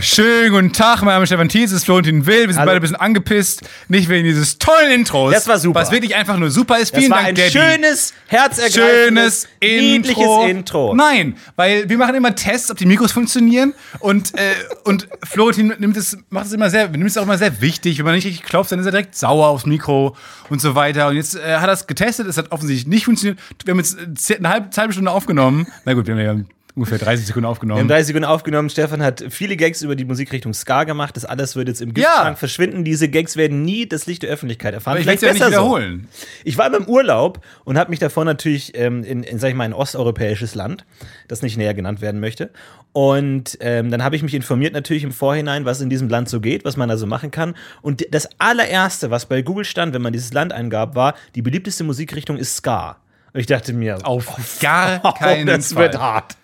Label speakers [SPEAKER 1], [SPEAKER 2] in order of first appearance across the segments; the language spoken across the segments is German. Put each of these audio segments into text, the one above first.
[SPEAKER 1] Schönen guten Tag, mein Name ist Stefan Thies, es ist Florentin Will. Wir sind beide ein bisschen angepisst, nicht wegen dieses tollen Intros.
[SPEAKER 2] Das war super.
[SPEAKER 1] Was wirklich einfach nur super ist. Vielen
[SPEAKER 2] das war
[SPEAKER 1] Dank,
[SPEAKER 2] ein
[SPEAKER 1] Daddy.
[SPEAKER 2] schönes,
[SPEAKER 1] Schönes
[SPEAKER 2] herzergreifendes, niedliches
[SPEAKER 1] Intro.
[SPEAKER 2] Intro.
[SPEAKER 1] Nein, weil wir machen immer Tests, ob die Mikros funktionieren und, äh, und Florentin nimmt es, macht es immer sehr, nimmt es auch immer sehr wichtig. Wenn man nicht richtig klopft, dann ist er direkt sauer aufs Mikro und so weiter. Und jetzt äh, hat er es getestet, es hat offensichtlich nicht funktioniert. Wir haben jetzt äh, zeh- eine halbe, halbe Stunde aufgenommen. Na gut, wir haben ja ungefähr 30 Sekunden
[SPEAKER 2] Wir haben
[SPEAKER 1] aufgenommen.
[SPEAKER 2] 30 Sekunden aufgenommen. Stefan hat viele Gags über die Musikrichtung Ska gemacht. Das alles wird jetzt im Giftschrank
[SPEAKER 1] Ja.
[SPEAKER 2] verschwinden. Diese Gags werden nie das Licht der Öffentlichkeit erfahren.
[SPEAKER 1] Aber ich will es ja nicht
[SPEAKER 2] besser so.
[SPEAKER 1] wiederholen.
[SPEAKER 2] Ich war im Urlaub und habe mich davor natürlich ähm, in, in, sag ich mal, ein osteuropäisches Land, das nicht näher genannt werden möchte. Und ähm, dann habe ich mich informiert natürlich im Vorhinein, was in diesem Land so geht, was man da so machen kann. Und d- das allererste, was bei Google stand, wenn man dieses Land eingab, war, die beliebteste Musikrichtung ist Ska. Und ich dachte mir,
[SPEAKER 1] Auf gar keinen
[SPEAKER 2] Oh, das
[SPEAKER 1] Fall.
[SPEAKER 2] wird hart.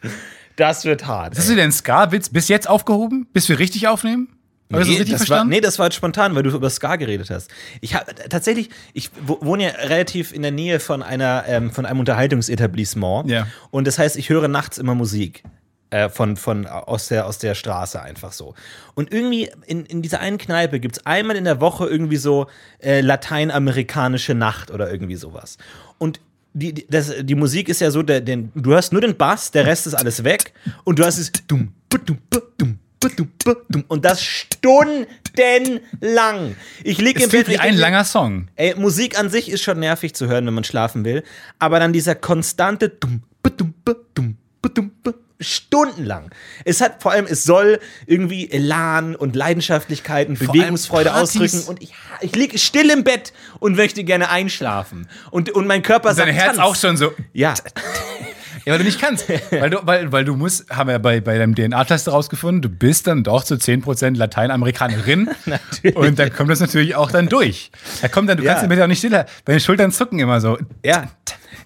[SPEAKER 2] Das wird hart.
[SPEAKER 1] Hast du den Ska-Witz bis jetzt aufgehoben? Bis wir richtig aufnehmen? Habe ich das
[SPEAKER 2] Nee,
[SPEAKER 1] richtig
[SPEAKER 2] das war,
[SPEAKER 1] verstanden?
[SPEAKER 2] nee, das war jetzt spontan, weil du über Ska geredet hast. Ich habe tatsächlich, ich wo- wohne ja relativ in der Nähe von einer ähm, von einem Unterhaltungsetablissement.
[SPEAKER 1] Ja.
[SPEAKER 2] Und das heißt, ich höre nachts immer Musik. äh, Von, von aus, der, aus der Straße einfach so. Und irgendwie in, in dieser einen Kneipe gibt es einmal in der Woche irgendwie so äh, lateinamerikanische Nacht oder irgendwie sowas. Und die, die, das, die Musik ist ja so, der, den, du hörst nur den Bass, der Rest ist alles weg und du hast es dumm, bu- dumm, bu- dumm, bu- dumm, bu- dumm. und das stundenlang. Ich liege im
[SPEAKER 1] Es
[SPEAKER 2] Bett
[SPEAKER 1] fehlt
[SPEAKER 2] ich
[SPEAKER 1] wie ein
[SPEAKER 2] denk mir,
[SPEAKER 1] langer Song.
[SPEAKER 2] Ey, Musik an sich ist schon nervig zu hören, wenn man schlafen will, aber dann dieser konstante dumm, bu- dumm, bu- dumm, bu- dumm, bu- stundenlang. Es hat vor allem, es soll irgendwie Elan und Leidenschaftlichkeit und
[SPEAKER 1] allem
[SPEAKER 2] Bewegungsfreude
[SPEAKER 1] Partys.
[SPEAKER 2] ausdrücken und ich, ich liege still im Bett und möchte gerne einschlafen und, und mein Körper sagt
[SPEAKER 1] Sein Herz
[SPEAKER 2] tanz.
[SPEAKER 1] auch schon so.
[SPEAKER 2] Ja.
[SPEAKER 1] Ja, weil du nicht kannst. weil, du, weil, weil du musst, haben wir ja bei, bei deinem DNA-Test herausgefunden, du bist dann doch zu 10% Lateinamerikanerin. natürlich. Und dann kommt das natürlich auch dann durch. Da kommt dann, du
[SPEAKER 2] Ja.
[SPEAKER 1] kannst damit auch nicht stiller. Deine Schultern zucken immer so.
[SPEAKER 2] Ja,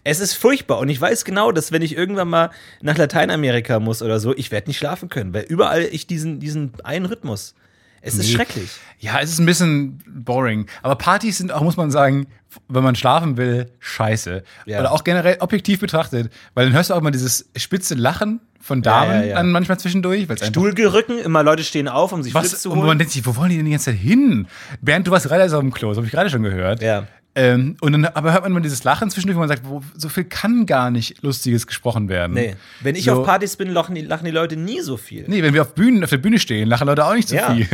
[SPEAKER 2] es ist furchtbar und ich weiß genau, dass wenn ich irgendwann mal nach Lateinamerika muss oder so, ich werde nicht schlafen können, weil überall ich diesen, diesen einen Rhythmus. Es ist schrecklich.
[SPEAKER 1] Ja, es ist ein bisschen boring. Aber Partys sind auch, muss man sagen, wenn man schlafen will, scheiße.
[SPEAKER 2] Ja.
[SPEAKER 1] Oder auch generell objektiv betrachtet, weil dann hörst du auch mal dieses spitze Lachen von
[SPEAKER 2] Ja,
[SPEAKER 1] Damen
[SPEAKER 2] ja, ja.
[SPEAKER 1] dann manchmal zwischendurch. weil's einfach-
[SPEAKER 2] Stuhlgerücken, immer Leute stehen auf, um sich Flips
[SPEAKER 1] Was,
[SPEAKER 2] zu
[SPEAKER 1] und man
[SPEAKER 2] holen.
[SPEAKER 1] denkt sich, wo wollen die denn die ganze Zeit hin? Bernd, du warst gerade erst auf dem Klo, das habe ich gerade schon gehört.
[SPEAKER 2] Ja.
[SPEAKER 1] Ähm, und dann aber hört man immer dieses Lachen zwischendurch, wo man sagt, wo, so viel kann gar nicht Lustiges gesprochen werden.
[SPEAKER 2] Nee. Wenn ich
[SPEAKER 1] So-
[SPEAKER 2] auf Partys bin, lachen die, lachen die Leute nie so viel.
[SPEAKER 1] Nee, wenn wir auf Bühnen, auf der Bühne stehen, lachen Leute auch nicht so
[SPEAKER 2] Ja.
[SPEAKER 1] viel.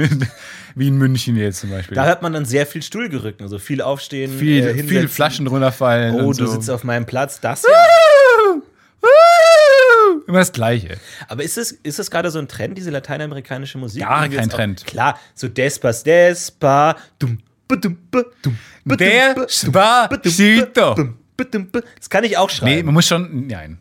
[SPEAKER 1] Wie in München jetzt zum Beispiel.
[SPEAKER 2] Da hört man dann sehr viel Stuhlgerücken, also viel aufstehen,
[SPEAKER 1] viel,
[SPEAKER 2] äh,
[SPEAKER 1] viel
[SPEAKER 2] hinsetzen.
[SPEAKER 1] Flaschen runterfallen.
[SPEAKER 2] Oh,
[SPEAKER 1] und
[SPEAKER 2] du
[SPEAKER 1] so. Ah!
[SPEAKER 2] sitzt auf meinem Platz, das ja.
[SPEAKER 1] Immer das Gleiche.
[SPEAKER 2] Aber ist es ist es gerade so ein Trend, diese lateinamerikanische Musik?
[SPEAKER 1] Gar
[SPEAKER 2] Irgendwie
[SPEAKER 1] kein
[SPEAKER 2] jetzt auch-
[SPEAKER 1] Trend.
[SPEAKER 2] Klar, so Despas, Despa, dum, ba, dum, ba, dum, ba, dum, ba, dum, ba, dum, ba,
[SPEAKER 1] Despacito.
[SPEAKER 2] dum, ba, dum, ba. Das kann ich auch
[SPEAKER 1] Nee,
[SPEAKER 2] schreiben.
[SPEAKER 1] man muss schon. Nein.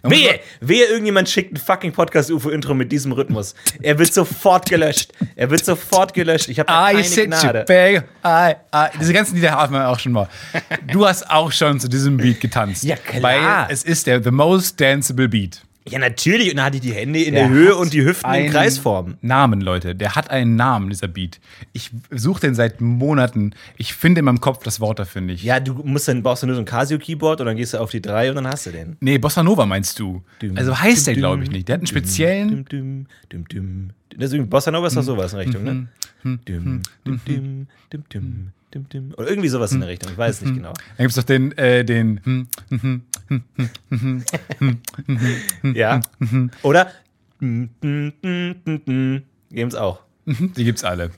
[SPEAKER 1] Man muss-
[SPEAKER 2] Wehe, wehe, irgendjemand schickt ein fucking Podcast-UFO-Intro mit diesem Rhythmus. Er wird sofort gelöscht. Er wird sofort gelöscht. Ich habe keine
[SPEAKER 1] I sit Ah, you,
[SPEAKER 2] Gnade.
[SPEAKER 1] babe. I, I. Diese ganzen Lieder haben wir auch schon mal. Du hast auch schon zu diesem Beat getanzt.
[SPEAKER 2] Ja, klar.
[SPEAKER 1] Weil es ist der The Most Danceable Beat.
[SPEAKER 2] Ja, natürlich. Und dann hatte ich die Hände in
[SPEAKER 1] Der
[SPEAKER 2] der Höhe
[SPEAKER 1] hat
[SPEAKER 2] und die Hüften in
[SPEAKER 1] einen
[SPEAKER 2] Kreisform.
[SPEAKER 1] Namen, Leute. Der hat einen Namen, dieser Beat. Ich suche den seit Monaten. Ich finde in meinem Kopf das Wort dafür nicht.
[SPEAKER 2] Ja, du musst dann brauchst du nur so ein Casio-Keyboard und dann gehst du auf die 3 und dann hast du den.
[SPEAKER 1] Nee, Bossa Nova meinst du. Also heißt der,
[SPEAKER 2] düm,
[SPEAKER 1] glaube ich, nicht. Der hat einen speziellen.
[SPEAKER 2] Düm, düm, düm, düm. Das ist irgendwie Bossa Nova ist
[SPEAKER 1] Mhm.
[SPEAKER 2] doch sowas in Richtung, ne? Düm, düm, düm, düm, düm, düm, düm. Oder irgendwie sowas
[SPEAKER 1] Mhm.
[SPEAKER 2] in der Richtung. Ich weiß es nicht genau.
[SPEAKER 1] Dann gibt es doch den, äh, den. Hm, Mhm.
[SPEAKER 2] Ja. Oder Games auch.
[SPEAKER 1] hm, die gibt's alle.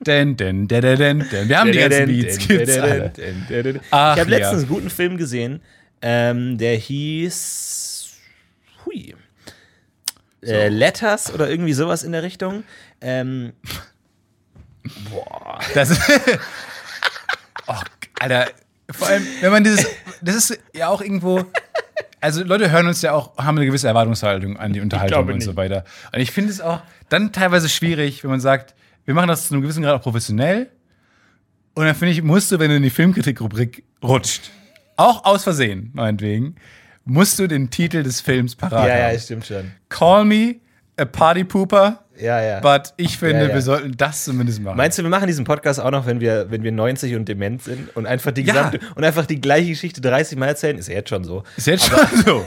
[SPEAKER 1] Denn, denn, denn, denn, denn, denn. Wir haben die ganzen Beats. Gibt's alle.
[SPEAKER 2] Ich
[SPEAKER 1] Ach,
[SPEAKER 2] habe
[SPEAKER 1] ja.
[SPEAKER 2] letztens einen guten Film gesehen, ähm, der hieß. Hui. Äh, Letters oder irgendwie sowas in der Richtung. Ähm,
[SPEAKER 1] Das oh, Alter, vor allem, wenn man dieses, das ist ja auch irgendwo, also Leute hören uns ja auch, haben eine gewisse Erwartungshaltung an die Unterhaltung
[SPEAKER 2] glaube
[SPEAKER 1] und so
[SPEAKER 2] nicht.
[SPEAKER 1] weiter. Und ich finde es auch dann teilweise schwierig, wenn man sagt, wir machen das zu einem gewissen Grad auch professionell. Und dann finde ich, musst du, wenn du in die Filmkritik-Rubrik rutscht, auch aus Versehen, meinetwegen, musst du den Titel des Films parat
[SPEAKER 2] ja, ja,
[SPEAKER 1] haben.
[SPEAKER 2] stimmt schon.
[SPEAKER 1] Call me a party pooper,
[SPEAKER 2] Ja, ja.
[SPEAKER 1] but ich finde,
[SPEAKER 2] Ja, ja.
[SPEAKER 1] wir sollten das zumindest machen.
[SPEAKER 2] Meinst du, wir machen diesen Podcast auch noch, wenn wir, wenn wir 90 und dement sind und einfach die
[SPEAKER 1] Ja.
[SPEAKER 2] gesamte und einfach die gleiche Geschichte 30 Mal erzählen? Ist ja jetzt schon so.
[SPEAKER 1] Ist jetzt schon so.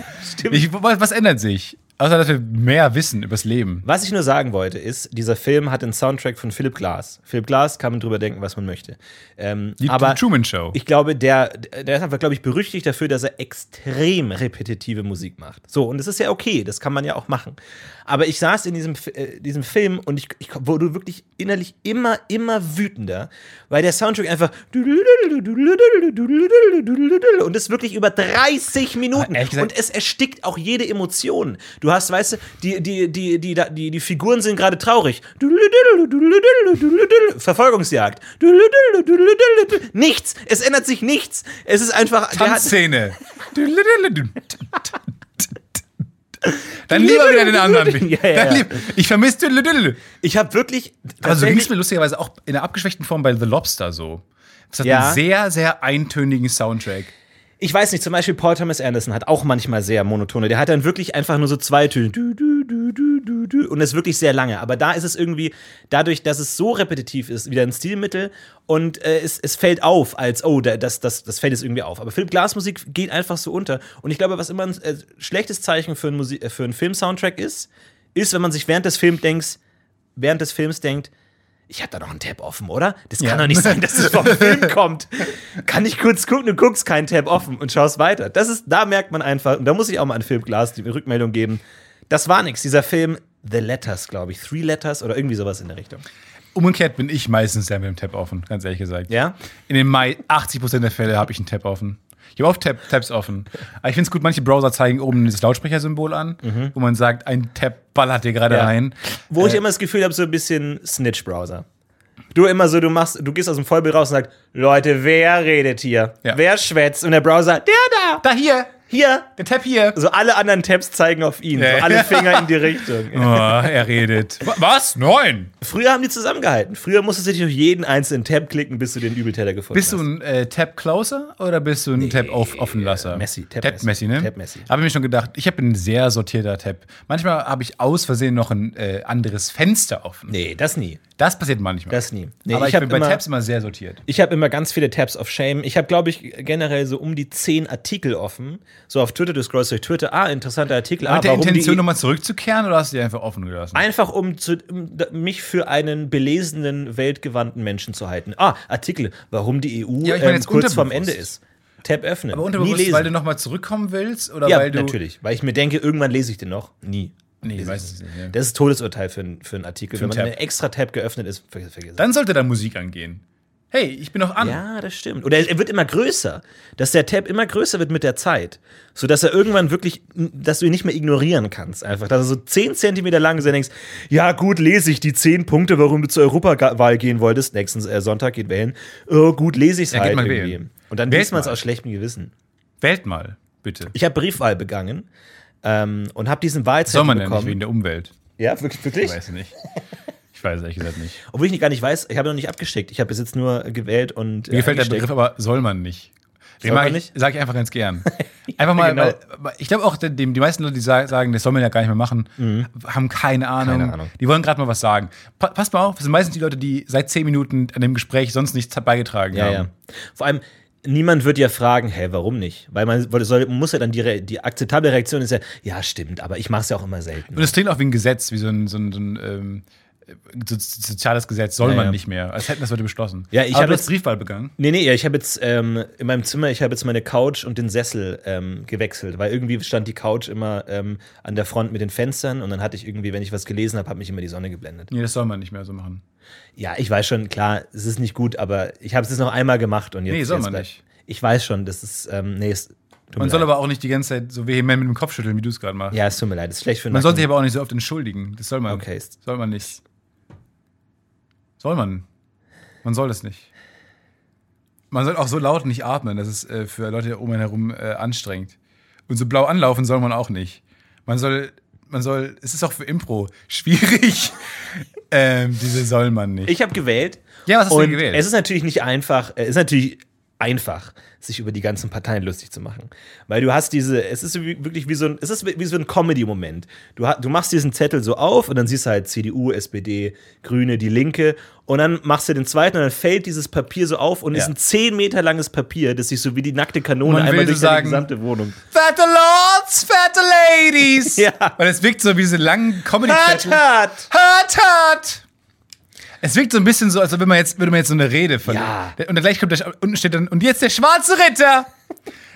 [SPEAKER 1] Ich, was, was ändert sich? Außer, dass wir mehr wissen übers Leben.
[SPEAKER 2] Was ich nur sagen wollte, ist, dieser Film hat den Soundtrack von Philip Glass. Philip Glass kann man drüber denken, was man möchte. Ähm,
[SPEAKER 1] Die
[SPEAKER 2] aber
[SPEAKER 1] Truman Show.
[SPEAKER 2] ich glaube, der, der ist einfach, glaube ich, berüchtigt dafür, dass er extrem repetitive Musik macht. So, und das ist ja okay, das kann man ja auch machen. Aber ich saß in diesem, Fi- äh, diesem Film und ich, ich wurde wirklich innerlich immer, immer wütender, weil der Soundtrack einfach und das wirklich über 30 Minuten.
[SPEAKER 1] Aber ehrlich gesagt-
[SPEAKER 2] und es erstickt auch jede Emotion. Du hast, weißt du, die, die, die, die, da- die, die Figuren sind gerade traurig. Verfolgungsjagd. Nichts. Es ändert sich nichts. Es ist einfach. der hat-
[SPEAKER 1] Tanzszene. Dann lieber wieder den anderen.
[SPEAKER 2] Ja, ja,
[SPEAKER 1] Dann
[SPEAKER 2] ja.
[SPEAKER 1] lieb- Ich vermisse.
[SPEAKER 2] Ich habe wirklich.
[SPEAKER 1] Also ging
[SPEAKER 2] tatsächlich-
[SPEAKER 1] es mir lustigerweise auch in der abgeschwächten Form bei The Lobster so. Es hat
[SPEAKER 2] Ja.
[SPEAKER 1] einen sehr, sehr eintönigen Soundtrack.
[SPEAKER 2] ich weiß nicht, zum Beispiel Paul Thomas Anderson hat auch manchmal sehr monotone. Der hat dann wirklich einfach nur so zwei Töne. Du, du, du, du, du, du. Und das ist wirklich sehr lange. Aber da ist es irgendwie, dadurch, dass es so repetitiv ist, wieder ein Stilmittel. Und äh, es, es fällt auf, als, oh, da- das, das, das fällt jetzt irgendwie auf. Aber Philipp Glass Musik geht einfach so unter. Und ich glaube, was immer ein äh, schlechtes Zeichen für einen, Musi- äh, für einen Film-Soundtrack ist, ist, wenn man sich während des Films denkt, während des Films denkt, ich habe da noch einen Tab offen, oder? Das
[SPEAKER 1] Ja.
[SPEAKER 2] kann doch nicht sein, dass es vom Film kommt. Kann ich kurz gucken, du guckst keinen Tab offen und schaust weiter. Das ist, da merkt man einfach, und da muss ich auch mal an Philipp Glass die Rückmeldung geben. Das war nix. Dieser Film The Letters, glaube ich. Three Letters oder irgendwie sowas in der Richtung.
[SPEAKER 1] Umgekehrt bin ich meistens der mit dem Tab offen, ganz ehrlich gesagt.
[SPEAKER 2] Ja?
[SPEAKER 1] In den Mai 80% der Fälle habe ich einen Tab offen. Ich habe oft Tab, Tabs offen. Aber ich finde es gut, manche Browser zeigen oben dieses Lautsprechersymbol an, wo man sagt, ein Tab ballert dir gerade
[SPEAKER 2] Mhm. Ja.
[SPEAKER 1] rein.
[SPEAKER 2] Wo
[SPEAKER 1] Äh.
[SPEAKER 2] ich immer das Gefühl habe, so ein bisschen Snitch-Browser. Du immer so, du machst, du gehst aus dem Vollbild raus und sagst, Leute, wer redet hier?
[SPEAKER 1] Ja.
[SPEAKER 2] Wer schwätzt? Und der Browser, der da,
[SPEAKER 1] Da hier,
[SPEAKER 2] hier.
[SPEAKER 1] der Tab hier.
[SPEAKER 2] So alle anderen Tabs zeigen auf ihn.
[SPEAKER 1] Ja.
[SPEAKER 2] So alle Finger in die Richtung.
[SPEAKER 1] Oh, er redet. Wa- Was? Nein.
[SPEAKER 2] Früher haben die zusammengehalten. Früher musstest du dich auf jeden einzelnen Tab klicken, bis du den Übeltäter gefunden
[SPEAKER 1] Bist
[SPEAKER 2] hast.
[SPEAKER 1] du ein äh, Tab-Closer oder bist du ein Tab-Offenlasser?
[SPEAKER 2] äh, Messi, Tab Messi.
[SPEAKER 1] Tab-Messi, ne?
[SPEAKER 2] Tab Messi.
[SPEAKER 1] Habe ich mir schon gedacht, ich habe ein sehr sortierter Tab. Manchmal habe ich aus Versehen noch ein äh, anderes Fenster offen.
[SPEAKER 2] Nee, das nie.
[SPEAKER 1] Das passiert manchmal.
[SPEAKER 2] Das nie. Nee,
[SPEAKER 1] Aber ich,
[SPEAKER 2] hab
[SPEAKER 1] bin bei
[SPEAKER 2] immer,
[SPEAKER 1] Tabs immer sehr sortiert.
[SPEAKER 2] Ich habe immer ganz viele Tabs of Shame. Ich habe, glaube ich, generell so um die zehn Artikel offen. So auf Twitter, du scrollst durch Twitter. Ah, interessanter Artikel. Ah,
[SPEAKER 1] Mit der
[SPEAKER 2] warum
[SPEAKER 1] Intention,
[SPEAKER 2] die,
[SPEAKER 1] nochmal zurückzukehren oder hast du die einfach offen gelassen?
[SPEAKER 2] Einfach um, zu, um da- mich für einen belesenen, weltgewandten Menschen zu halten. Ah, Artikel, warum die EU
[SPEAKER 1] Ja, ich meine
[SPEAKER 2] ähm,
[SPEAKER 1] jetzt
[SPEAKER 2] kurz vorm Ende
[SPEAKER 1] unterbewusst.
[SPEAKER 2] ist. Tab öffnen.
[SPEAKER 1] Aber
[SPEAKER 2] nie
[SPEAKER 1] unterbewusst,
[SPEAKER 2] lesen.
[SPEAKER 1] weil du nochmal zurückkommen willst oder
[SPEAKER 2] ja,
[SPEAKER 1] weil du.
[SPEAKER 2] natürlich. Weil ich mir denke, irgendwann lese ich den noch. Nie.
[SPEAKER 1] Nee, ich
[SPEAKER 2] Lese
[SPEAKER 1] weiß
[SPEAKER 2] ich
[SPEAKER 1] es nicht. Ja.
[SPEAKER 2] Das ist Todesurteil für, einen- für einen Artikel. Wenn
[SPEAKER 1] einen
[SPEAKER 2] man
[SPEAKER 1] Tab.
[SPEAKER 2] einen extra Tab geöffnet ist, ver- vergiss es.
[SPEAKER 1] Dann sollte da Musik angehen. Hey, ich bin noch an.
[SPEAKER 2] Ja, das stimmt. Oder er wird immer größer. Dass der Tab immer größer wird mit der Zeit. Sodass er irgendwann wirklich, dass du ihn nicht mehr ignorieren kannst. Einfach, dass er so 10 Zentimeter lang ist und denkst, ja gut, lese ich die 10 Punkte, warum du zur Europawahl gehen wolltest. Nächsten äh, Sonntag geht wählen. Oh, gut, lese ich es
[SPEAKER 1] Ja, geht
[SPEAKER 2] halt
[SPEAKER 1] mal
[SPEAKER 2] irgendwie.
[SPEAKER 1] wählen.
[SPEAKER 2] Und dann
[SPEAKER 1] Wählt
[SPEAKER 2] liest man es
[SPEAKER 1] mal.
[SPEAKER 2] aus schlechtem Gewissen.
[SPEAKER 1] Wählt mal, bitte.
[SPEAKER 2] Ich habe Briefwahl begangen ähm, und habe diesen
[SPEAKER 1] Soll
[SPEAKER 2] Wahlzettel
[SPEAKER 1] man ja nicht wegen
[SPEAKER 2] bekommen.
[SPEAKER 1] der Umwelt.
[SPEAKER 2] Ja, wirklich?
[SPEAKER 1] Ich
[SPEAKER 2] wirklich?
[SPEAKER 1] weiß nicht. Ich weiß ehrlich gesagt nicht.
[SPEAKER 2] Obwohl ich nicht- gar nicht weiß, ich habe noch nicht abgeschickt. Ich habe bis jetzt nur gewählt und. äh,
[SPEAKER 1] Mir gefällt der Begriff, aber soll man nicht. Den
[SPEAKER 2] Soll
[SPEAKER 1] mag
[SPEAKER 2] man
[SPEAKER 1] ich,
[SPEAKER 2] nicht?
[SPEAKER 1] sag ich einfach ganz gern. Einfach mal,
[SPEAKER 2] genau.
[SPEAKER 1] weil, weil ich glaube auch, die, die meisten Leute, die sa- sagen, das soll man ja gar nicht mehr machen, haben keine Ahnung.
[SPEAKER 2] Mhm. Keine Ahnung.
[SPEAKER 1] Die wollen gerade mal was sagen. Pa passt mal auf, das sind meistens die Leute, die seit zehn Minuten an dem Gespräch sonst nichts beigetragen
[SPEAKER 2] Ja,
[SPEAKER 1] haben.
[SPEAKER 2] ja. Vor allem, niemand wird ja fragen, hey, warum nicht? Weil man weil- soll, muss ja dann die, Re- die akzeptable Reaktion ist ja, ja, stimmt, aber ich mache es ja auch immer selten.
[SPEAKER 1] Und es klingt auch wie ein Gesetz, wie so ein, so ein, so ein ähm, so soziales Gesetz, soll
[SPEAKER 2] Ja,
[SPEAKER 1] man
[SPEAKER 2] ja.
[SPEAKER 1] nicht mehr. Als hätten das Leute beschlossen.
[SPEAKER 2] Ja, ich
[SPEAKER 1] aber
[SPEAKER 2] habe
[SPEAKER 1] du hast
[SPEAKER 2] jetzt-
[SPEAKER 1] Briefwahl begangen.
[SPEAKER 2] Nee, nee, ja, ich habe jetzt ähm, in meinem Zimmer, ich habe jetzt meine Couch und den Sessel ähm, gewechselt, weil irgendwie stand die Couch immer ähm, an der Front mit den Fenstern und dann hatte ich irgendwie, wenn ich was gelesen habe, hat mich immer die Sonne geblendet.
[SPEAKER 1] Nee, das soll man nicht mehr so machen.
[SPEAKER 2] Ja, ich weiß schon, klar, es ist nicht gut, aber ich habe es jetzt noch einmal gemacht und jetzt.
[SPEAKER 1] Nee, soll
[SPEAKER 2] jetzt
[SPEAKER 1] man
[SPEAKER 2] bleib-
[SPEAKER 1] nicht.
[SPEAKER 2] Ich weiß schon, das ist, ähm, nee, es, tut
[SPEAKER 1] Man
[SPEAKER 2] mir
[SPEAKER 1] soll
[SPEAKER 2] leid.
[SPEAKER 1] aber auch nicht die ganze Zeit so vehement mit dem Kopf schütteln, wie du es gerade machst.
[SPEAKER 2] Ja, es tut mir leid, es ist schlecht für den
[SPEAKER 1] Man soll
[SPEAKER 2] Nacken.
[SPEAKER 1] sich aber auch nicht so oft entschuldigen. Das soll man.
[SPEAKER 2] Okay, ist-
[SPEAKER 1] Soll man nicht. Soll man. Man soll das nicht. Man soll auch so laut nicht atmen. Das ist äh, für Leute um einen herum äh, anstrengend. Und so blau anlaufen soll man auch nicht. Man soll, man soll, es ist auch für Impro schwierig. ähm, diese soll man nicht.
[SPEAKER 2] Ich habe gewählt.
[SPEAKER 1] Ja, was hast du
[SPEAKER 2] und
[SPEAKER 1] denn gewählt?
[SPEAKER 2] Es ist natürlich nicht einfach, äh, es ist natürlich einfach, sich über die ganzen Parteien lustig zu machen. Weil du hast diese, es ist wie- wirklich wie so ein, es ist wie wie so ein Comedy-Moment. Du, ha- du machst diesen Zettel so auf und dann siehst du halt CDU, SPD, Grüne, die Linke und dann machst du den zweiten und dann fällt dieses Papier so auf und
[SPEAKER 1] Ja.
[SPEAKER 2] ist ein 10 Meter langes Papier, das sich so wie die nackte Kanone
[SPEAKER 1] Man
[SPEAKER 2] einmal
[SPEAKER 1] will
[SPEAKER 2] durch
[SPEAKER 1] so sagen-
[SPEAKER 2] die gesamte Wohnung.
[SPEAKER 1] That the Lord Rotzfette Ladies.
[SPEAKER 2] Ja.
[SPEAKER 1] Weil es wirkt so wie diese langen comedy
[SPEAKER 2] Hart, hart.
[SPEAKER 1] Hart, hart. Es wirkt so ein bisschen so, als wenn man jetzt, würde man jetzt so eine Rede von.
[SPEAKER 2] Ja.
[SPEAKER 1] Und dann gleich kommt der, unten steht dann, und jetzt der schwarze Ritter.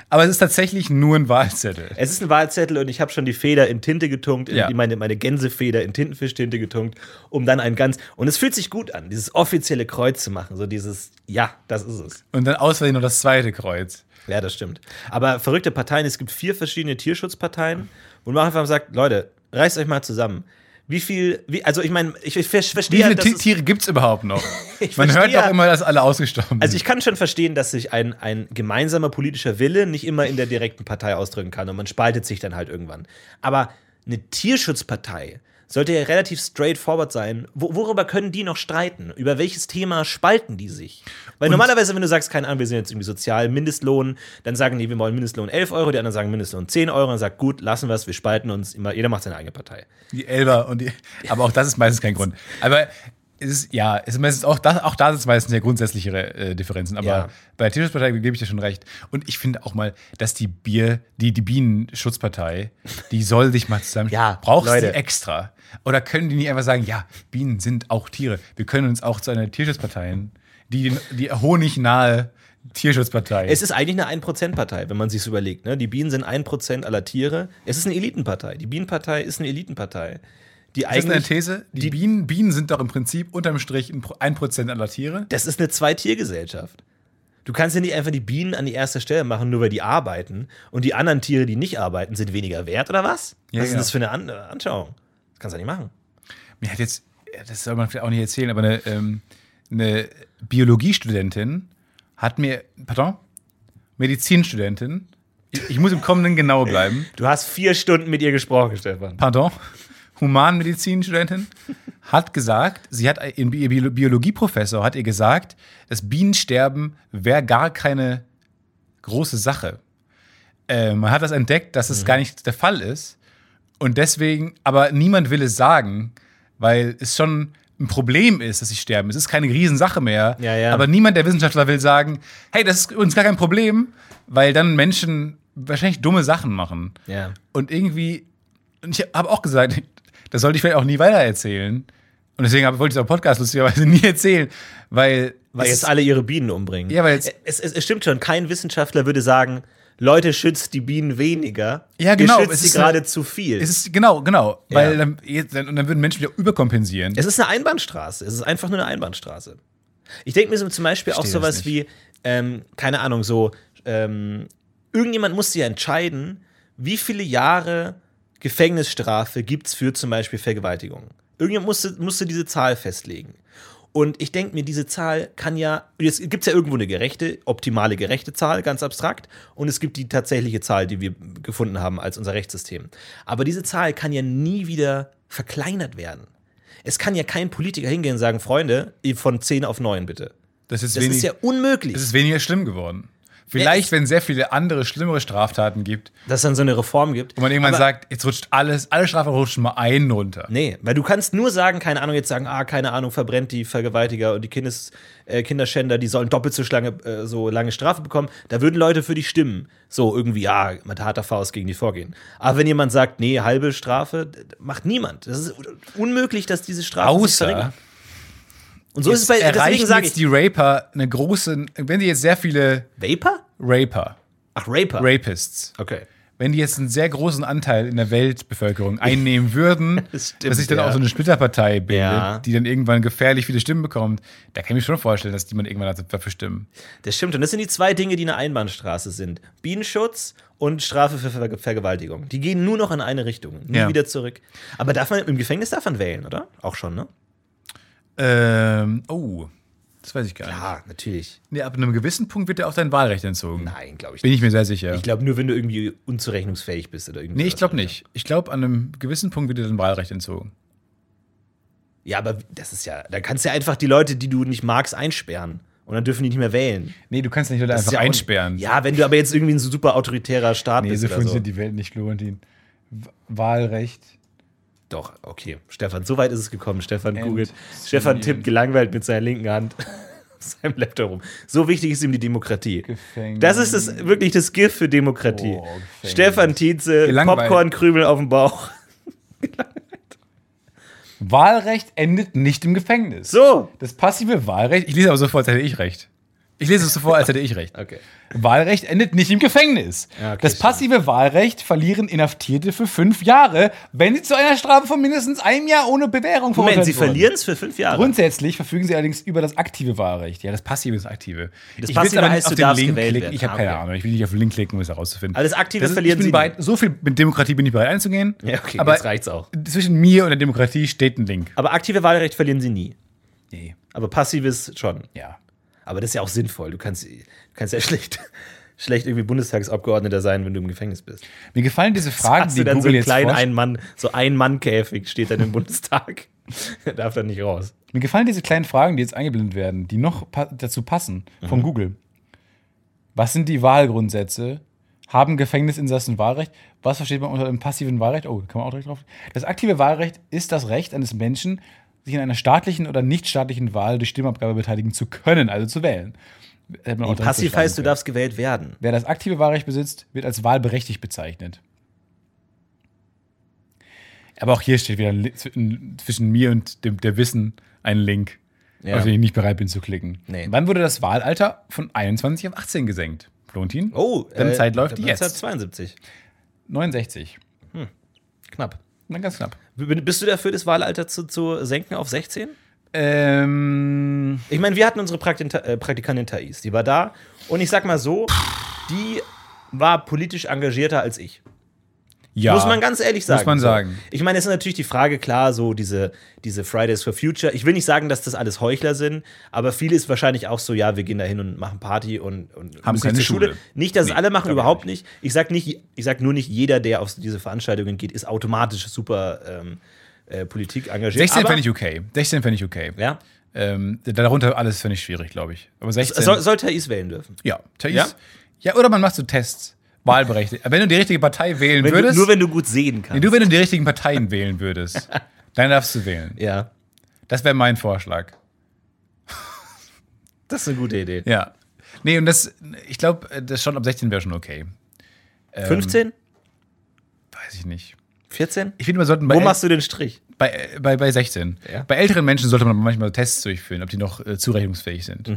[SPEAKER 1] Aber es ist tatsächlich nur ein Wahlzettel.
[SPEAKER 2] Es ist ein Wahlzettel und ich habe schon die Feder in Tinte getunkt, in
[SPEAKER 1] Ja.
[SPEAKER 2] die meine, meine Gänsefeder in Tintenfischtinte getunkt, um dann ein ganz. Und es fühlt sich gut an, dieses offizielle Kreuz zu machen. So dieses, ja, das ist es.
[SPEAKER 1] Und dann auswählen noch das zweite Kreuz.
[SPEAKER 2] Ja, das stimmt. Aber verrückte Parteien, es gibt vier verschiedene Tierschutzparteien, wo man einfach sagt, Leute, reißt euch mal zusammen. Wie viel, wie, also ich meine, ich, ich ver- verstehe.
[SPEAKER 1] Wie
[SPEAKER 2] halt,
[SPEAKER 1] viele
[SPEAKER 2] dass
[SPEAKER 1] Ti-
[SPEAKER 2] es-
[SPEAKER 1] Tiere gibt es überhaupt noch?
[SPEAKER 2] Ich
[SPEAKER 1] Man hört
[SPEAKER 2] verstehe
[SPEAKER 1] doch immer, dass alle ausgestorben
[SPEAKER 2] Also
[SPEAKER 1] sind.
[SPEAKER 2] ich kann schon verstehen, dass sich ein, ein gemeinsamer politischer Wille nicht immer in der direkten Partei ausdrücken kann und man spaltet sich dann halt irgendwann. Aber eine Tierschutzpartei sollte ja relativ straightforward sein. Wo, worüber können die noch streiten? Über welches Thema spalten die sich? Weil normalerweise, wenn du sagst, keine Ahnung, wir sind jetzt irgendwie sozial, Mindestlohn, dann sagen die, wir wollen Mindestlohn 11 Euro, die anderen sagen Mindestlohn 10 Euro, dann sagt, gut, lassen wir es, wir spalten uns immer, jeder macht seine eigene Partei.
[SPEAKER 1] Die Elber und die. Aber auch das ist meistens kein Grund. Aber es ist, ja, es ist meistens auch, das, auch da sind es meistens ja grundsätzlichere äh, Differenzen. Aber
[SPEAKER 2] Ja.
[SPEAKER 1] bei der Tierschutzpartei gebe ich dir schon recht. Und ich finde auch mal, dass die Bier, die, die Bienenschutzpartei, die soll sich mal zusammen.
[SPEAKER 2] Ja,
[SPEAKER 1] brauchst du
[SPEAKER 2] Leute.
[SPEAKER 1] extra? Oder können die nicht einfach sagen, ja, Bienen sind auch Tiere. Wir können uns auch zu einer Tierschutzpartei, die, die honignahe Tierschutzpartei.
[SPEAKER 2] Es ist eigentlich eine 1%-Partei, wenn man sich überlegt. Ne? Die Bienen sind 1% aller Tiere. Es ist eine Elitenpartei. Die Bienenpartei ist eine Elitenpartei. Die
[SPEAKER 1] das ist eine
[SPEAKER 2] eigentlich,
[SPEAKER 1] These. Die, Bienen, Bienen sind doch im Prinzip unterm Strich ein Pro- ein Prozent aller Tiere.
[SPEAKER 2] das ist eine Zweitiergesellschaft. Du kannst ja nicht einfach die Bienen an die erste Stelle machen, nur weil die arbeiten. Und die anderen Tiere, die nicht arbeiten, sind weniger wert oder was?
[SPEAKER 1] Ja,
[SPEAKER 2] was ist
[SPEAKER 1] ja.
[SPEAKER 2] das für eine an Anschauung? Das kannst du ja nicht machen.
[SPEAKER 1] Mir hat jetzt, das soll man vielleicht auch nicht erzählen, aber eine, ähm, eine Biologiestudentin hat mir, pardon, Medizinstudentin, ich, ich muss im Kommenden genau bleiben,
[SPEAKER 2] Du hast vier Stunden mit ihr gesprochen, Stefan.
[SPEAKER 1] pardon, Humanmedizinstudentin, hat gesagt, sie hat, ein- ihr Bio- Biologieprofessor hat ihr gesagt, das Bienensterben wäre gar keine große Sache. Äh, man hat das entdeckt, dass es
[SPEAKER 2] Mhm.
[SPEAKER 1] gar nicht der Fall ist. Und deswegen, aber niemand will es sagen, weil es schon ein Problem ist, dass sie sterben. Es ist keine Riesensache mehr.
[SPEAKER 2] Ja, ja.
[SPEAKER 1] Aber niemand der Wissenschaftler will sagen, hey, das ist uns gar kein Problem, weil dann Menschen wahrscheinlich dumme Sachen machen.
[SPEAKER 2] Ja.
[SPEAKER 1] Und irgendwie, und ich habe auch gesagt, das sollte ich vielleicht auch nie weiter erzählen. Und deswegen hab- wollte ich es auch im Podcast lustigerweise nie erzählen, weil.
[SPEAKER 2] Weil
[SPEAKER 1] es
[SPEAKER 2] jetzt alle ihre Bienen umbringen.
[SPEAKER 1] Ja, weil jetzt-
[SPEAKER 2] es, es, es stimmt schon, kein Wissenschaftler würde sagen, Leute, schützt die Bienen weniger.
[SPEAKER 1] Ja, genau,
[SPEAKER 2] Ihr schützt
[SPEAKER 1] es
[SPEAKER 2] sie
[SPEAKER 1] ist
[SPEAKER 2] gerade
[SPEAKER 1] eine-
[SPEAKER 2] zu viel.
[SPEAKER 1] Es ist genau, genau. Weil
[SPEAKER 2] Ja.
[SPEAKER 1] dann, jetzt- dann, und dann würden Menschen wieder überkompensieren.
[SPEAKER 2] Es ist eine Einbahnstraße. Es ist einfach nur eine Einbahnstraße. Ich denke mir so zum Beispiel auch
[SPEAKER 1] Verstehe das
[SPEAKER 2] sowas wie, ähm, keine Ahnung, so, ähm, irgendjemand muss sich ja entscheiden, wie viele Jahre Gefängnisstrafe gibt es für zum Beispiel Vergewaltigung. Irgendjemand musste, musste diese Zahl festlegen. Und ich denke mir, diese Zahl kann ja, es gibt ja irgendwo eine gerechte, optimale gerechte Zahl, ganz abstrakt, und es gibt die tatsächliche Zahl, die wir gefunden haben als unser Rechtssystem. Aber diese Zahl kann ja nie wieder verkleinert werden. Es kann ja kein Politiker hingehen und sagen, Freunde, von 10 auf 9 bitte.
[SPEAKER 1] das ist,
[SPEAKER 2] Das
[SPEAKER 1] wenig,
[SPEAKER 2] ist ja unmöglich.
[SPEAKER 1] es ist weniger schlimm geworden. Vielleicht,
[SPEAKER 2] es-
[SPEAKER 1] wenn es sehr viele andere, schlimmere Straftaten gibt,
[SPEAKER 2] dass es dann so eine Reform gibt.
[SPEAKER 1] wo man irgendwann
[SPEAKER 2] Aber-
[SPEAKER 1] sagt, jetzt rutscht alles, alle Strafen rutschen mal einen runter.
[SPEAKER 2] Nee, weil du kannst nur sagen, keine Ahnung, jetzt sagen, ah, keine Ahnung, verbrennt die Vergewaltiger und die Kindes, äh, Kinderschänder, die sollen doppelt so, schlange, äh, so lange Strafe bekommen. Da würden Leute für dich stimmen. So irgendwie, ja, mit harter Faust gegen die vorgehen. Aber wenn jemand sagt, nee, halbe Strafe, d- macht niemand. Das ist unmöglich, dass diese Strafe
[SPEAKER 1] Außer,
[SPEAKER 2] Und so ist es bei, deswegen
[SPEAKER 1] erreichen
[SPEAKER 2] sage
[SPEAKER 1] jetzt
[SPEAKER 2] ich,
[SPEAKER 1] die Raper eine große, wenn die jetzt sehr viele
[SPEAKER 2] Vapor?
[SPEAKER 1] Raper,
[SPEAKER 2] Ach, Raper.
[SPEAKER 1] Rapists,
[SPEAKER 2] okay.
[SPEAKER 1] wenn die jetzt einen sehr großen Anteil in der Weltbevölkerung einnehmen würden,
[SPEAKER 2] Das stimmt,
[SPEAKER 1] dass sich dann
[SPEAKER 2] ja.
[SPEAKER 1] auch so eine Splitterpartei bildet,
[SPEAKER 2] Ja.
[SPEAKER 1] die dann irgendwann gefährlich viele Stimmen bekommt, da kann ich mir schon vorstellen, dass die man irgendwann dazu- dafür stimmen.
[SPEAKER 2] Das stimmt. Und das sind die zwei Dinge, die eine Einbahnstraße sind: Bienenschutz und Strafe für Ver Vergewaltigung. Die gehen nur noch in eine Richtung, nie
[SPEAKER 1] Ja.
[SPEAKER 2] wieder zurück. Aber darf man im Gefängnis darf man wählen, oder? Auch schon, ne?
[SPEAKER 1] Ähm, oh, das weiß ich gar nicht.
[SPEAKER 2] Ja, natürlich.
[SPEAKER 1] Nee, ab einem gewissen Punkt wird dir auch dein Wahlrecht entzogen.
[SPEAKER 2] Nein, glaube ich
[SPEAKER 1] Bin
[SPEAKER 2] nicht.
[SPEAKER 1] ich mir sehr sicher.
[SPEAKER 2] Ich glaube nur, wenn du irgendwie unzurechnungsfähig bist oder irgendwie.
[SPEAKER 1] nee, ich glaube nicht. Ich glaube, an einem gewissen Punkt wird dir dein Wahlrecht entzogen.
[SPEAKER 2] Ja, aber das ist ja, da kannst du ja einfach die Leute, die du nicht magst, einsperren. Und dann dürfen die nicht mehr wählen.
[SPEAKER 1] Nee, du kannst nicht Leute
[SPEAKER 2] Das
[SPEAKER 1] einfach
[SPEAKER 2] ist ja auch-
[SPEAKER 1] einsperren.
[SPEAKER 2] Ja, wenn du aber jetzt irgendwie ein so super autoritärer Staat
[SPEAKER 1] nee,
[SPEAKER 2] bist.
[SPEAKER 1] so
[SPEAKER 2] Oder so.
[SPEAKER 1] funktioniert die Welt nicht, Florentin. W- Wahlrecht.
[SPEAKER 2] Doch, okay. Stefan, so weit ist es gekommen. Stefan googelt.
[SPEAKER 1] End.
[SPEAKER 2] Stefan tippt gelangweilt mit seiner linken Hand. seinem Laptop rum. So wichtig ist ihm die Demokratie.
[SPEAKER 1] Gefängnis.
[SPEAKER 2] Das ist das, wirklich das Gift für Demokratie.
[SPEAKER 1] Oh, Gefängnis.
[SPEAKER 2] Stefan Tietze,
[SPEAKER 1] Gelangweilt.
[SPEAKER 2] Popcornkrümel auf dem Bauch.
[SPEAKER 1] Wahlrecht endet nicht im Gefängnis.
[SPEAKER 2] So.
[SPEAKER 1] Das passive Wahlrecht, ich lese aber so vor, als hätte ich recht. Ich lese es so vor, als hätte ich recht.
[SPEAKER 2] Okay.
[SPEAKER 1] Wahlrecht endet nicht im Gefängnis.
[SPEAKER 2] Ja, okay,
[SPEAKER 1] das
[SPEAKER 2] stimmt.
[SPEAKER 1] passive Wahlrecht verlieren Inhaftierte für fünf Jahre, wenn sie zu einer Strafe von mindestens einem Jahr ohne Bewährung verurteilt
[SPEAKER 2] Moment, sie
[SPEAKER 1] wurden.
[SPEAKER 2] verlieren es für fünf Jahre.
[SPEAKER 1] Grundsätzlich verfügen sie allerdings über das aktive Wahlrecht. Ja, das passive ist aktive. Das ich will's
[SPEAKER 2] passive heißt,
[SPEAKER 1] auf
[SPEAKER 2] du
[SPEAKER 1] den
[SPEAKER 2] darfst
[SPEAKER 1] Link
[SPEAKER 2] gewählt
[SPEAKER 1] klicken.
[SPEAKER 2] werden.
[SPEAKER 1] Ich habe
[SPEAKER 2] Ah,
[SPEAKER 1] keine
[SPEAKER 2] okay.
[SPEAKER 1] Ahnung. Ich will nicht auf den Link klicken, um es herauszufinden.
[SPEAKER 2] Alles Aktive
[SPEAKER 1] ist-
[SPEAKER 2] verlieren
[SPEAKER 1] ich bin
[SPEAKER 2] sie
[SPEAKER 1] bereit, So viel mit Demokratie bin ich bereit einzugehen.
[SPEAKER 2] Ja, okay,
[SPEAKER 1] aber
[SPEAKER 2] jetzt reicht's auch.
[SPEAKER 1] Zwischen mir und der Demokratie steht ein Link.
[SPEAKER 2] Aber aktive Wahlrecht verlieren sie nie.
[SPEAKER 1] Nee.
[SPEAKER 2] Aber passives schon.
[SPEAKER 1] Ja.
[SPEAKER 2] Aber das ist ja auch sinnvoll. Du kannst, du kannst ja schlecht, schlecht irgendwie Bundestagsabgeordneter sein, wenn du im Gefängnis bist.
[SPEAKER 1] Mir gefallen diese Fragen,
[SPEAKER 2] Hast
[SPEAKER 1] die
[SPEAKER 2] du dann
[SPEAKER 1] Google
[SPEAKER 2] so einen
[SPEAKER 1] jetzt
[SPEAKER 2] kleinen
[SPEAKER 1] forscht.
[SPEAKER 2] Ein-Mann, so Ein-Mann-Käfig steht dann im Bundestag. Der darf dann nicht raus.
[SPEAKER 1] Mir gefallen diese kleinen Fragen, die jetzt eingeblendet werden, die noch pa dazu passen von
[SPEAKER 2] Mhm.
[SPEAKER 1] Google. Was sind die Wahlgrundsätze? Haben Gefängnisinsassen Wahlrecht? Was versteht man unter dem passiven Wahlrecht? Oh, kann man auch direkt drauf. Das aktive Wahlrecht ist das Recht eines Menschen, sich in einer staatlichen oder nichtstaatlichen Wahl durch Stimmabgabe beteiligen zu können, also zu wählen. Hätte man auch direkt so
[SPEAKER 2] Passiv
[SPEAKER 1] schreiben
[SPEAKER 2] heißt, du
[SPEAKER 1] können.
[SPEAKER 2] darfst gewählt werden.
[SPEAKER 1] Wer das aktive Wahlrecht besitzt, wird als wahlberechtigt bezeichnet. Aber auch hier steht wieder ein Li- zw- zwischen mir und dem, der Wissen ein Link,
[SPEAKER 2] Ja.
[SPEAKER 1] auf den ich nicht bereit bin zu klicken.
[SPEAKER 2] Nee.
[SPEAKER 1] Wann wurde das Wahlalter von 21 auf 18 gesenkt? Florentin?
[SPEAKER 2] Oh,
[SPEAKER 1] Deine Zeit läuft jetzt.
[SPEAKER 2] 1972.
[SPEAKER 1] 69.
[SPEAKER 2] Knapp.
[SPEAKER 1] Na, ganz knapp.
[SPEAKER 2] B- Bist du dafür, das Wahlalter zu, zu senken auf 16?
[SPEAKER 1] Ähm,
[SPEAKER 2] Ich meine, wir hatten unsere Praktin äh, Praktikantin Thais, die war da. Und ich sag mal so, die war politisch engagierter als ich.
[SPEAKER 1] ja.
[SPEAKER 2] Muss man ganz ehrlich sagen.
[SPEAKER 1] man sagen.
[SPEAKER 2] So. Ich meine, es ist natürlich die Frage, klar, so diese, diese Fridays for Future. Ich will nicht sagen, dass das alles Heuchler sind, aber viele ist wahrscheinlich auch so, ja, wir gehen da hin und machen Party und, und
[SPEAKER 1] Haben
[SPEAKER 2] müssen nicht
[SPEAKER 1] keine
[SPEAKER 2] zur
[SPEAKER 1] Schule.
[SPEAKER 2] Nicht, dass
[SPEAKER 1] Nee,
[SPEAKER 2] es alle machen,
[SPEAKER 1] glaub ich
[SPEAKER 2] überhaupt nicht. Ich sag nicht, ich sag nur nicht, jeder, der auf diese Veranstaltungen geht, ist automatisch super ähm, äh, Politik engagiert.
[SPEAKER 1] 16
[SPEAKER 2] aber,
[SPEAKER 1] fände ich okay. 16 fände ich okay.
[SPEAKER 2] ja,
[SPEAKER 1] Ähm, darunter alles fände ich schwierig, glaube ich. Aber 16.
[SPEAKER 2] soll, soll Thais wählen dürfen.
[SPEAKER 1] Ja, Thais.
[SPEAKER 2] Ja?
[SPEAKER 1] Ja? oder man macht so Tests. Wahlberechtigt. Wenn du die richtige Partei wählen
[SPEAKER 2] Wenn du,
[SPEAKER 1] würdest.
[SPEAKER 2] nur wenn du gut sehen
[SPEAKER 1] nee,
[SPEAKER 2] kannst.
[SPEAKER 1] du, wenn du die richtigen Parteien wählen würdest, dann darfst du wählen.
[SPEAKER 2] ja,
[SPEAKER 1] Das wäre mein Vorschlag.
[SPEAKER 2] das ist eine gute Idee.
[SPEAKER 1] Ja. Nee, und das, ich glaube, das schon ab 16 wäre schon okay. ähm,
[SPEAKER 2] 15?
[SPEAKER 1] Weiß ich nicht.
[SPEAKER 2] 14?
[SPEAKER 1] Ich finde, man sollte bei,
[SPEAKER 2] Wo
[SPEAKER 1] äl-
[SPEAKER 2] machst du den Strich?
[SPEAKER 1] bei, äh, bei, bei 16.
[SPEAKER 2] Ja.
[SPEAKER 1] Bei älteren Menschen sollte man manchmal Tests durchführen, ob die noch äh, zurechnungsfähig sind.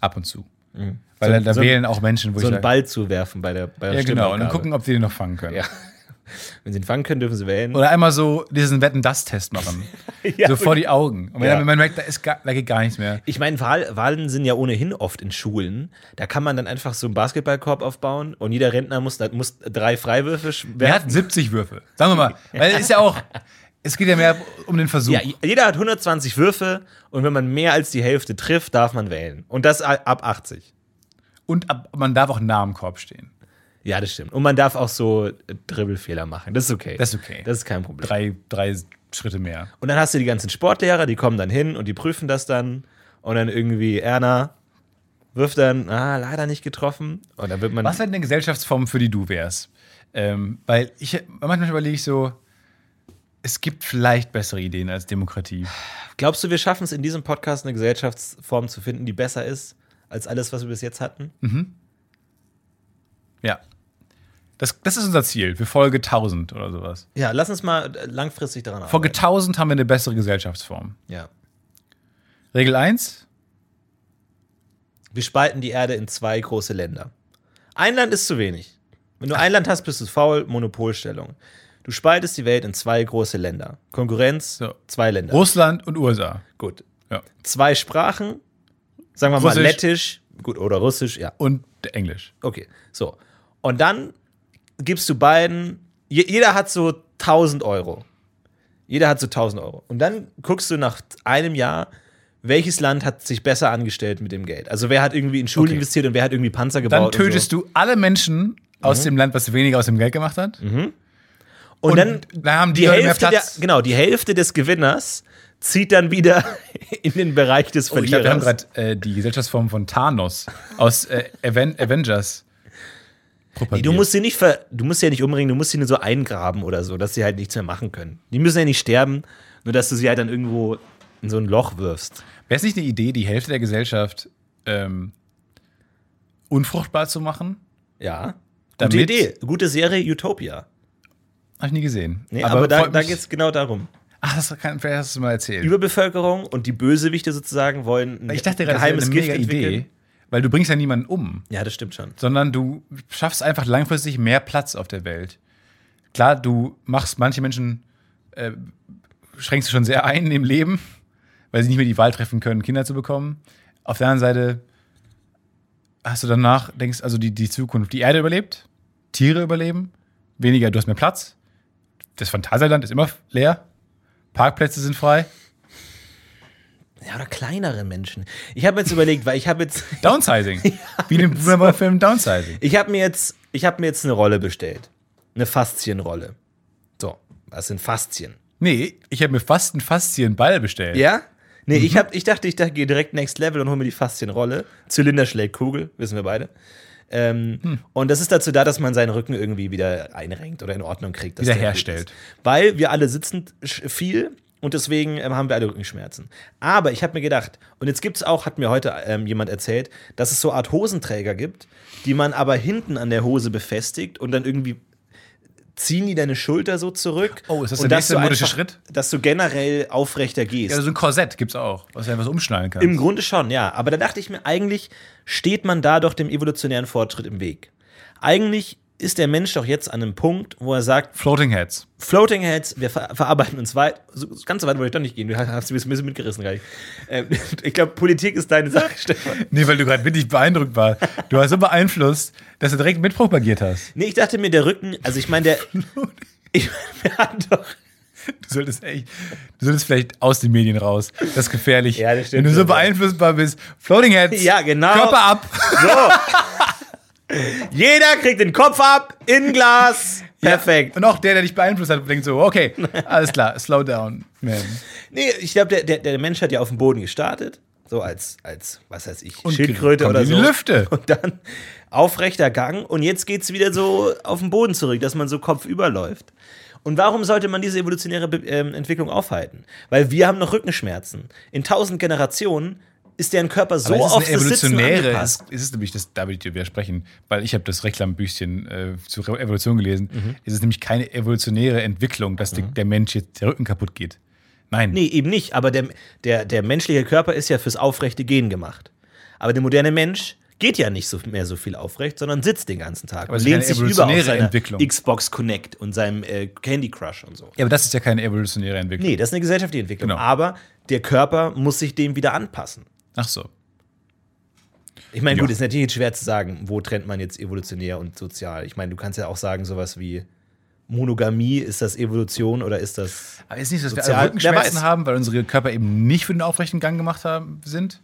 [SPEAKER 1] Ab und zu. Weil
[SPEAKER 2] Mhm. So-
[SPEAKER 1] da- da
[SPEAKER 2] so ein-
[SPEAKER 1] wählen auch Menschen, wo
[SPEAKER 2] So
[SPEAKER 1] ich
[SPEAKER 2] einen
[SPEAKER 1] sag-
[SPEAKER 2] Ball zu werfen bei der, bei der
[SPEAKER 1] Ja, genau. Und dann
[SPEAKER 2] Stimmabgabe.
[SPEAKER 1] gucken, ob die den noch fangen können.
[SPEAKER 2] Ja. Wenn sie ihn fangen können, dürfen sie wählen.
[SPEAKER 1] Oder einmal so diesen Wetten-Das-Test machen.
[SPEAKER 2] Ja,
[SPEAKER 1] so vor die Augen. Und wenn
[SPEAKER 2] Ja.
[SPEAKER 1] dann- wenn man merkt, da, ist gar, da geht gar nichts mehr.
[SPEAKER 2] ich meine, Wahl, Wahlen sind ja ohnehin oft in Schulen. Da kann man dann einfach so einen Basketballkorb aufbauen und jeder Rentner muss, da- muss drei Freiwürfe sch-
[SPEAKER 1] Er hat
[SPEAKER 2] werfen.
[SPEAKER 1] 70 Würfe. Sagen wir mal. Weil es ist ja auch, es geht ja mehr um den Versuch.
[SPEAKER 2] Ja, jeder hat 120 Würfe und wenn man mehr als die Hälfte trifft, darf man wählen. Und das a- ab 80.
[SPEAKER 1] Und ab, man darf auch nah am Korb stehen.
[SPEAKER 2] Ja, das stimmt. Und man darf auch so äh, Dribbelfehler machen. Das ist okay.
[SPEAKER 1] Das ist okay.
[SPEAKER 2] Das ist kein Problem.
[SPEAKER 1] Drei, drei Schritte mehr.
[SPEAKER 2] Und dann hast du die ganzen Sportlehrer, die kommen dann hin und die prüfen das dann. Und dann irgendwie Erna wirft dann, ah, leider nicht getroffen. Und dann wird man.
[SPEAKER 1] Was wäre denn eine Gesellschaftsform, für die du wärst? Ähm, weil ich, manchmal überlege ich so, es gibt vielleicht bessere Ideen als Demokratie.
[SPEAKER 2] Glaubst du, wir schaffen es in diesem Podcast eine Gesellschaftsform zu finden, die besser ist als alles, was wir bis jetzt hatten?
[SPEAKER 1] Ja. Das, das ist unser Ziel für Folge 1000 oder sowas.
[SPEAKER 2] Ja, lass uns mal äh, langfristig daran arbeiten.
[SPEAKER 1] Folge 1000 haben wir eine bessere Gesellschaftsform.
[SPEAKER 2] ja.
[SPEAKER 1] Regel 1,
[SPEAKER 2] Wir spalten die Erde in zwei große Länder. Ein Land ist zu wenig. Wenn du ein Land hast, bist du faul, Monopolstellung. Du spaltest die Welt in zwei große Länder. Konkurrenz,
[SPEAKER 1] So.
[SPEAKER 2] zwei Länder.
[SPEAKER 1] Russland und USA.
[SPEAKER 2] Gut.
[SPEAKER 1] Ja.
[SPEAKER 2] Zwei Sprachen, sagen wir mal
[SPEAKER 1] Russisch.
[SPEAKER 2] lettisch, gut, oder russisch, ja.
[SPEAKER 1] Und Englisch.
[SPEAKER 2] Okay, so. Und dann gibst du beiden, je, jeder hat so 1000 Euro. Jeder hat so 1000 Euro. Und dann guckst du nach einem Jahr, welches Land hat sich besser angestellt mit dem Geld? Also wer hat irgendwie in Schulen
[SPEAKER 1] Okay.
[SPEAKER 2] investiert und wer hat irgendwie Panzer gebaut?
[SPEAKER 1] Dann tötest du alle Menschen aus dem Land, was weniger aus dem Geld gemacht hat.
[SPEAKER 2] Mhm. Und, so. und dann
[SPEAKER 1] da haben die,
[SPEAKER 2] die
[SPEAKER 1] Leute mehr
[SPEAKER 2] Hälfte der,
[SPEAKER 1] Platz.
[SPEAKER 2] genau, die Hälfte des Gewinners zieht dann wieder in den Bereich des
[SPEAKER 1] oh, ich glaub,
[SPEAKER 2] Verlierers.
[SPEAKER 1] wir haben gerade äh, die Gesellschaftsform von Thanos aus äh, Aven Avengers propagiert.
[SPEAKER 2] Du musst sie nicht ver du musst sie ja nicht umbringen, du musst sie nur so eingraben oder so, dass sie halt nichts mehr machen können. Die müssen ja nicht sterben, nur dass du sie halt dann irgendwo in so ein Loch wirfst.
[SPEAKER 1] Wäre es nicht eine Idee, die Hälfte der Gesellschaft ähm, unfruchtbar zu machen.
[SPEAKER 2] Ja.
[SPEAKER 1] Damit-
[SPEAKER 2] Gute Idee. Gute Serie Utopia.
[SPEAKER 1] Habe ich nie gesehen.
[SPEAKER 2] Nee, aber, da,
[SPEAKER 1] freut
[SPEAKER 2] da
[SPEAKER 1] mich-
[SPEAKER 2] geht es genau darum.
[SPEAKER 1] Ach, das kann, vielleicht hast du es mal erzählt.
[SPEAKER 2] Überbevölkerung und die Bösewichte sozusagen wollen ein
[SPEAKER 1] ich dachte gerade, das wäre eine mega Idee, weil du bringst ja niemanden um.
[SPEAKER 2] Ja, das stimmt schon.
[SPEAKER 1] sondern du schaffst einfach langfristig mehr Platz auf der Welt. Klar, du machst manche Menschen, äh, schränkst du schon sehr ein im Leben, weil sie nicht mehr die Wahl treffen können, Kinder zu bekommen. Auf der anderen Seite hast du danach, denkst also die, die Zukunft, die Erde überlebt, Tiere überleben, weniger, du hast mehr Platz. Das Phantasialand ist immer leer, Parkplätze sind frei.
[SPEAKER 2] Ja, oder kleinere Menschen. Ich habe jetzt überlegt, weil ich habe jetzt
[SPEAKER 1] Downsizing. Wie in dem Film Downsizing.
[SPEAKER 2] Ich habe mir jetzt, ich habe mir jetzt eine Rolle bestellt, eine Faszienrolle. So, was sind Faszien?
[SPEAKER 1] Nee, ich habe mir fast einen Faszienball bestellt.
[SPEAKER 2] Ja? Nee,
[SPEAKER 1] Mhm.
[SPEAKER 2] ich hab, ich dachte, ich dachte, gehe direkt next level und hole mir die Faszienrolle. Zylinder schlägt Kugel, wissen wir beide. Ähm,
[SPEAKER 1] Hm.
[SPEAKER 2] Und das ist dazu da, dass man seinen Rücken irgendwie wieder einrenkt oder in Ordnung kriegt. dass
[SPEAKER 1] Wieder
[SPEAKER 2] der gut
[SPEAKER 1] herstellt.
[SPEAKER 2] ist. Weil wir alle sitzen sch- viel und deswegen ähm, haben wir alle Rückenschmerzen. Aber ich habe mir gedacht, und jetzt gibt es auch, hat mir heute ähm, jemand erzählt, dass es so Art Hosenträger gibt, die man aber hinten an der Hose befestigt und dann irgendwie ziehen die deine Schulter so zurück.
[SPEAKER 1] Oh, ist das
[SPEAKER 2] und
[SPEAKER 1] der
[SPEAKER 2] dass
[SPEAKER 1] nächste
[SPEAKER 2] du
[SPEAKER 1] modische
[SPEAKER 2] einfach-
[SPEAKER 1] Schritt?
[SPEAKER 2] Dass du generell aufrechter gehst.
[SPEAKER 1] Ja, so ein Korsett gibt's auch, was du einfach so umschneiden kannst.
[SPEAKER 2] Im Grunde schon, ja. Aber da dachte ich mir, eigentlich steht man da doch dem evolutionären Fortschritt im Weg. Eigentlich ist der Mensch doch jetzt an einem Punkt, wo er sagt,
[SPEAKER 1] Floating Heads.
[SPEAKER 2] Floating Heads, wir ver verarbeiten uns weit. So, so ganz so weit wollte ich doch nicht gehen. Du hast mich ein bisschen mitgerissen, gerade. Ähm, ich glaube, Politik ist deine Sache, Stefan.
[SPEAKER 1] Nee, weil du gerade wirklich beeindruckt warst. Du hast so beeinflusst, dass du direkt mitpropagiert hast.
[SPEAKER 2] Nee, ich dachte mir, der Rücken, also ich meine, der. Ich, wir haben doch.
[SPEAKER 1] Du solltest echt, du solltest vielleicht aus den Medien raus. Das ist gefährlich.
[SPEAKER 2] Ja, das
[SPEAKER 1] Wenn
[SPEAKER 2] stimmt
[SPEAKER 1] du so
[SPEAKER 2] schon, ja.
[SPEAKER 1] beeinflussbar bist. Floating Heads.
[SPEAKER 2] Ja, genau.
[SPEAKER 1] Körper ab.
[SPEAKER 2] So. Jeder kriegt den Kopf ab, in Glas. Perfekt.
[SPEAKER 1] Ja. Und auch der, der dich beeinflusst hat, denkt so, okay, alles klar, slow down. Man.
[SPEAKER 2] Nee, ich glaube, der, der, der Mensch hat ja auf dem Boden gestartet. So als, als was weiß ich,
[SPEAKER 1] Und
[SPEAKER 2] Schildkröte
[SPEAKER 1] kommt
[SPEAKER 2] oder
[SPEAKER 1] in
[SPEAKER 2] so.
[SPEAKER 1] die Lüfte.
[SPEAKER 2] Und dann aufrechter Gang. Und jetzt geht's wieder so auf den Boden zurück, dass man so kopfüber läuft. Und warum sollte man diese evolutionäre Be ähm, Entwicklung aufhalten? Weil wir haben noch Rückenschmerzen. In tausend Generationen ist deren Körper so
[SPEAKER 1] Aber es ist
[SPEAKER 2] auf
[SPEAKER 1] eine
[SPEAKER 2] das Sitzen
[SPEAKER 1] evolutionäre, es
[SPEAKER 2] angepasst.
[SPEAKER 1] ist, es ist nämlich, das, da will ich dir widersprechen, weil ich habe das Rechtlam-Büchchen äh, zur Re- Evolution gelesen.
[SPEAKER 2] Mhm.
[SPEAKER 1] Es ist nämlich keine evolutionäre Entwicklung, dass der, der Mensch jetzt der Rücken kaputt geht. Nein.
[SPEAKER 2] Nee, eben nicht. Aber der, der, der menschliche Körper ist ja fürs aufrechte Gehen gemacht. Aber der moderne Mensch geht ja nicht so, mehr so viel aufrecht, sondern sitzt den ganzen
[SPEAKER 1] es
[SPEAKER 2] Tag und
[SPEAKER 1] ist
[SPEAKER 2] lehnt
[SPEAKER 1] keine
[SPEAKER 2] sich über auf
[SPEAKER 1] evolutionäre
[SPEAKER 2] seiner
[SPEAKER 1] Entwicklung.
[SPEAKER 2] Xbox Connect und seinem äh, Candy Crush und so.
[SPEAKER 1] Ja, aber das ist ja keine evolutionäre Entwicklung.
[SPEAKER 2] Nee, das ist eine gesellschaftliche Entwicklung.
[SPEAKER 1] Genau.
[SPEAKER 2] Aber der Körper muss sich dem wieder anpassen.
[SPEAKER 1] Ach so.
[SPEAKER 2] Ich meine,
[SPEAKER 1] Ja.
[SPEAKER 2] gut, ist natürlich jetzt schwer zu sagen, wo trennt man jetzt evolutionär und sozial. Ich meine, du kannst ja auch sagen, sowas wie Monogamie, ist das Evolution oder ist das.
[SPEAKER 1] Aber ist nicht, so, dass wir
[SPEAKER 2] Sozial-
[SPEAKER 1] alle
[SPEAKER 2] wer
[SPEAKER 1] Rückenschmerzen
[SPEAKER 2] weiß.
[SPEAKER 1] haben, weil unsere Körper eben nicht für den aufrechten Gang gemacht haben, sind?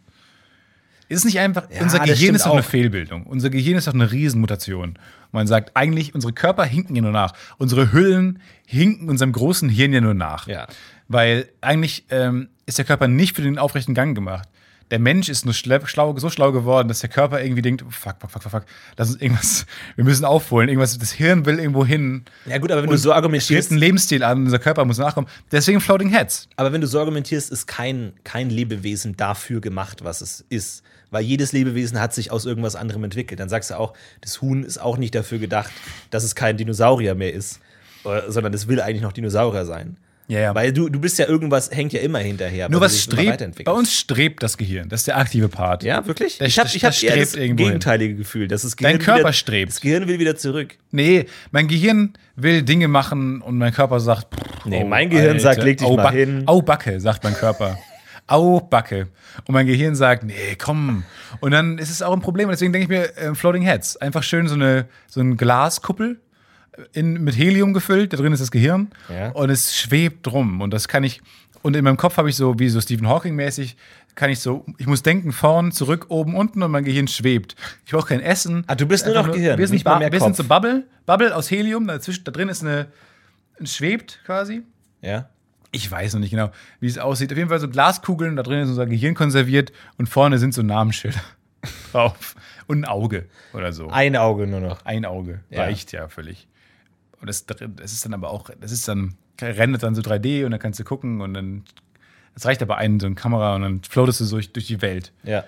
[SPEAKER 1] Ist es nicht einfach,
[SPEAKER 2] Ja,
[SPEAKER 1] unser
[SPEAKER 2] das
[SPEAKER 1] Gehirn
[SPEAKER 2] stimmt
[SPEAKER 1] ist doch eine
[SPEAKER 2] auch.
[SPEAKER 1] Fehlbildung. Unser Gehirn ist doch eine Riesenmutation. Und man sagt eigentlich, unsere Körper hinken ja nur nach. Unsere Hüllen hinken unserem großen Hirn ja nur nach.
[SPEAKER 2] Ja.
[SPEAKER 1] Weil eigentlich ähm, ist der Körper nicht für den aufrechten Gang gemacht. Der Mensch ist nur schlau, schlau, so schlau geworden, dass der Körper irgendwie denkt, fuck, fuck, fuck, fuck, fuck, lass uns irgendwas, wir müssen aufholen, irgendwas, das Hirn will irgendwo hin.
[SPEAKER 2] Ja, gut, aber wenn du
[SPEAKER 1] Und
[SPEAKER 2] so
[SPEAKER 1] strebt
[SPEAKER 2] argumentierst.
[SPEAKER 1] einen Lebensstil an, unser Körper muss nachkommen. Deswegen Floating Heads.
[SPEAKER 2] Aber wenn du so argumentierst, ist kein, kein Lebewesen dafür gemacht, was es ist. Weil jedes Lebewesen hat sich aus irgendwas anderem entwickelt. Dann sagst du auch, das Huhn ist auch nicht dafür gedacht, dass es kein Dinosaurier mehr ist, äh, sondern es will eigentlich noch Dinosaurier sein.
[SPEAKER 1] Ja, ja.
[SPEAKER 2] Weil du, du bist ja irgendwas, hängt ja immer hinterher.
[SPEAKER 1] Nur
[SPEAKER 2] weil
[SPEAKER 1] was
[SPEAKER 2] du dich immer
[SPEAKER 1] strebt,
[SPEAKER 2] weiterentwickelst.
[SPEAKER 1] bei uns strebt das Gehirn. Das ist der aktive Part.
[SPEAKER 2] Ja, wirklich?
[SPEAKER 1] Das-
[SPEAKER 2] ich habe
[SPEAKER 1] das-
[SPEAKER 2] ich hab
[SPEAKER 1] das
[SPEAKER 2] eher das
[SPEAKER 1] strebt irgendwo hin.
[SPEAKER 2] gegenteilige Gefühl, dass das
[SPEAKER 1] Dein
[SPEAKER 2] Gehirn
[SPEAKER 1] Körper
[SPEAKER 2] wieder,
[SPEAKER 1] strebt.
[SPEAKER 2] Das Gehirn will wieder zurück.
[SPEAKER 1] Nee, mein Gehirn will Dinge machen und mein Körper sagt. pff, oh,
[SPEAKER 2] Nee, mein Gehirn sagt, leg dich
[SPEAKER 1] au,
[SPEAKER 2] mal
[SPEAKER 1] Bac-
[SPEAKER 2] hin.
[SPEAKER 1] Au Backe, sagt mein Körper. au Backe. Und mein Gehirn sagt, nee, komm. Und dann ist es auch ein Problem. Und Deswegen denke ich mir, äh, Floating Heads. Einfach schön so eine, so eine Glaskuppel. äh, In, mit Helium gefüllt, da drin ist das Gehirn
[SPEAKER 2] Ja.
[SPEAKER 1] und es schwebt rum und das kann ich und in meinem Kopf habe ich so wie so Stephen Hawking mäßig kann ich so ich muss denken vorn zurück oben unten und mein Gehirn schwebt ich brauche kein Essen
[SPEAKER 2] Ah, du bist nur
[SPEAKER 1] Einfach
[SPEAKER 2] noch Gehirn,
[SPEAKER 1] wir sind,
[SPEAKER 2] nicht mal
[SPEAKER 1] ba-
[SPEAKER 2] mehr
[SPEAKER 1] wir sind
[SPEAKER 2] Kopf.
[SPEAKER 1] so Bubble Bubble aus Helium dazwischen da drin ist eine ein schwebt quasi
[SPEAKER 2] Ja.
[SPEAKER 1] ich weiß noch nicht genau, wie es aussieht. Auf jeden Fall so Glaskugeln, da drin ist unser Gehirn konserviert und vorne sind so Namensschilder drauf. Und ein Auge oder so.
[SPEAKER 2] Ein Auge nur noch.
[SPEAKER 1] Ein Auge
[SPEAKER 2] Ja.
[SPEAKER 1] reicht ja völlig. Und das, drin- das ist dann aber auch, das ist dann, rendet dann so 3D und dann kannst du gucken und dann, es reicht aber einen so eine Kamera und dann floatest du so durch, durch die Welt.
[SPEAKER 2] Ja.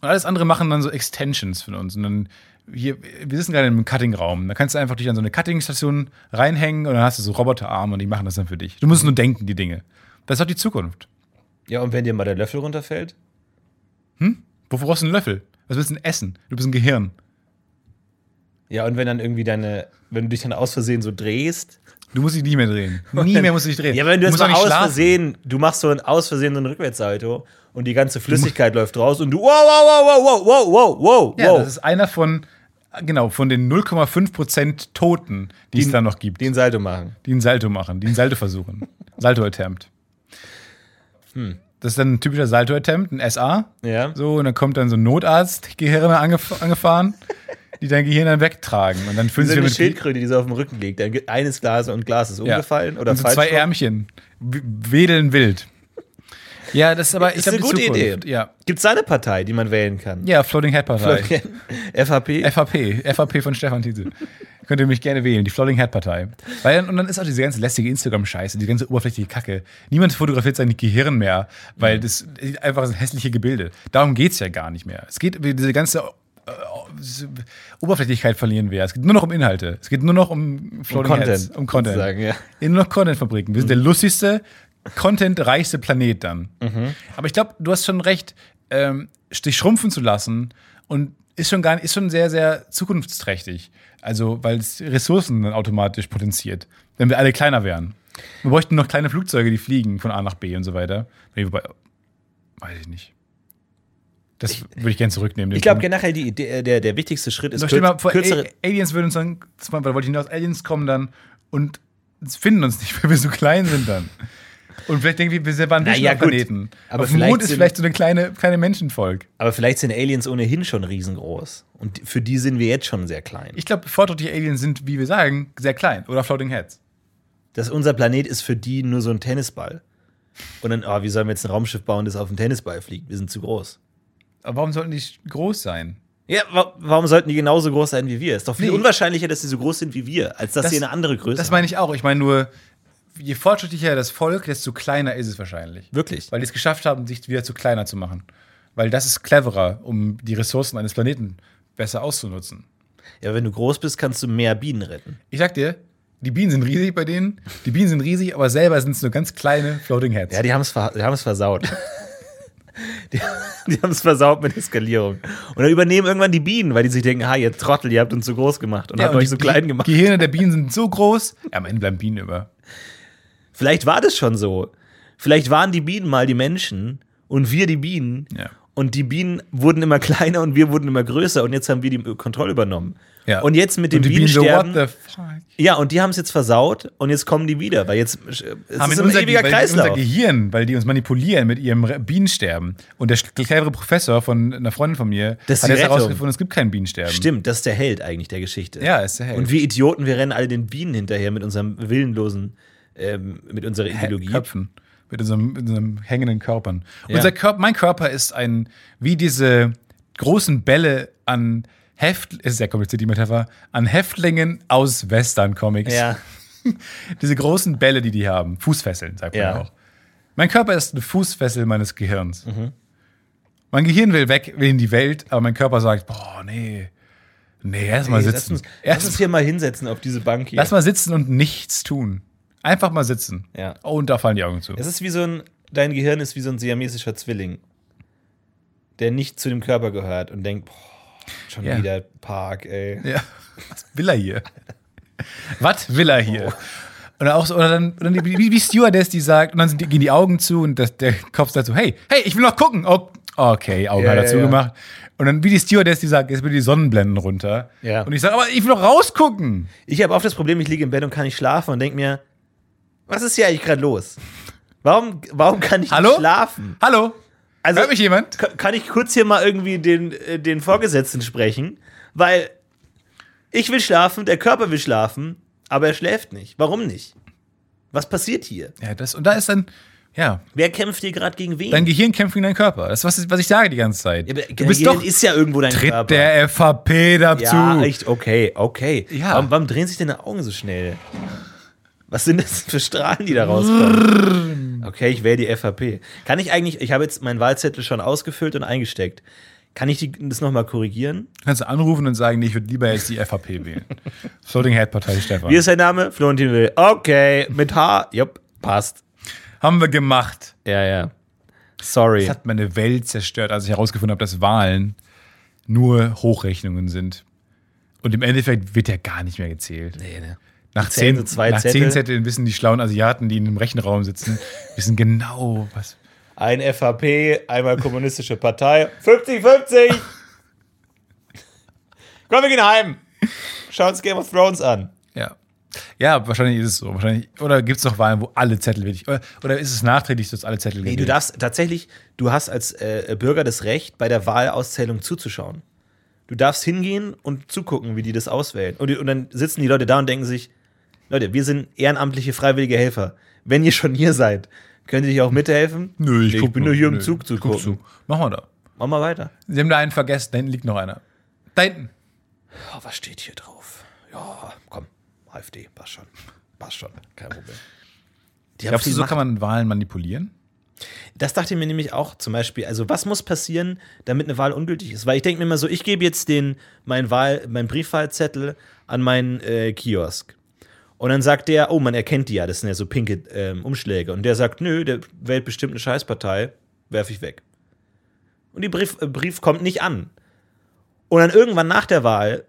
[SPEAKER 1] Und alles andere machen dann so Extensions von uns. Und dann, hier, wir sitzen gerade im Cutting-Raum. Da kannst du einfach dich an so eine Cutting-Station reinhängen und dann hast du so Roboterarme und die machen das dann für dich. Du musst nur denken, die Dinge. Das ist doch die Zukunft.
[SPEAKER 2] Ja, und wenn dir mal der Löffel runterfällt?
[SPEAKER 1] Wofür brauchst du einen Löffel? Was willst du denn essen? Du bist ein Gehirn.
[SPEAKER 2] Ja, und wenn dann irgendwie deine, wenn du dich dann aus Versehen so drehst.
[SPEAKER 1] Du musst dich nie mehr drehen. Nie mehr musst du dich drehen.
[SPEAKER 2] Ja, wenn
[SPEAKER 1] du
[SPEAKER 2] du jetzt
[SPEAKER 1] musst auch
[SPEAKER 2] mal
[SPEAKER 1] nicht
[SPEAKER 2] aus
[SPEAKER 1] schlafen.
[SPEAKER 2] Versehen, du machst so ein aus Versehen so ein Rückwärtssalto und die ganze Flüssigkeit läuft raus und du wow, wow, wow, wow, wow, wow, wow,
[SPEAKER 1] Ja, das
[SPEAKER 2] wow.
[SPEAKER 1] ist einer von, genau, von den 0,5% Toten, die, es da noch gibt,
[SPEAKER 2] Den Salto machen.
[SPEAKER 1] die einen Salto machen, die einen Salto versuchen. Salto-Attempt.
[SPEAKER 2] Hm.
[SPEAKER 1] Das ist dann ein typischer Salto-Attempt, ein SA.
[SPEAKER 2] Ja.
[SPEAKER 1] So, und dann kommt dann so ein Notarzt-Gehirne angef angefahren, die dein Gehirn dann wegtragen. Und dann füllen
[SPEAKER 2] So
[SPEAKER 1] sie
[SPEAKER 2] eine
[SPEAKER 1] mit
[SPEAKER 2] Schildkröte, die so auf dem Rücken liegt. Ein- Eines Glas und ein Glas ist
[SPEAKER 1] Ja.
[SPEAKER 2] umgefallen oder
[SPEAKER 1] und so zwei
[SPEAKER 2] falsch. rum.
[SPEAKER 1] Ärmchen. w- Wedeln wild. Ja, das ist aber, ich
[SPEAKER 2] ist eine
[SPEAKER 1] glaub,
[SPEAKER 2] gute
[SPEAKER 1] die Zukunft.
[SPEAKER 2] Idee.
[SPEAKER 1] Ja.
[SPEAKER 2] Gibt's da eine Partei, die man wählen kann?
[SPEAKER 1] Ja, Floating Head Partei.
[SPEAKER 2] FHP?
[SPEAKER 1] FAP, FAP von Stefan Tietze. Könnt ihr mich gerne wählen, die Floating Head Partei. Weil dann, und dann ist auch diese ganze lästige Instagram-Scheiße, die ganze oberflächliche Kacke. Niemand fotografiert sein Gehirn mehr, weil das sieht einfach sind hässliche Gebilde. Darum geht's ja gar nicht mehr. Es geht über diese ganze äh, Oberflächlichkeit verlieren wir. Es geht nur noch um Inhalte. Es geht nur noch um Floating
[SPEAKER 2] Content,
[SPEAKER 1] Heads. Um Content.
[SPEAKER 2] sozusagen, ja.
[SPEAKER 1] Ja, Nur noch Contentfabriken. Wir sind der lustigste, contentreichste Planet dann.
[SPEAKER 2] Mhm.
[SPEAKER 1] Aber ich glaube, du hast schon recht, ähm, dich schrumpfen zu lassen und ist schon gar nicht, ist schon sehr, sehr zukunftsträchtig. Also, weil es Ressourcen dann automatisch potenziert, wenn wir alle kleiner wären. Wir bräuchten noch kleine Flugzeuge, die fliegen von A nach B und so weiter. Nee, wobei, weiß ich nicht. Das würde ich gerne zurücknehmen. den
[SPEAKER 2] Ich glaube
[SPEAKER 1] Punkt.
[SPEAKER 2] generell, die, der, der, der wichtigste Schritt ist
[SPEAKER 1] Doch, Also stell dir mal vor,
[SPEAKER 2] kürzere.
[SPEAKER 1] A- Aliens würden uns dann, das war- da wollte ich hinaus, Aliens kommen dann und finden uns nicht, weil wir so klein sind dann. Und vielleicht denken wir, wir selber ein
[SPEAKER 2] Na
[SPEAKER 1] bisschen
[SPEAKER 2] ja,
[SPEAKER 1] auf
[SPEAKER 2] gut.
[SPEAKER 1] Planeten.
[SPEAKER 2] Aber
[SPEAKER 1] auf dem
[SPEAKER 2] vielleicht
[SPEAKER 1] Mond ist
[SPEAKER 2] sind-
[SPEAKER 1] vielleicht so eine kleine, kleine Menschenvolk.
[SPEAKER 2] Aber vielleicht sind Aliens ohnehin schon riesengroß. Und die- für die sind wir jetzt schon sehr klein.
[SPEAKER 1] Ich glaube, fortschrittliche Aliens sind, wie wir sagen, sehr klein. Oder Floating Heads.
[SPEAKER 2] Dass unser Planet ist für die nur so ein Tennisball. Und dann, oh, wie sollen wir jetzt ein Raumschiff bauen, das auf einen Tennisball fliegt? Wir sind zu groß.
[SPEAKER 1] Aber warum sollten die groß sein?
[SPEAKER 2] Ja, wa warum sollten die genauso groß sein wie wir? Ist doch viel
[SPEAKER 1] Nee.
[SPEAKER 2] unwahrscheinlicher, dass sie so groß sind wie wir, als dass
[SPEAKER 1] Das-
[SPEAKER 2] sie eine andere Größe
[SPEAKER 1] Das meine ich auch. Ich meine nur, je fortschrittlicher das Volk, desto kleiner ist es wahrscheinlich.
[SPEAKER 2] Wirklich?
[SPEAKER 1] Weil die es geschafft haben, sich wieder zu kleiner zu machen. Weil das ist cleverer, um die Ressourcen eines Planeten besser auszunutzen.
[SPEAKER 2] haben. Ja, wenn du groß bist, kannst du mehr Bienen retten.
[SPEAKER 1] Ich sag dir, die Bienen sind riesig bei denen. Die Bienen sind riesig, aber selber sind es nur ganz kleine Floating Heads.
[SPEAKER 2] Ja, die haben es ver die haben's versaut. die die haben es versaut mit der Skalierung. Und dann übernehmen irgendwann die Bienen, weil die sich denken, ha, ihr Trottel, ihr habt uns so groß gemacht und habt euch so klein gemacht.
[SPEAKER 1] Die Gehirne der Bienen sind so groß, ja, am Ende bleiben Bienen über.
[SPEAKER 2] Vielleicht war das schon so. Vielleicht waren die Bienen mal die Menschen und wir die Bienen.
[SPEAKER 1] Ja.
[SPEAKER 2] Und die Bienen wurden immer kleiner und wir wurden immer größer und jetzt haben wir die Kontrolle übernommen.
[SPEAKER 1] Ja.
[SPEAKER 2] Und jetzt mit den
[SPEAKER 1] Und die
[SPEAKER 2] Bienen,
[SPEAKER 1] Bienen so, what
[SPEAKER 2] sterben.
[SPEAKER 1] the fuck?
[SPEAKER 2] ja, und die haben es jetzt versaut und jetzt kommen die wieder, weil jetzt äh, es
[SPEAKER 1] Haben
[SPEAKER 2] ist
[SPEAKER 1] in
[SPEAKER 2] ein
[SPEAKER 1] unser,
[SPEAKER 2] ewiger
[SPEAKER 1] weil unser
[SPEAKER 2] Kreislauf.
[SPEAKER 1] Gehirn, weil die uns manipulieren mit ihrem Re- Bienensterben. Und der sch- clevere Professor von einer Freundin von mir
[SPEAKER 2] Das ist
[SPEAKER 1] hat
[SPEAKER 2] die
[SPEAKER 1] jetzt
[SPEAKER 2] Rettung.
[SPEAKER 1] herausgefunden, es gibt kein Bienensterben.
[SPEAKER 2] Stimmt, das ist der Held eigentlich der Geschichte.
[SPEAKER 1] Ja, ist der Held.
[SPEAKER 2] Und wir Idioten, wir rennen alle den Bienen hinterher mit unserem willenlosen, ähm, mit unserer
[SPEAKER 1] Hä-
[SPEAKER 2] Ideologie.
[SPEAKER 1] Köpfen. Mit unserem, mit unserem hängenden Körpern.
[SPEAKER 2] Ja.
[SPEAKER 1] Unser Körper, mein Körper ist ein, wie diese großen Bälle an Heft, ist sehr kompliziert die Metapher, an Häftlingen aus Western-Comics.
[SPEAKER 2] Ja.
[SPEAKER 1] Diese großen Bälle, die die haben. Fußfesseln, sagt man
[SPEAKER 2] Ja.
[SPEAKER 1] auch. Mein Körper ist eine Fußfessel meines Gehirns.
[SPEAKER 2] Mhm.
[SPEAKER 1] Mein Gehirn will weg, will in die Welt, aber mein Körper sagt, boah, nee, nee, erstmal
[SPEAKER 2] Ey, lass,
[SPEAKER 1] sitzen.
[SPEAKER 2] uns, lass uns
[SPEAKER 1] Erst,
[SPEAKER 2] hier mal hinsetzen auf diese Bank hier.
[SPEAKER 1] lass mal sitzen und nichts tun. Einfach mal sitzen.
[SPEAKER 2] Ja.
[SPEAKER 1] Oh, und da fallen die Augen zu.
[SPEAKER 2] Es ist wie so ein, dein Gehirn ist wie so ein siamesischer Zwilling, der nicht zu dem Körper gehört und denkt, boah, schon
[SPEAKER 1] Ja.
[SPEAKER 2] wieder Park, ey.
[SPEAKER 1] Ja, was will er hier? was will er hier? Oder auch so, oder dann, oder die- wie, wie Stewardess, die sagt, und dann sind, die- gehen die Augen zu und das, der Kopf sagt so, hey, hey, ich will noch gucken. Oh, okay, Augen
[SPEAKER 2] Ja,
[SPEAKER 1] hat er
[SPEAKER 2] ja,
[SPEAKER 1] zugemacht. Und dann wie die Stewardess, die sagt, jetzt will die Sonnenblenden runter.
[SPEAKER 2] Ja.
[SPEAKER 1] Und ich sage, aber ich will noch rausgucken.
[SPEAKER 2] Ich habe oft das Problem, ich liege im Bett und kann nicht schlafen und denke mir, was ist hier eigentlich gerade los? Warum, warum kann ich
[SPEAKER 1] Hallo?
[SPEAKER 2] nicht schlafen?
[SPEAKER 1] Hallo?
[SPEAKER 2] Also-
[SPEAKER 1] Hört mich jemand?
[SPEAKER 2] Ka- Kann ich kurz hier mal irgendwie den, äh, den Vorgesetzten sprechen? Weil ich will schlafen, der Körper will schlafen, aber er schläft nicht. Warum nicht? Was passiert hier?
[SPEAKER 1] Ja, das, und da ist dann, ja,
[SPEAKER 2] Wer kämpft hier gerade gegen wen?
[SPEAKER 1] dein Gehirn kämpft gegen deinen Körper. Das ist, was, ich- was ich sage die ganze Zeit.
[SPEAKER 2] Ja, aber
[SPEAKER 1] du bist
[SPEAKER 2] Gehirn
[SPEAKER 1] doch,
[SPEAKER 2] ist ja irgendwo dein
[SPEAKER 1] tritt
[SPEAKER 2] Körper.
[SPEAKER 1] der FAP dazu.
[SPEAKER 2] ja, echt, okay, okay.
[SPEAKER 1] Ja.
[SPEAKER 2] Warum, warum drehen sich denn die Augen so schnell? Was sind das für Strahlen, die da rauskommen? Okay, ich wähle die FAP. Kann ich eigentlich, ich habe jetzt meinen Wahlzettel schon ausgefüllt und eingesteckt. Kann ich die, das nochmal korrigieren?
[SPEAKER 1] Kannst du anrufen und sagen, nee, ich würde lieber jetzt die FAP wählen. Floating Head Partei Stefan.
[SPEAKER 2] Wie ist dein Name? Florentin Will. Okay, mit H. Jupp, passt.
[SPEAKER 1] Haben wir gemacht.
[SPEAKER 2] Ja, ja. Sorry.
[SPEAKER 1] Das hat meine Welt zerstört, als ich herausgefunden habe, dass Wahlen nur Hochrechnungen sind. Und im Endeffekt wird ja gar nicht mehr gezählt.
[SPEAKER 2] nee, nee.
[SPEAKER 1] Nach,
[SPEAKER 2] zählen
[SPEAKER 1] zehn,
[SPEAKER 2] so zwei
[SPEAKER 1] nach
[SPEAKER 2] Zettel.
[SPEAKER 1] zehn Zetteln wissen die schlauen Asiaten, die in einem Rechenraum sitzen, wissen genau, was.
[SPEAKER 2] Ein FHP, einmal kommunistische Partei. 50-50! Komm, wir gehen heim. Schauen uns Game of Thrones an.
[SPEAKER 1] Ja. Ja, wahrscheinlich ist es so. Wahrscheinlich, oder gibt es noch Wahlen, wo alle Zettel wirklich. Oder, oder ist es nachträglich, dass alle Zettel
[SPEAKER 2] Nee, du darfst tatsächlich, du hast als äh, Bürger das Recht, bei der Wahlauszählung zuzuschauen. Du darfst hingehen und zugucken, wie die das auswählen. Und, die- und dann sitzen die Leute da und denken sich, Leute, wir sind ehrenamtliche freiwillige Helfer. Wenn ihr schon hier seid, könnt ihr auch mithelfen?
[SPEAKER 1] Nö, ich,
[SPEAKER 2] ich
[SPEAKER 1] guck
[SPEAKER 2] bin nur hier, um Zug zu
[SPEAKER 1] ich guck
[SPEAKER 2] gucken.
[SPEAKER 1] Machen wir da.
[SPEAKER 2] Mach mal weiter.
[SPEAKER 1] Sie haben da einen vergessen. Da hinten liegt noch einer. Da hinten.
[SPEAKER 2] Oh, was steht hier drauf? Ja, komm, AfD, passt schon. Passt schon, kein Problem. Die haben
[SPEAKER 1] Glaubst du,
[SPEAKER 2] viel
[SPEAKER 1] so
[SPEAKER 2] Macht.
[SPEAKER 1] kann man Wahlen manipulieren?
[SPEAKER 2] Das dachte ich mir nämlich auch zum Beispiel. Also, was muss passieren, damit eine Wahl ungültig ist? Weil ich denke mir immer so, ich gebe jetzt den, mein Wahl, mein Briefwahlzettel an meinen äh, Kiosk. Und dann sagt der, oh, man erkennt die ja, das sind ja so pinke ähm, Umschläge. Und der sagt, nö, der wählt bestimmt eine Scheißpartei, werfe ich weg. Und die Brief, äh, Brief kommt nicht an. Und dann irgendwann nach der Wahl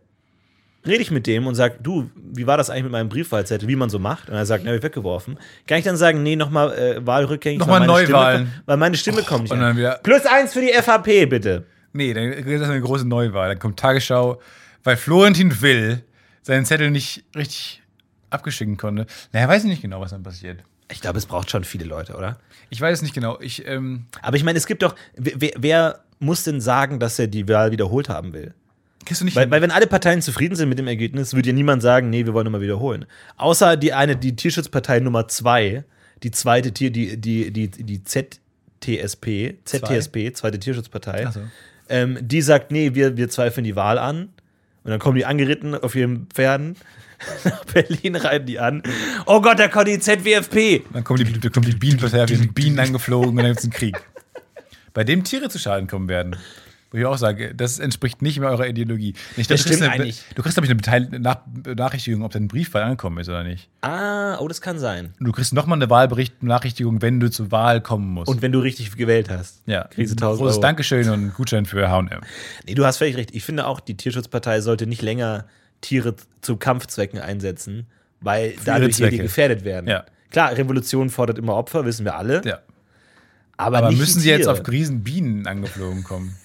[SPEAKER 2] rede ich mit dem und sage, du, wie war das eigentlich mit meinem Briefwahlzettel, wie man so macht? Und er sagt, na, hab ich weggeworfen. Kann ich dann sagen, nee, nochmal äh, wahlrückgängig,
[SPEAKER 1] Nochmal
[SPEAKER 2] weil meine
[SPEAKER 1] Neuwahlen.
[SPEAKER 2] Stimme, weil meine Stimme kommt nicht
[SPEAKER 1] und
[SPEAKER 2] an.
[SPEAKER 1] dann wieder-
[SPEAKER 2] Plus eins für die FHP, bitte.
[SPEAKER 1] Nee, dann ist das eine große Neuwahl. Dann kommt Tagesschau, weil Florentin Will seinen Zettel nicht richtig abgeschicken konnte. Naja, weiß ich nicht genau, was dann passiert.
[SPEAKER 2] Ich glaube, es braucht schon viele Leute, oder?
[SPEAKER 1] Ich weiß es nicht genau. Ich, ähm,
[SPEAKER 2] Aber ich meine, es gibt doch, wer, wer muss denn sagen, dass er die Wahl wiederholt haben will?
[SPEAKER 1] kriegst du nicht.
[SPEAKER 2] Weil, weil wenn alle Parteien zufrieden sind mit dem Ergebnis, würde ja niemand sagen, nee, wir wollen nochmal wiederholen. Außer die eine, die Tierschutzpartei Nummer zwei, die zweite Tier, die, die, die, die ZTSP, ZTSP, zweite Tierschutzpartei,
[SPEAKER 1] Ach so.
[SPEAKER 2] ähm, die sagt, nee, wir, wir zweifeln die Wahl an. Und dann kommen die angeritten auf ihren Pferden nach Berlin, reiten die an. Oh Gott, da kommt die ZWFP.
[SPEAKER 1] dann kommen die, dann kommen die Bienen plötzlich, wir sind Bienen angeflogen und dann gibt es einen Krieg. Bei dem Tiere zu Schaden kommen werden. Wo ich auch sage, das entspricht nicht mehr eurer Ideologie. Ich glaub,
[SPEAKER 2] Das
[SPEAKER 1] du kriegst
[SPEAKER 2] stimmt
[SPEAKER 1] eine-
[SPEAKER 2] eigentlich.
[SPEAKER 1] Du kriegst, glaube ich, eine Beteil Nach Benachrichtigung, ob dein Briefwahl angekommen ist oder nicht.
[SPEAKER 2] Ah, oh, das kann sein.
[SPEAKER 1] Und du kriegst nochmal eine Wahlbericht-Benachrichtigung, wenn du zur Wahl kommen musst.
[SPEAKER 2] Und wenn du richtig gewählt hast,
[SPEAKER 1] ja,
[SPEAKER 2] kriegst du
[SPEAKER 1] Ein
[SPEAKER 2] 1000
[SPEAKER 1] großes
[SPEAKER 2] Euro.
[SPEAKER 1] Dankeschön und einen Gutschein für H&M.
[SPEAKER 2] Nee, du hast völlig recht. Ich finde auch, die Tierschutzpartei sollte nicht länger Tiere zu Kampfzwecken einsetzen, weil dadurch hier die
[SPEAKER 1] Zwecke.
[SPEAKER 2] gefährdet werden.
[SPEAKER 1] Ja.
[SPEAKER 2] Klar, Revolution fordert immer Opfer, wissen wir alle.
[SPEAKER 1] Ja.
[SPEAKER 2] Aber,
[SPEAKER 1] Aber
[SPEAKER 2] nicht
[SPEAKER 1] müssen
[SPEAKER 2] die
[SPEAKER 1] sie jetzt
[SPEAKER 2] Tiere.
[SPEAKER 1] auf Riesenbienen angeflogen kommen?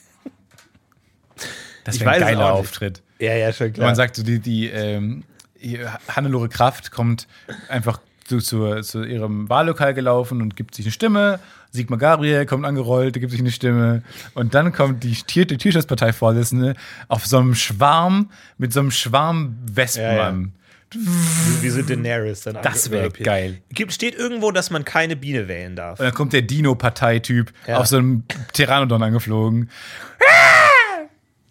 [SPEAKER 1] Das
[SPEAKER 2] Ich
[SPEAKER 1] wäre ein
[SPEAKER 2] weiß es
[SPEAKER 1] geiler
[SPEAKER 2] auch nicht.
[SPEAKER 1] Auftritt.
[SPEAKER 2] Ja, ja, schon
[SPEAKER 1] Wenn
[SPEAKER 2] klar.
[SPEAKER 1] Man sagt, so die, die ähm, ihr- Hannelore Kraft kommt einfach zu, zu, zu ihrem Wahllokal gelaufen und gibt sich eine Stimme. Sigmar Gabriel kommt angerollt, gibt sich eine Stimme. Und dann kommt die Tier- die Tierschutzpartei-Vorsitzende auf so einem Schwarm, mit so einem Schwarm Wespen.
[SPEAKER 2] Ja, ja.
[SPEAKER 1] an.
[SPEAKER 2] wie so Daenerys dann
[SPEAKER 1] Das wär
[SPEAKER 2] angeüberpiert.
[SPEAKER 1] geil.
[SPEAKER 2] Gibt, steht irgendwo, dass man keine Biene wählen darf.
[SPEAKER 1] Und dann kommt der Dino-Partei-Typ
[SPEAKER 2] Ja.
[SPEAKER 1] auf so einem Pteranodon angeflogen.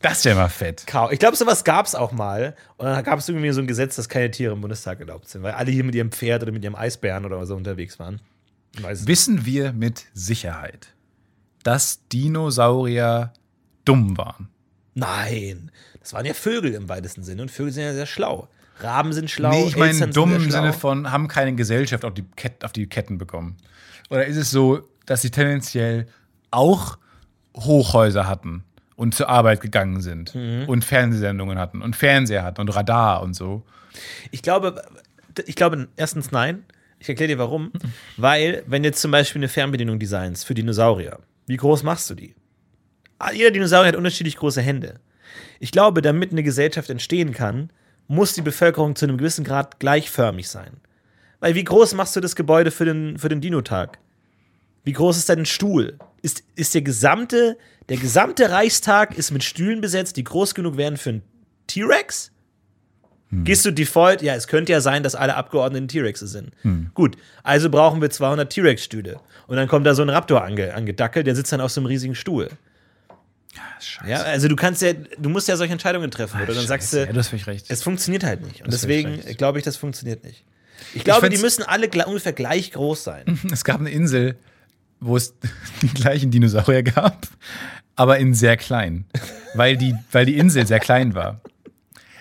[SPEAKER 1] Das wäre mal fett.
[SPEAKER 2] Kau- Ich glaube, sowas gab es auch mal. Und dann gab es irgendwie so ein Gesetz, dass keine Tiere im Bundestag erlaubt sind, weil alle hier mit ihrem Pferd oder mit ihrem Eisbären oder so unterwegs waren. Ich Weiß es
[SPEAKER 1] Wissen wir mit Sicherheit, dass Dinosaurier dumm waren?
[SPEAKER 2] Nein, das waren ja Vögel im weitesten Sinne und Vögel sind ja sehr schlau. Raben sind schlau.
[SPEAKER 1] Nee, ich meine
[SPEAKER 2] Elstern
[SPEAKER 1] dumm
[SPEAKER 2] sehr
[SPEAKER 1] im
[SPEAKER 2] schlau.
[SPEAKER 1] Sinne von, haben keine Gesellschaft auf die, Ket auf die Ketten bekommen. Oder ist es so, dass sie tendenziell auch Hochhäuser hatten und zur Arbeit gegangen sind
[SPEAKER 2] Mhm.
[SPEAKER 1] und Fernsehsendungen hatten und Fernseher hatten und Radar und so?
[SPEAKER 2] Ich glaube, ich glaube erstens nein. Ich erkläre dir warum. Weil, wenn jetzt zum Beispiel eine Fernbedienung designs für Dinosaurier, wie groß machst du die? Ah, Jeder Dinosaurier hat unterschiedlich große Hände. Ich glaube, damit eine Gesellschaft entstehen kann, muss die Bevölkerung zu einem gewissen Grad gleichförmig sein. Weil wie groß machst du das Gebäude für den, für den Dino-Tag? Wie groß ist dein Stuhl? Ist, ist der gesamte, der gesamte Reichstag ist mit Stühlen besetzt, die groß genug wären für einen T-Rex? Gehst du default? Ja, es könnte ja sein, dass alle Abgeordneten T-Rexe sind. Gut, also brauchen wir 200 T-Rex-Stühle. Und dann kommt da so ein Raptor ange angedackelt, der sitzt dann auf so einem riesigen Stuhl.
[SPEAKER 1] Scheiße.
[SPEAKER 2] Ja, also du kannst ja, du musst ja solche Entscheidungen treffen. Oder dann sagst
[SPEAKER 1] ja,
[SPEAKER 2] du,
[SPEAKER 1] du hast völlig recht.
[SPEAKER 2] es funktioniert halt nicht. Und
[SPEAKER 1] Das ist
[SPEAKER 2] deswegen
[SPEAKER 1] recht.
[SPEAKER 2] glaube ich, das funktioniert nicht. Ich glaube, die
[SPEAKER 1] find's-
[SPEAKER 2] müssen alle gla- ungefähr gleich groß sein.
[SPEAKER 1] Es gab eine Insel, wo es die gleichen Dinosaurier gab, aber in sehr klein, weil die, weil die Insel sehr klein war.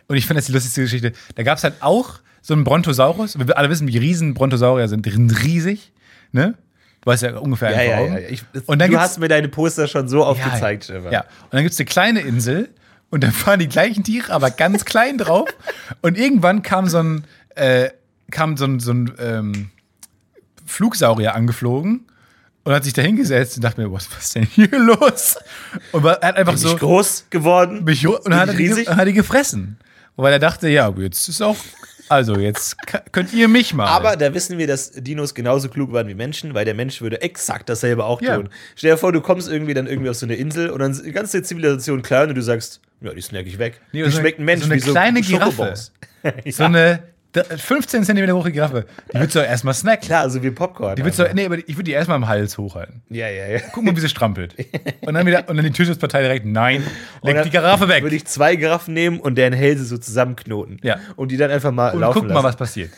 [SPEAKER 1] Und ich finde das die lustigste Geschichte. Da gab es halt auch so einen Brontosaurus. Wir alle wissen, wie riesen Brontosaurier sind. Die sind riesig, ne? Du weißt ja ungefähr
[SPEAKER 2] Ja, ja,
[SPEAKER 1] einfach
[SPEAKER 2] ja.
[SPEAKER 1] warum.
[SPEAKER 2] Ich,
[SPEAKER 1] Und dann
[SPEAKER 2] du
[SPEAKER 1] gibt's-
[SPEAKER 2] hast mir deine Poster schon so oft
[SPEAKER 1] Ja,
[SPEAKER 2] gezeigt,
[SPEAKER 1] ja.
[SPEAKER 2] Schiffer.
[SPEAKER 1] ja. Und dann gibt es eine kleine Insel und da waren die gleichen Tiere, aber ganz klein drauf. Und irgendwann kam so ein, äh, kam so ein, so ein ähm, Flugsaurier angeflogen und hat sich da hingesetzt und dachte mir, was was ist denn hier los? Und war, hat einfach
[SPEAKER 2] Bin
[SPEAKER 1] so.
[SPEAKER 2] ich groß geworden?
[SPEAKER 1] mich ho- und hat,
[SPEAKER 2] ich
[SPEAKER 1] die,
[SPEAKER 2] riesig?
[SPEAKER 1] hat die gefressen. Weil er dachte, ja, jetzt ist auch. Also, jetzt ka- könnt ihr mich mal.
[SPEAKER 2] Aber da wissen wir, dass Dinos genauso klug waren wie Menschen, weil der Mensch würde exakt dasselbe auch
[SPEAKER 1] Ja.
[SPEAKER 2] tun. Stell dir vor, du kommst irgendwie dann irgendwie auf so eine Insel und dann ist die ganze Zivilisation klein und du sagst, ja, die snack ich weg.
[SPEAKER 1] Nee,
[SPEAKER 2] die
[SPEAKER 1] so eine-
[SPEAKER 2] schmeckt Mensch
[SPEAKER 1] so eine
[SPEAKER 2] wie so
[SPEAKER 1] kleine Giraffe.
[SPEAKER 2] Schokobons.
[SPEAKER 1] so eine d- 15 cm hohe Giraffe, die würdest du doch erstmal snacken.
[SPEAKER 2] Klar, so wie Popcorn.
[SPEAKER 1] Die würdest du, nee, aber ich würde die erstmal am Hals hochhalten.
[SPEAKER 2] ja, ja, ja.
[SPEAKER 1] Guck mal, wie sie strampelt. Und dann wieder, und dann die Tierschutzpartei direkt, nein,
[SPEAKER 2] Und
[SPEAKER 1] leg
[SPEAKER 2] dann
[SPEAKER 1] die Giraffe weg.
[SPEAKER 2] Würde ich zwei Giraffen nehmen und deren Hälse so zusammenknoten.
[SPEAKER 1] Ja.
[SPEAKER 2] Und die dann einfach mal
[SPEAKER 1] und
[SPEAKER 2] laufen
[SPEAKER 1] guck mal,
[SPEAKER 2] lassen.
[SPEAKER 1] was passiert.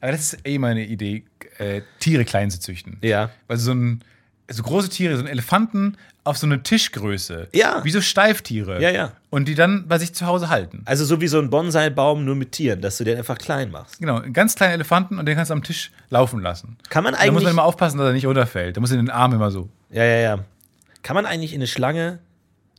[SPEAKER 1] aber das ist eh meine Idee, äh, Tiere klein zu züchten.
[SPEAKER 2] Ja.
[SPEAKER 1] Also so ein, so große Tiere, so einen Elefanten auf so eine Tischgröße.
[SPEAKER 2] Ja.
[SPEAKER 1] Wie so Steiftiere.
[SPEAKER 2] Ja, ja.
[SPEAKER 1] Und die dann bei sich zu Hause halten.
[SPEAKER 2] Also so wie so ein Bonsai-Baum, nur mit Tieren, dass du den einfach klein machst.
[SPEAKER 1] Genau, einen ganz kleinen Elefanten und den kannst du am Tisch laufen lassen.
[SPEAKER 2] Kann man
[SPEAKER 1] Da muss man
[SPEAKER 2] eigentlich-
[SPEAKER 1] immer aufpassen, dass er nicht runterfällt. Da muss er den Arm immer so.
[SPEAKER 2] Ja, ja, ja. Kann man eigentlich in eine Schlange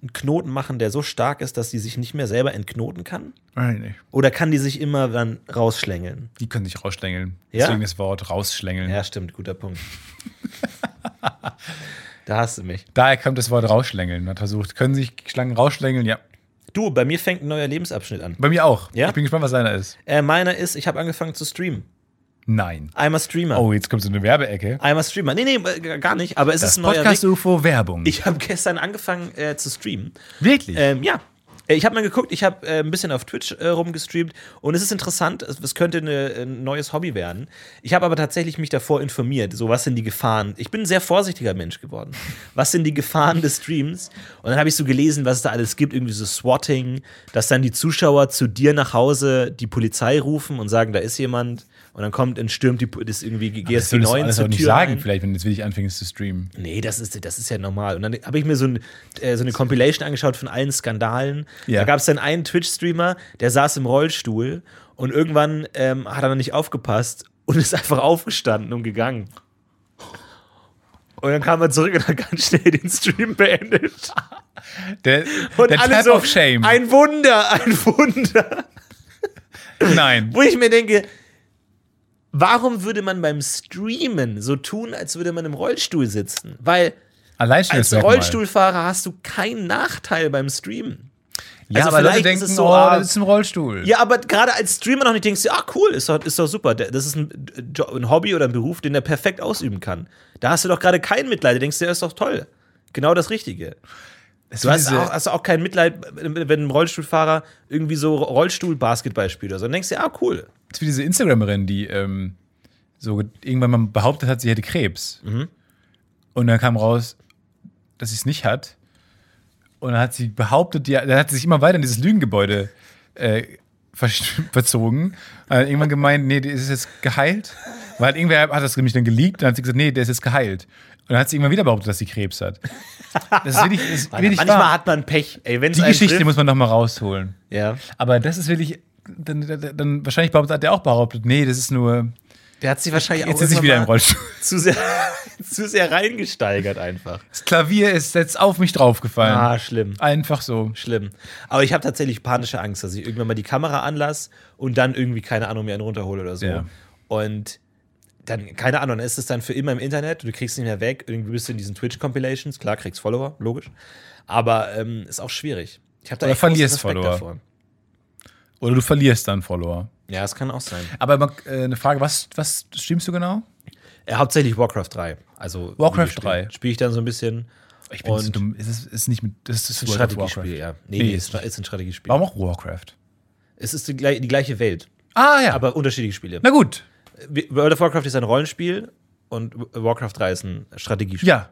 [SPEAKER 2] einen Knoten machen, der so stark ist, dass die sich nicht mehr selber entknoten kann?
[SPEAKER 1] Weiß nicht.
[SPEAKER 2] Oder kann die sich immer dann rausschlängeln?
[SPEAKER 1] Die können sich rausschlängeln.
[SPEAKER 2] Ja?
[SPEAKER 1] Deswegen das Wort rausschlängeln.
[SPEAKER 2] Ja, stimmt, guter Punkt. da hast du mich.
[SPEAKER 1] Daher kommt das Wort rausschlängeln. Man hat versucht, können sich Schlangen rausschlängeln? Ja.
[SPEAKER 2] Du, bei mir fängt ein neuer Lebensabschnitt an.
[SPEAKER 1] Bei mir auch.
[SPEAKER 2] Ja?
[SPEAKER 1] Ich bin gespannt, was seiner ist.
[SPEAKER 2] Äh, meiner ist, ich habe angefangen zu streamen.
[SPEAKER 1] Nein.
[SPEAKER 2] Einmal Streamer.
[SPEAKER 1] Oh, jetzt kommt so eine Werbeecke.
[SPEAKER 2] Einmal Streamer. Nee, nee, äh, gar nicht. Aber es Ah, ist
[SPEAKER 1] Das
[SPEAKER 2] ein neuer Weg.
[SPEAKER 1] Podcast-UFO Werbung.
[SPEAKER 2] Ich habe gestern angefangen äh, zu streamen.
[SPEAKER 1] Wirklich?
[SPEAKER 2] Ähm, ja. Äh, Ich habe mal geguckt, ich habe äh, ein bisschen auf Twitch äh, rumgestreamt und es ist interessant, es, es könnte eine, ein neues Hobby werden. Ich habe aber tatsächlich mich davor informiert, so was sind die Gefahren. Ich bin ein sehr vorsichtiger Mensch geworden. Was sind die Gefahren des Streams? Und dann habe ich so gelesen, was es da alles gibt, irgendwie so Swatting, dass dann die Zuschauer zu dir nach Hause die Polizei rufen und sagen, da ist jemand und dann kommt und stürmt die, Po- das irgendwie
[SPEAKER 1] das
[SPEAKER 2] GSG
[SPEAKER 1] soll
[SPEAKER 2] 9
[SPEAKER 1] alles
[SPEAKER 2] zur
[SPEAKER 1] auch nicht
[SPEAKER 2] Tür
[SPEAKER 1] sagen,
[SPEAKER 2] ein.
[SPEAKER 1] vielleicht, wenn du jetzt wirklich anfängst zu streamen.
[SPEAKER 2] Nee, das ist, das ist ja normal. Und dann habe ich mir so, ein, äh, so eine Compilation angeschaut von allen Skandalen.
[SPEAKER 1] Ja.
[SPEAKER 2] Da gab es dann einen Twitch-Streamer, der saß im Rollstuhl und irgendwann ähm, hat er dann nicht aufgepasst und ist einfach aufgestanden und gegangen. Und dann kam er zurück und hat ganz schnell den Stream beendet.
[SPEAKER 1] Der,
[SPEAKER 2] Und
[SPEAKER 1] der
[SPEAKER 2] alle
[SPEAKER 1] Tap
[SPEAKER 2] so,
[SPEAKER 1] of Shame.
[SPEAKER 2] Ein Wunder, ein Wunder.
[SPEAKER 1] Nein.
[SPEAKER 2] Wo ich mir denke, warum würde man beim Streamen so tun, als würde man im Rollstuhl sitzen? Weil Als
[SPEAKER 1] Alleinstellungsmerkmal.
[SPEAKER 2] Rollstuhlfahrer hast du keinen Nachteil beim Streamen.
[SPEAKER 1] Ja,
[SPEAKER 2] also
[SPEAKER 1] aber Leute
[SPEAKER 2] vielleicht
[SPEAKER 1] denken,
[SPEAKER 2] ist es so,
[SPEAKER 1] oh,
[SPEAKER 2] ah,
[SPEAKER 1] das ist ein Rollstuhl.
[SPEAKER 2] Ja, aber gerade als Streamer noch nicht denkst du, ah, cool, ist doch, ist doch super. Der- Das ist ein, Jo- ein Hobby oder ein Beruf, den der perfekt ausüben kann. Da hast du doch gerade kein Mitleid. Da denkst du, ja, ist doch toll. Genau das Richtige.
[SPEAKER 1] Das
[SPEAKER 2] Du hast
[SPEAKER 1] diese-
[SPEAKER 2] auch, hast auch kein Mitleid, wenn ein Rollstuhlfahrer irgendwie so Rollstuhl-Basketball spielt oder so. Dann denkst du, ah, cool.
[SPEAKER 1] Das ist wie diese Instagramerin, die ähm, so ge- irgendwann mal behauptet hat, sie hätte Krebs.
[SPEAKER 2] Mhm.
[SPEAKER 1] Und dann kam raus, dass sie es nicht hat. Und dann hat sie behauptet, ja, dann hat sie sich immer weiter in dieses Lügengebäude äh, versch- verzogen. Und hat irgendwann gemeint, nee, der ist jetzt geheilt. Weil halt irgendwer hat das nämlich dann geleakt und hat sie gesagt, nee, der ist jetzt geheilt. Und dann hat sie irgendwann wieder behauptet, dass sie Krebs hat. Das ist wirklich, ist wirklich
[SPEAKER 2] Manchmal
[SPEAKER 1] wahr.
[SPEAKER 2] hat man Pech. Ey, wenn's
[SPEAKER 1] Die
[SPEAKER 2] einen
[SPEAKER 1] Geschichte
[SPEAKER 2] trifft-
[SPEAKER 1] muss man nochmal rausholen.
[SPEAKER 2] Ja.
[SPEAKER 1] Aber das ist wirklich, dann, dann, dann wahrscheinlich behauptet, hat der auch behauptet, nee, das ist nur,
[SPEAKER 2] Der hat sich wahrscheinlich
[SPEAKER 1] jetzt
[SPEAKER 2] auch
[SPEAKER 1] sitze ich
[SPEAKER 2] irgendwann
[SPEAKER 1] wieder im
[SPEAKER 2] mal
[SPEAKER 1] Rollstuhl.
[SPEAKER 2] zu sehr, zu sehr reingesteigert einfach.
[SPEAKER 1] Das Klavier ist jetzt auf mich draufgefallen.
[SPEAKER 2] Ah, schlimm.
[SPEAKER 1] Einfach so.
[SPEAKER 2] Schlimm. Aber ich habe tatsächlich panische Angst, dass ich irgendwann mal die Kamera anlasse und dann irgendwie, keine Ahnung, mir einen runterhole oder so.
[SPEAKER 1] Ja.
[SPEAKER 2] Und dann, keine Ahnung, dann ist es dann für immer im Internet, du kriegst nicht mehr weg, irgendwie bist du in diesen Twitch-Compilations, klar, kriegst Follower, logisch. Aber ähm, ist auch schwierig. Ich habe da
[SPEAKER 1] Oder
[SPEAKER 2] echt großen
[SPEAKER 1] verlierst
[SPEAKER 2] Respekt
[SPEAKER 1] Follower.
[SPEAKER 2] davor.
[SPEAKER 1] Oder du verlierst dann Follower.
[SPEAKER 2] Ja, das kann auch sein.
[SPEAKER 1] Aber man- äh, eine Frage, was, was streamst du genau?
[SPEAKER 2] Äh, hauptsächlich Warcraft 3. Also
[SPEAKER 1] Warcraft 3.
[SPEAKER 2] Spiele ich dann so ein bisschen.
[SPEAKER 1] Ich bin
[SPEAKER 2] Und-
[SPEAKER 1] zu dumm. Es ist, ist nicht mit. Das ist,
[SPEAKER 2] Ein
[SPEAKER 1] World of
[SPEAKER 2] Strategiespiel, ja. Nee,
[SPEAKER 1] Nee,
[SPEAKER 2] nee,
[SPEAKER 1] ist
[SPEAKER 2] ist, ist ein Strategiespiel.
[SPEAKER 1] Warum auch Warcraft?
[SPEAKER 2] Es ist die, gleich- die gleiche Welt,
[SPEAKER 1] Ah ja.
[SPEAKER 2] aber unterschiedliche Spiele.
[SPEAKER 1] Na gut.
[SPEAKER 2] World of Warcraft ist ein Rollenspiel und Warcraft 3 ist ein Strategiespiel.
[SPEAKER 1] Ja.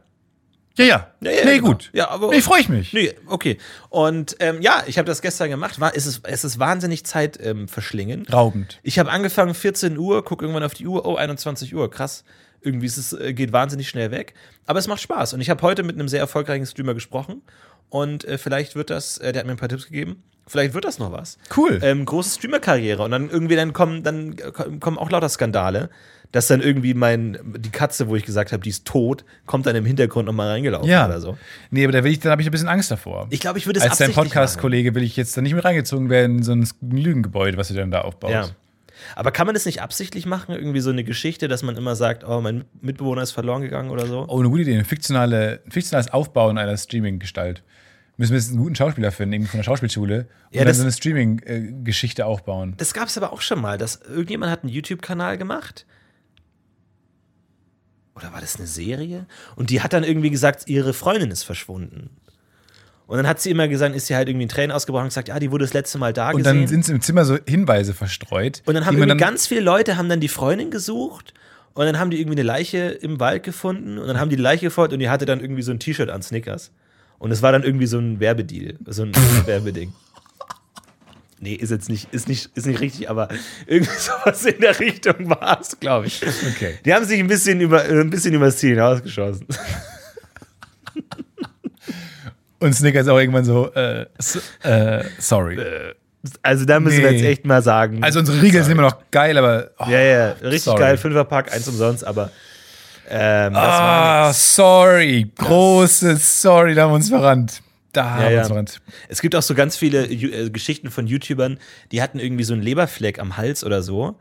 [SPEAKER 1] Ja, ja.
[SPEAKER 2] Ja, ja,
[SPEAKER 1] nee,
[SPEAKER 2] genau.
[SPEAKER 1] gut.
[SPEAKER 2] Ja, aber-
[SPEAKER 1] nee, freue ich mich.
[SPEAKER 2] Nee, okay. Und ähm, ja, ich habe das gestern gemacht. War, es, ist, es ist wahnsinnig Zeit ähm, verschlingen.
[SPEAKER 1] Raubend.
[SPEAKER 2] Ich habe angefangen 14 Uhr, gucke irgendwann auf die Uhr, oh, 21 Uhr, krass. Irgendwie ist es, äh, geht wahnsinnig schnell weg. Aber es macht Spaß. Und ich habe heute mit einem sehr erfolgreichen Streamer gesprochen. Und äh, vielleicht wird das, äh, der hat mir ein paar Tipps gegeben, vielleicht wird das noch was.
[SPEAKER 1] Cool.
[SPEAKER 2] Ähm, große Streamer-Karriere. Und dann irgendwie dann kommen, dann äh, kommen auch lauter Skandale, dass dann irgendwie mein, die Katze, wo ich gesagt habe, die ist tot, kommt dann im Hintergrund nochmal reingelaufen
[SPEAKER 1] ja.
[SPEAKER 2] oder so.
[SPEAKER 1] Nee, aber da will ich, da habe ich ein bisschen Angst davor.
[SPEAKER 2] Ich glaube, ich würde es
[SPEAKER 1] Als dein
[SPEAKER 2] absichtlich machen.
[SPEAKER 1] Podcast-Kollege will ich jetzt da nicht mit reingezogen werden in so ein Lügengebäude, was du dann da aufbaust.
[SPEAKER 2] Ja. Aber kann man das nicht absichtlich machen? Irgendwie so eine Geschichte, dass man immer sagt, oh, mein Mitbewohner ist verloren gegangen oder so?
[SPEAKER 1] Oh, eine gute Idee. Ein fiktionale, ein fiktionales Aufbauen einer Streaming-Gestalt. Müssen wir jetzt einen guten Schauspieler finden, irgendwie von der Schauspielschule, und
[SPEAKER 2] Ja,
[SPEAKER 1] dann
[SPEAKER 2] das-
[SPEAKER 1] so eine Streaming-Geschichte aufbauen.
[SPEAKER 2] Das gab es aber auch schon mal, dass irgendjemand hat einen YouTube-Kanal gemacht. Oder war das eine Serie? Und die hat dann irgendwie gesagt, ihre Freundin ist verschwunden. Und dann hat sie immer gesagt, ist sie halt irgendwie in Tränen ausgebrochen und gesagt, ja, die wurde das letzte Mal da
[SPEAKER 1] Und
[SPEAKER 2] gesehen.
[SPEAKER 1] dann sind im Zimmer so Hinweise verstreut.
[SPEAKER 2] Und dann haben
[SPEAKER 1] die man
[SPEAKER 2] irgendwie ganz viele Leute haben dann die Freundin gesucht und dann haben die irgendwie eine Leiche im Wald gefunden und dann haben die die Leiche gefolgt und die hatte dann irgendwie so ein T-Shirt an Snickers. Und es war dann irgendwie so ein Werbedeal, so ein Werbeding. Nee, ist jetzt nicht, ist nicht, ist nicht richtig, aber irgendwie sowas in der Richtung war es, glaube ich.
[SPEAKER 1] Okay.
[SPEAKER 2] Die haben sich ein bisschen über, äh, ein bisschen übers Ziel hinausgeschossen.
[SPEAKER 1] Und Snickers auch irgendwann so, äh, s- äh, sorry.
[SPEAKER 2] Also da müssen wir
[SPEAKER 1] Nee.
[SPEAKER 2] jetzt echt mal sagen.
[SPEAKER 1] Also unsere Riegel sind immer noch geil, aber. Oh,
[SPEAKER 2] ja, ja, richtig
[SPEAKER 1] Sorry.
[SPEAKER 2] geil, Fünferpack, eins umsonst, aber ähm, das war
[SPEAKER 1] ah, sorry. Großes Sorry, da haben wir uns verrannt. Da haben wir
[SPEAKER 2] ja.
[SPEAKER 1] uns verrannt.
[SPEAKER 2] Es gibt auch so ganz viele Ju- äh, Geschichten von YouTubern, die hatten irgendwie so einen Leberfleck am Hals oder so.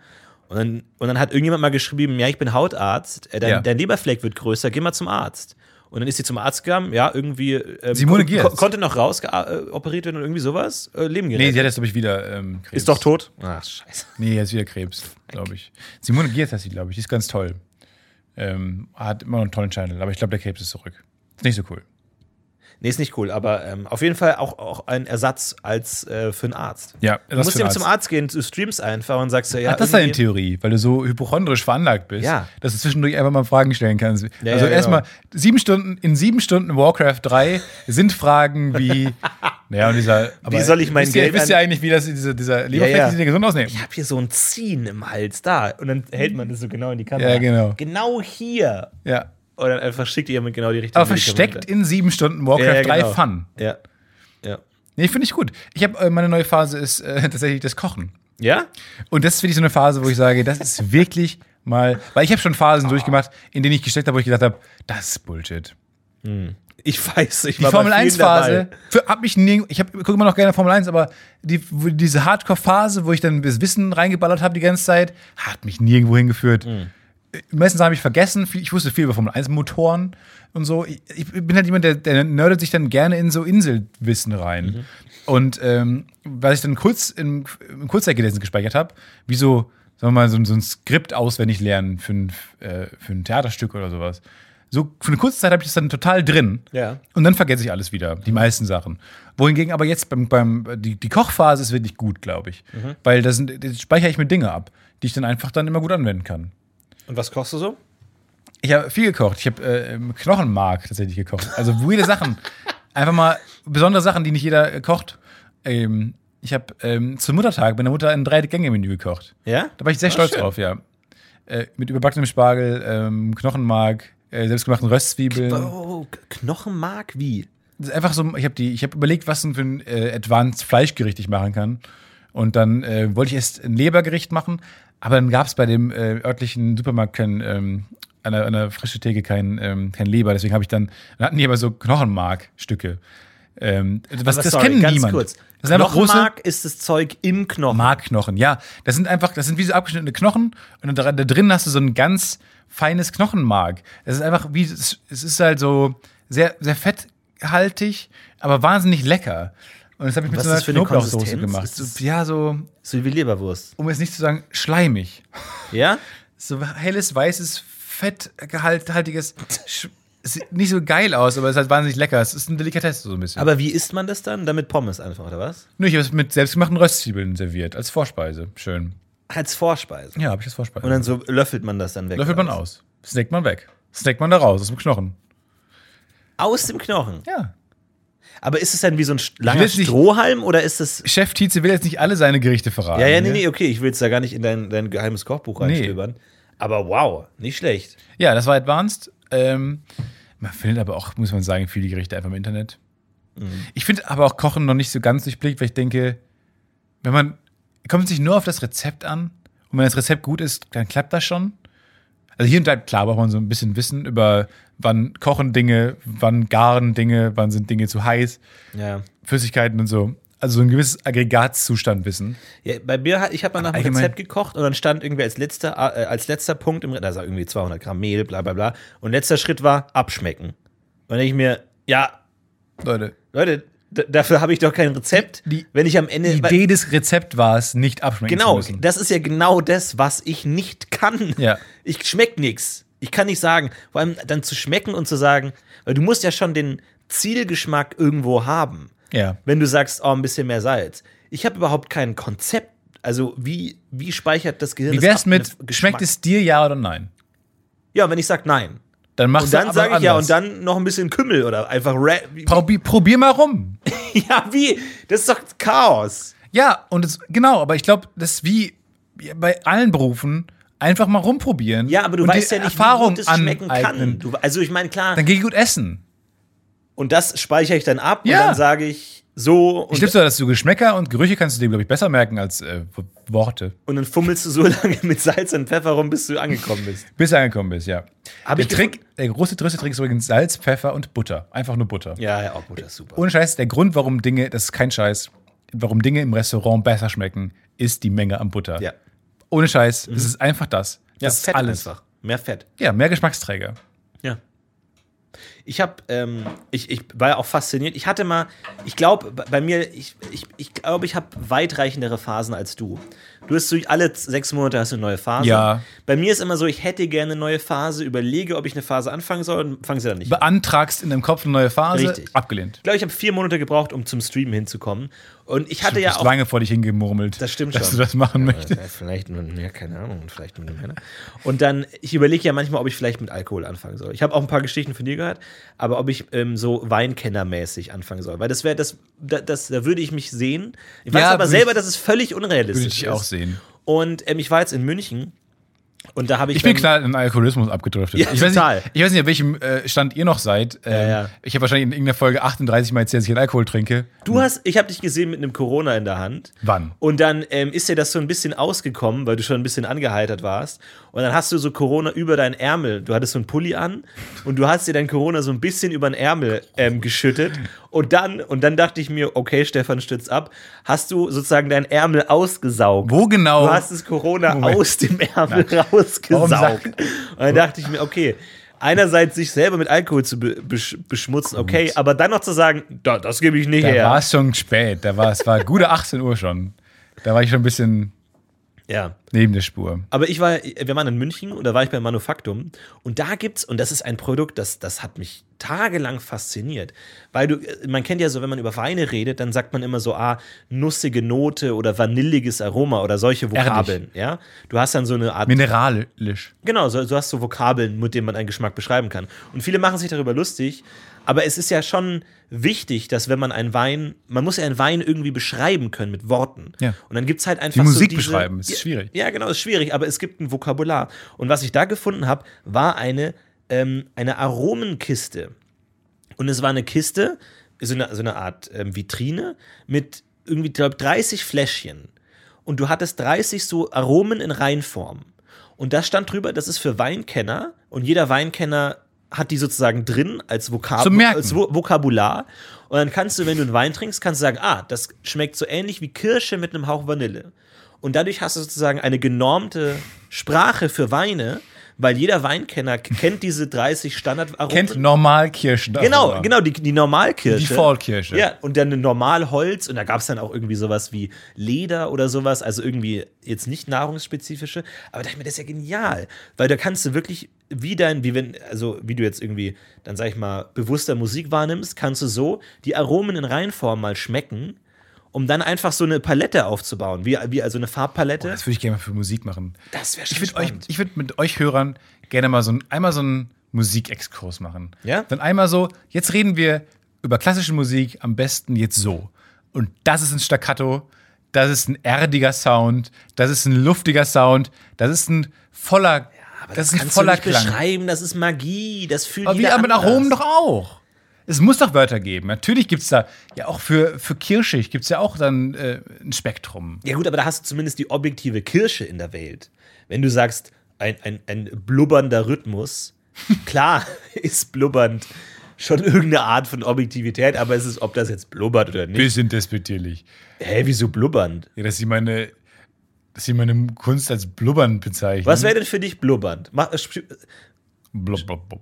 [SPEAKER 2] Und dann, und dann hat irgendjemand mal geschrieben, ja, ich bin Hautarzt, äh, dein,
[SPEAKER 1] Ja.
[SPEAKER 2] dein Leberfleck wird größer, geh mal zum Arzt. Und dann ist sie zum Arzt gegangen, ja, irgendwie ähm,
[SPEAKER 1] Simone
[SPEAKER 2] ko-
[SPEAKER 1] Giertz.
[SPEAKER 2] ko konnte noch raus äh, operiert werden und irgendwie sowas, äh, Leben
[SPEAKER 1] Nee,
[SPEAKER 2] gerettet.
[SPEAKER 1] sie hat jetzt, glaube ich, wieder ähm, Krebs.
[SPEAKER 2] ist doch tot. Ach, scheiße.
[SPEAKER 1] Nee, jetzt wieder Krebs, glaube ich. Simone Giers heißt sie, glaube ich. Die ist ganz toll. Ähm, hat immer noch einen tollen Channel, aber ich glaube, der Krebs ist zurück. Ist nicht so cool.
[SPEAKER 2] Nee, ist nicht cool, aber ähm, auf jeden Fall auch, auch ein Ersatz als äh, für einen Arzt.
[SPEAKER 1] Ja,
[SPEAKER 2] Du musst
[SPEAKER 1] für ein
[SPEAKER 2] eben zum Arzt gehen, du streamst einfach und sagst, ja,
[SPEAKER 1] Ach, das ist deine
[SPEAKER 2] irgendwie-
[SPEAKER 1] Theorie, weil du so hypochondrisch veranlagt bist,
[SPEAKER 2] Ja.
[SPEAKER 1] dass du zwischendurch einfach mal Fragen stellen kannst.
[SPEAKER 2] ja,
[SPEAKER 1] also
[SPEAKER 2] genau.
[SPEAKER 1] erstmal sieben Stunden, in sieben Stunden Warcraft 3 sind Fragen wie, naja, und dieser, aber
[SPEAKER 2] soll ich mein
[SPEAKER 1] wisst ihr,
[SPEAKER 2] Geld
[SPEAKER 1] Wisst ihr
[SPEAKER 2] an-
[SPEAKER 1] eigentlich, wie das, dieser, dieser Leberfleck
[SPEAKER 2] ja.
[SPEAKER 1] sieht ja gesund aus? Nee.
[SPEAKER 2] ich habe hier so ein Ziehen im Hals da. Und dann hält man das so genau in die Kamera.
[SPEAKER 1] Ja, genau.
[SPEAKER 2] Genau hier.
[SPEAKER 1] Ja.
[SPEAKER 2] Und dann einfach schickt ihr jemand genau die richtige
[SPEAKER 1] Aber versteckt in sieben Stunden Warcraft 3 Fun.
[SPEAKER 2] genau. Ja. Ja.
[SPEAKER 1] Nee, finde ich gut. Ich habe äh, meine neue Phase ist äh, tatsächlich das Kochen.
[SPEAKER 2] Ja?
[SPEAKER 1] Und das ist wirklich so eine Phase, wo ich sage, das ist wirklich mal, weil ich habe schon Phasen
[SPEAKER 2] Ah.
[SPEAKER 1] durchgemacht, in denen ich gesteckt habe, wo ich gedacht habe, das ist Bullshit.
[SPEAKER 2] Ich weiß, ich
[SPEAKER 1] Die
[SPEAKER 2] war
[SPEAKER 1] Formel
[SPEAKER 2] bei vielen
[SPEAKER 1] 1 Phase,
[SPEAKER 2] dabei.
[SPEAKER 1] für, hab mich nie, ich gucke immer noch gerne Formel 1, aber die, wo, diese Hardcore Phase, wo ich dann das Wissen reingeballert habe die ganze Zeit, hat mich nirgendwo hingeführt.
[SPEAKER 2] Mhm.
[SPEAKER 1] Äh, Meistens habe ich vergessen, viel, ich wusste viel über Formel 1 Motoren und so. Ich, ich bin halt jemand, der, der nerdet sich dann gerne in so Inselwissen rein. Und ähm, was ich dann kurz im, im Kurzzeitgedächtnis gespeichert habe, wie so, sagen wir mal, so, ein- so ein Skript auswendig lernen für ein, äh, für ein Theaterstück oder sowas. So, für eine kurze Zeit habe ich das dann total drin.
[SPEAKER 2] Ja.
[SPEAKER 1] Und dann vergesse ich alles wieder, die meisten Sachen. Wohingegen aber jetzt beim, beim die, die Kochphase ist wirklich gut, glaube ich. Weil da sind, da speichere ich mir Dinge ab, die ich dann einfach dann immer gut anwenden kann.
[SPEAKER 2] Und was kochst du so?
[SPEAKER 1] Ich habe viel gekocht. Ich habe äh, im Knochenmark tatsächlich gekocht. Also weirde Sachen. Einfach mal besondere Sachen, die nicht jeder äh, kocht. Ähm, ich habe ähm, zum Muttertag meiner Mutter ein Drei-Gänge-Menü gekocht.
[SPEAKER 2] Ja?
[SPEAKER 1] Da war ich sehr
[SPEAKER 2] Ah,
[SPEAKER 1] stolz
[SPEAKER 2] schön.
[SPEAKER 1] drauf, ja. Äh, mit überbackenem Spargel, ähm, Knochenmark, äh, selbstgemachten Röstzwiebeln.
[SPEAKER 2] Oh, K- Knochenmark wie?
[SPEAKER 1] Das ist einfach so, ich habe die, ich habe überlegt, was denn für ein äh, Advanced Fleischgericht ich machen kann. Und dann äh, wollte ich erst ein Lebergericht machen, aber dann gab es bei dem äh, örtlichen Supermarkt kein, ähm, an der, an der frischen Theke kein, ähm, kein Leber. Deswegen habe ich dann, dann hatten die aber so Knochenmarkstücke. Ähm, was,
[SPEAKER 2] Aber
[SPEAKER 1] das
[SPEAKER 2] sorry,
[SPEAKER 1] kennen
[SPEAKER 2] ganz
[SPEAKER 1] niemand.
[SPEAKER 2] Kurz.
[SPEAKER 1] Das sind einfach große
[SPEAKER 2] Knochenmark ist das Zeug im Knochen.
[SPEAKER 1] Markknochen. Ja, das sind einfach, das sind wie so abgeschnittene Knochen und da, da drin hast du so ein ganz feines Knochenmark. Es ist einfach wie, es es ist halt so sehr, sehr fetthaltig, aber wahnsinnig lecker. Und das habe ich mit
[SPEAKER 2] was
[SPEAKER 1] so einer
[SPEAKER 2] ist für eine
[SPEAKER 1] Knoblauchsoße
[SPEAKER 2] Konsistenz?
[SPEAKER 1] gemacht.
[SPEAKER 2] Ist das-
[SPEAKER 1] ja, so,
[SPEAKER 2] So wie Leberwurst.
[SPEAKER 1] um jetzt nicht zu sagen, schleimig.
[SPEAKER 2] Ja?
[SPEAKER 1] So helles, weißes, fetthaltiges. Sch- Sieht nicht so geil aus, aber es ist halt wahnsinnig lecker. Es ist eine Delikatesse so ein bisschen.
[SPEAKER 2] Aber wie isst man das dann? Damit Pommes einfach, oder was?
[SPEAKER 1] Nö, ich habe es mit selbstgemachten Röstzwiebeln serviert, als Vorspeise. Schön.
[SPEAKER 2] Als Vorspeise.
[SPEAKER 1] Ja, habe ich als Vorspeise.
[SPEAKER 2] Und dann so löffelt man das dann weg.
[SPEAKER 1] Löffelt man
[SPEAKER 2] oder was?
[SPEAKER 1] aus. Snackt man weg. Snackt man da raus, aus dem Knochen.
[SPEAKER 2] Aus dem Knochen.
[SPEAKER 1] Ja.
[SPEAKER 2] Aber ist es dann wie so ein st- langer
[SPEAKER 1] jetzt nicht-
[SPEAKER 2] Strohhalm oder ist es.
[SPEAKER 1] Chef Tietze will jetzt nicht alle seine Gerichte verraten.
[SPEAKER 2] Ja, ja, nee,
[SPEAKER 1] ne?
[SPEAKER 2] nee, okay, ich will jetzt da gar nicht in dein, dein geheimes Kochbuch reinstöbern. Aber wow, nicht schlecht.
[SPEAKER 1] Ja, das war Advanced. Ähm, man findet aber auch, muss man sagen, viele Gerichte einfach im Internet.
[SPEAKER 2] Mhm.
[SPEAKER 1] Ich finde aber auch Kochen noch nicht so ganz durchblickt, weil ich denke, wenn man kommt es nicht nur auf das Rezept an und wenn das Rezept gut ist, dann klappt das schon. Also hier und da klar braucht man so ein bisschen Wissen über wann kochen Dinge, wann garen Dinge, wann sind Dinge zu heiß,
[SPEAKER 2] Ja.
[SPEAKER 1] Flüssigkeiten und so. Also so ein gewisses Aggregatzustand wissen.
[SPEAKER 2] ja bei mir, hat- ich habe mal nach dem
[SPEAKER 1] Allgemein-
[SPEAKER 2] Rezept gekocht und dann stand irgendwie als letzter, äh, als letzter Punkt im Rezept, also irgendwie 200 Gramm Mehl, bla bla bla. Und letzter Schritt war abschmecken. Und dann denk ich mir, ja,
[SPEAKER 1] Leute,
[SPEAKER 2] Leute, d- dafür habe ich doch kein Rezept.
[SPEAKER 1] Die-
[SPEAKER 2] wenn ich am Ende.
[SPEAKER 1] die Idee des Rezepts war es, nicht abschmecken zu
[SPEAKER 2] Genau,
[SPEAKER 1] müssen.
[SPEAKER 2] das ist ja genau das, was ich nicht kann.
[SPEAKER 1] Ja.
[SPEAKER 2] Ich schmeck nichts. Ich kann nicht sagen. Vor allem dann zu schmecken und zu sagen, weil du musst ja schon den Zielgeschmack irgendwo haben.
[SPEAKER 1] Ja.
[SPEAKER 2] Wenn du sagst, oh, ein bisschen mehr Salz. Ich habe überhaupt kein Konzept. Also, wie, wie speichert das Gehirn
[SPEAKER 1] Wie
[SPEAKER 2] das
[SPEAKER 1] wär's
[SPEAKER 2] ab?
[SPEAKER 1] mit,
[SPEAKER 2] Geschmack?
[SPEAKER 1] schmeckt es dir ja oder nein?
[SPEAKER 2] Ja, wenn ich sage nein.
[SPEAKER 1] Dann machst
[SPEAKER 2] Und dann
[SPEAKER 1] du
[SPEAKER 2] sage ich ja,
[SPEAKER 1] anders.
[SPEAKER 2] und dann noch ein bisschen Kümmel oder einfach Ra wie-
[SPEAKER 1] Probi probier mal rum.
[SPEAKER 2] Ja, wie? Das ist doch Chaos.
[SPEAKER 1] Ja, und es, genau, aber ich glaube, das ist wie bei allen Berufen einfach mal rumprobieren.
[SPEAKER 2] Ja, aber du
[SPEAKER 1] und
[SPEAKER 2] weißt
[SPEAKER 1] die
[SPEAKER 2] ja nicht,
[SPEAKER 1] Erfahrung
[SPEAKER 2] wie gut es schmecken kann.
[SPEAKER 1] aneignen.
[SPEAKER 2] Du, also, ich meine, klar.
[SPEAKER 1] Dann geh gut essen.
[SPEAKER 2] Und das speichere ich dann ab und
[SPEAKER 1] Ja.
[SPEAKER 2] dann sage ich so
[SPEAKER 1] Ich
[SPEAKER 2] und,
[SPEAKER 1] glaube so, dass du Geschmäcker und Gerüche kannst du dir, glaube ich, besser merken als äh, W- Worte.
[SPEAKER 2] und dann fummelst du so lange mit Salz und Pfeffer rum, bis du angekommen bist.
[SPEAKER 1] Bis du angekommen bist, ja.
[SPEAKER 2] Hab
[SPEAKER 1] der
[SPEAKER 2] ich
[SPEAKER 1] Trick, der große Tröstetrick ist übrigens Salz, Pfeffer und Butter. Einfach nur Butter.
[SPEAKER 2] Ja, ja, oh gut, das ist super.
[SPEAKER 1] Ohne Scheiß, der Grund, warum Dinge, das ist kein Scheiß, warum Dinge im Restaurant besser schmecken, ist die Menge an Butter.
[SPEAKER 2] ja, Mhm.
[SPEAKER 1] Ohne Scheiß, es ist einfach das.
[SPEAKER 2] ja
[SPEAKER 1] das
[SPEAKER 2] Fett
[SPEAKER 1] ist alles.
[SPEAKER 2] einfach. Mehr Fett.
[SPEAKER 1] Ja, mehr Geschmacksträger.
[SPEAKER 2] Ja. Ich habe, ähm, ich, ich war ja auch fasziniert. Ich hatte mal, ich glaube, bei mir, ich ich, ich, glaube, ich habe weitreichendere Phasen als du. Du hast so, alle z- sechs Monate hast du eine neue Phase.
[SPEAKER 1] Ja.
[SPEAKER 2] Bei mir ist immer so, ich hätte gerne eine neue Phase, überlege, ob ich eine Phase anfangen soll und fange sie dann nicht
[SPEAKER 1] Beantragst in deinem Kopf eine neue Phase,
[SPEAKER 2] Richtig.
[SPEAKER 1] abgelehnt.
[SPEAKER 2] Ich glaube, ich habe vier Monate gebraucht, um zum Streamen hinzukommen. Und ich hatte
[SPEAKER 1] Du
[SPEAKER 2] ja
[SPEAKER 1] bist
[SPEAKER 2] auch.
[SPEAKER 1] lange vor dich hingemurmelt,
[SPEAKER 2] Das stimmt
[SPEAKER 1] dass
[SPEAKER 2] schon.
[SPEAKER 1] du das machen möchtest.
[SPEAKER 2] Ja, Äh, vielleicht mit mehr, keine Ahnung, vielleicht mit mehr. Und dann, ich überlege ja manchmal, ob ich vielleicht mit Alkohol anfangen soll. Ich habe auch ein paar Geschichten von dir gehört, aber ob ich ähm, so Weinkennermäßig anfangen soll. Weil das wäre, das, da, das, da würde ich mich sehen. Ich weiß
[SPEAKER 1] Ja,
[SPEAKER 2] aber
[SPEAKER 1] würd
[SPEAKER 2] selber,
[SPEAKER 1] ich-
[SPEAKER 2] dass es völlig unrealistisch
[SPEAKER 1] Würde ich
[SPEAKER 2] ist.
[SPEAKER 1] auch sehen.
[SPEAKER 2] Und ähm, ich war jetzt in München und da habe ich.
[SPEAKER 1] Ich bin
[SPEAKER 2] beim-
[SPEAKER 1] klar in Alkoholismus abgedriftet.
[SPEAKER 2] Ja,
[SPEAKER 1] ich, weiß
[SPEAKER 2] total.
[SPEAKER 1] Nicht, ich weiß nicht, an welchem äh, Stand ihr noch seid. Ähm,
[SPEAKER 2] ja.
[SPEAKER 1] Ich habe wahrscheinlich in irgendeiner Folge 38 Mal erzählt, dass ich einen Alkohol trinke.
[SPEAKER 2] Du hast, ich habe dich gesehen mit einem Corona in der Hand.
[SPEAKER 1] Hm. Wann?
[SPEAKER 2] Und dann ähm, ist dir das so ein bisschen ausgekommen, weil du schon ein bisschen angeheitert warst. Und dann hast du so Corona über deinen Ärmel. Du hattest so einen Pulli an und du hast dir dein Corona so ein bisschen über den Ärmel ähm, geschüttet. Und dann, und dann dachte ich mir, okay, Stefan stützt ab, hast du sozusagen deinen Ärmel ausgesaugt.
[SPEAKER 1] Wo genau?
[SPEAKER 2] Du hast das Corona
[SPEAKER 1] Moment.
[SPEAKER 2] aus dem Ärmel
[SPEAKER 1] Warum
[SPEAKER 2] rausgesaugt.
[SPEAKER 1] sagt-
[SPEAKER 2] Und dann dachte ich mir, okay, einerseits sich selber mit Alkohol zu be besch beschmutzen, okay, aber dann noch zu sagen, da, das gebe ich nicht
[SPEAKER 1] da war
[SPEAKER 2] her.
[SPEAKER 1] es schon spät. Da war es war gute 18 Uhr schon. Da war ich schon ein bisschen
[SPEAKER 2] Ja.
[SPEAKER 1] neben der Spur.
[SPEAKER 2] Aber ich war, wir waren in München und da war ich beim Manufaktum und da gibt's, und das ist ein Produkt, das, das hat mich tagelang fasziniert. Weil du, äh, man kennt ja so, wenn man über Weine redet, dann sagt man immer so, ah, nussige Note oder vanilliges Aroma oder solche Vokabeln. Ja? Du hast dann so eine Art
[SPEAKER 1] Mineralisch.
[SPEAKER 2] Genau, so, so hast du Vokabeln, mit denen man einen Geschmack beschreiben kann. Und viele machen sich darüber lustig, aber es ist ja schon wichtig, dass wenn man einen Wein, man muss ja einen Wein irgendwie beschreiben können mit Worten.
[SPEAKER 1] Ja.
[SPEAKER 2] Und dann gibt es halt einfach
[SPEAKER 1] Die Musik
[SPEAKER 2] so diese,
[SPEAKER 1] beschreiben, ist schwierig.
[SPEAKER 2] Ja, genau, ist schwierig, aber es gibt ein Vokabular. Und was ich da gefunden habe, war eine, ähm, eine Aromenkiste. Und es war eine Kiste, so eine, so eine Art ähm, Vitrine mit irgendwie, glaube 30 Fläschchen. Und du hattest 30 so Aromen in Reinform. Und da stand drüber, das ist für Weinkenner. Und jeder Weinkenner hat die sozusagen drin als, Vokab
[SPEAKER 1] Zum Merken.
[SPEAKER 2] als Vo Vokabular. Und dann kannst du, wenn du einen Wein trinkst, kannst du sagen, ah, das schmeckt so ähnlich wie Kirsche mit einem Hauch Vanille. Und dadurch hast du sozusagen eine genormte Sprache für Weine, weil jeder Weinkenner k- kennt diese 30 Standardaromen.
[SPEAKER 1] Kennt Normalkirschen.
[SPEAKER 2] Genau, genau, die, die Normalkirsche.
[SPEAKER 1] Die Fallkirsche.
[SPEAKER 2] Ja, und dann ein Normalholz und da gab es dann auch irgendwie sowas wie Leder oder sowas, also irgendwie jetzt nicht nahrungsspezifische, aber da dachte ich mir, das ist ja genial, weil da kannst du wirklich wie dein, wie wenn, also wie du jetzt irgendwie, dann sag ich mal, bewusster Musik wahrnimmst, kannst du so die Aromen in Reihenform mal schmecken, um dann einfach so eine Palette aufzubauen, wie, wie also eine Farbpalette.
[SPEAKER 1] Das würde ich gerne mal für Musik machen.
[SPEAKER 2] Das wär schon
[SPEAKER 1] Ich würde euch,
[SPEAKER 2] spannend.
[SPEAKER 1] ich würd mit euch Hörern gerne mal so ein, einmal so einen Musikexkurs machen.
[SPEAKER 2] Ja?
[SPEAKER 1] Dann einmal so, jetzt reden wir über klassische Musik, am besten jetzt so. Und das ist ein Staccato, das ist ein erdiger Sound, das ist ein luftiger Sound, das ist ein voller
[SPEAKER 2] Aber
[SPEAKER 1] Das
[SPEAKER 2] das,
[SPEAKER 1] ist ein
[SPEAKER 2] kannst
[SPEAKER 1] voller
[SPEAKER 2] du nicht
[SPEAKER 1] Klang.
[SPEAKER 2] beschreiben, das ist Magie, das fühlt
[SPEAKER 1] Aber wie
[SPEAKER 2] jeder
[SPEAKER 1] mit
[SPEAKER 2] anders.
[SPEAKER 1] Aromen doch auch. Es muss doch Wörter geben. Natürlich gibt es da, ja auch für, für kirschig gibt es ja auch dann äh, ein Spektrum.
[SPEAKER 2] Ja, gut, aber da hast du zumindest die objektive Kirsche in der Welt. Wenn du sagst, ein, ein, ein blubbernder Rhythmus, klar ist blubbernd schon irgendeine Art von Objektivität, aber es ist, ob das jetzt blubbert oder nicht.
[SPEAKER 1] Bisschen despektierlich.
[SPEAKER 2] Hä, wieso blubbernd?
[SPEAKER 1] Ja, dass sie meine, dass sie meine Kunst als blubbern bezeichnen.
[SPEAKER 2] Was wäre denn für dich blubbernd? Mach, sp-
[SPEAKER 1] Blub, blub, blub.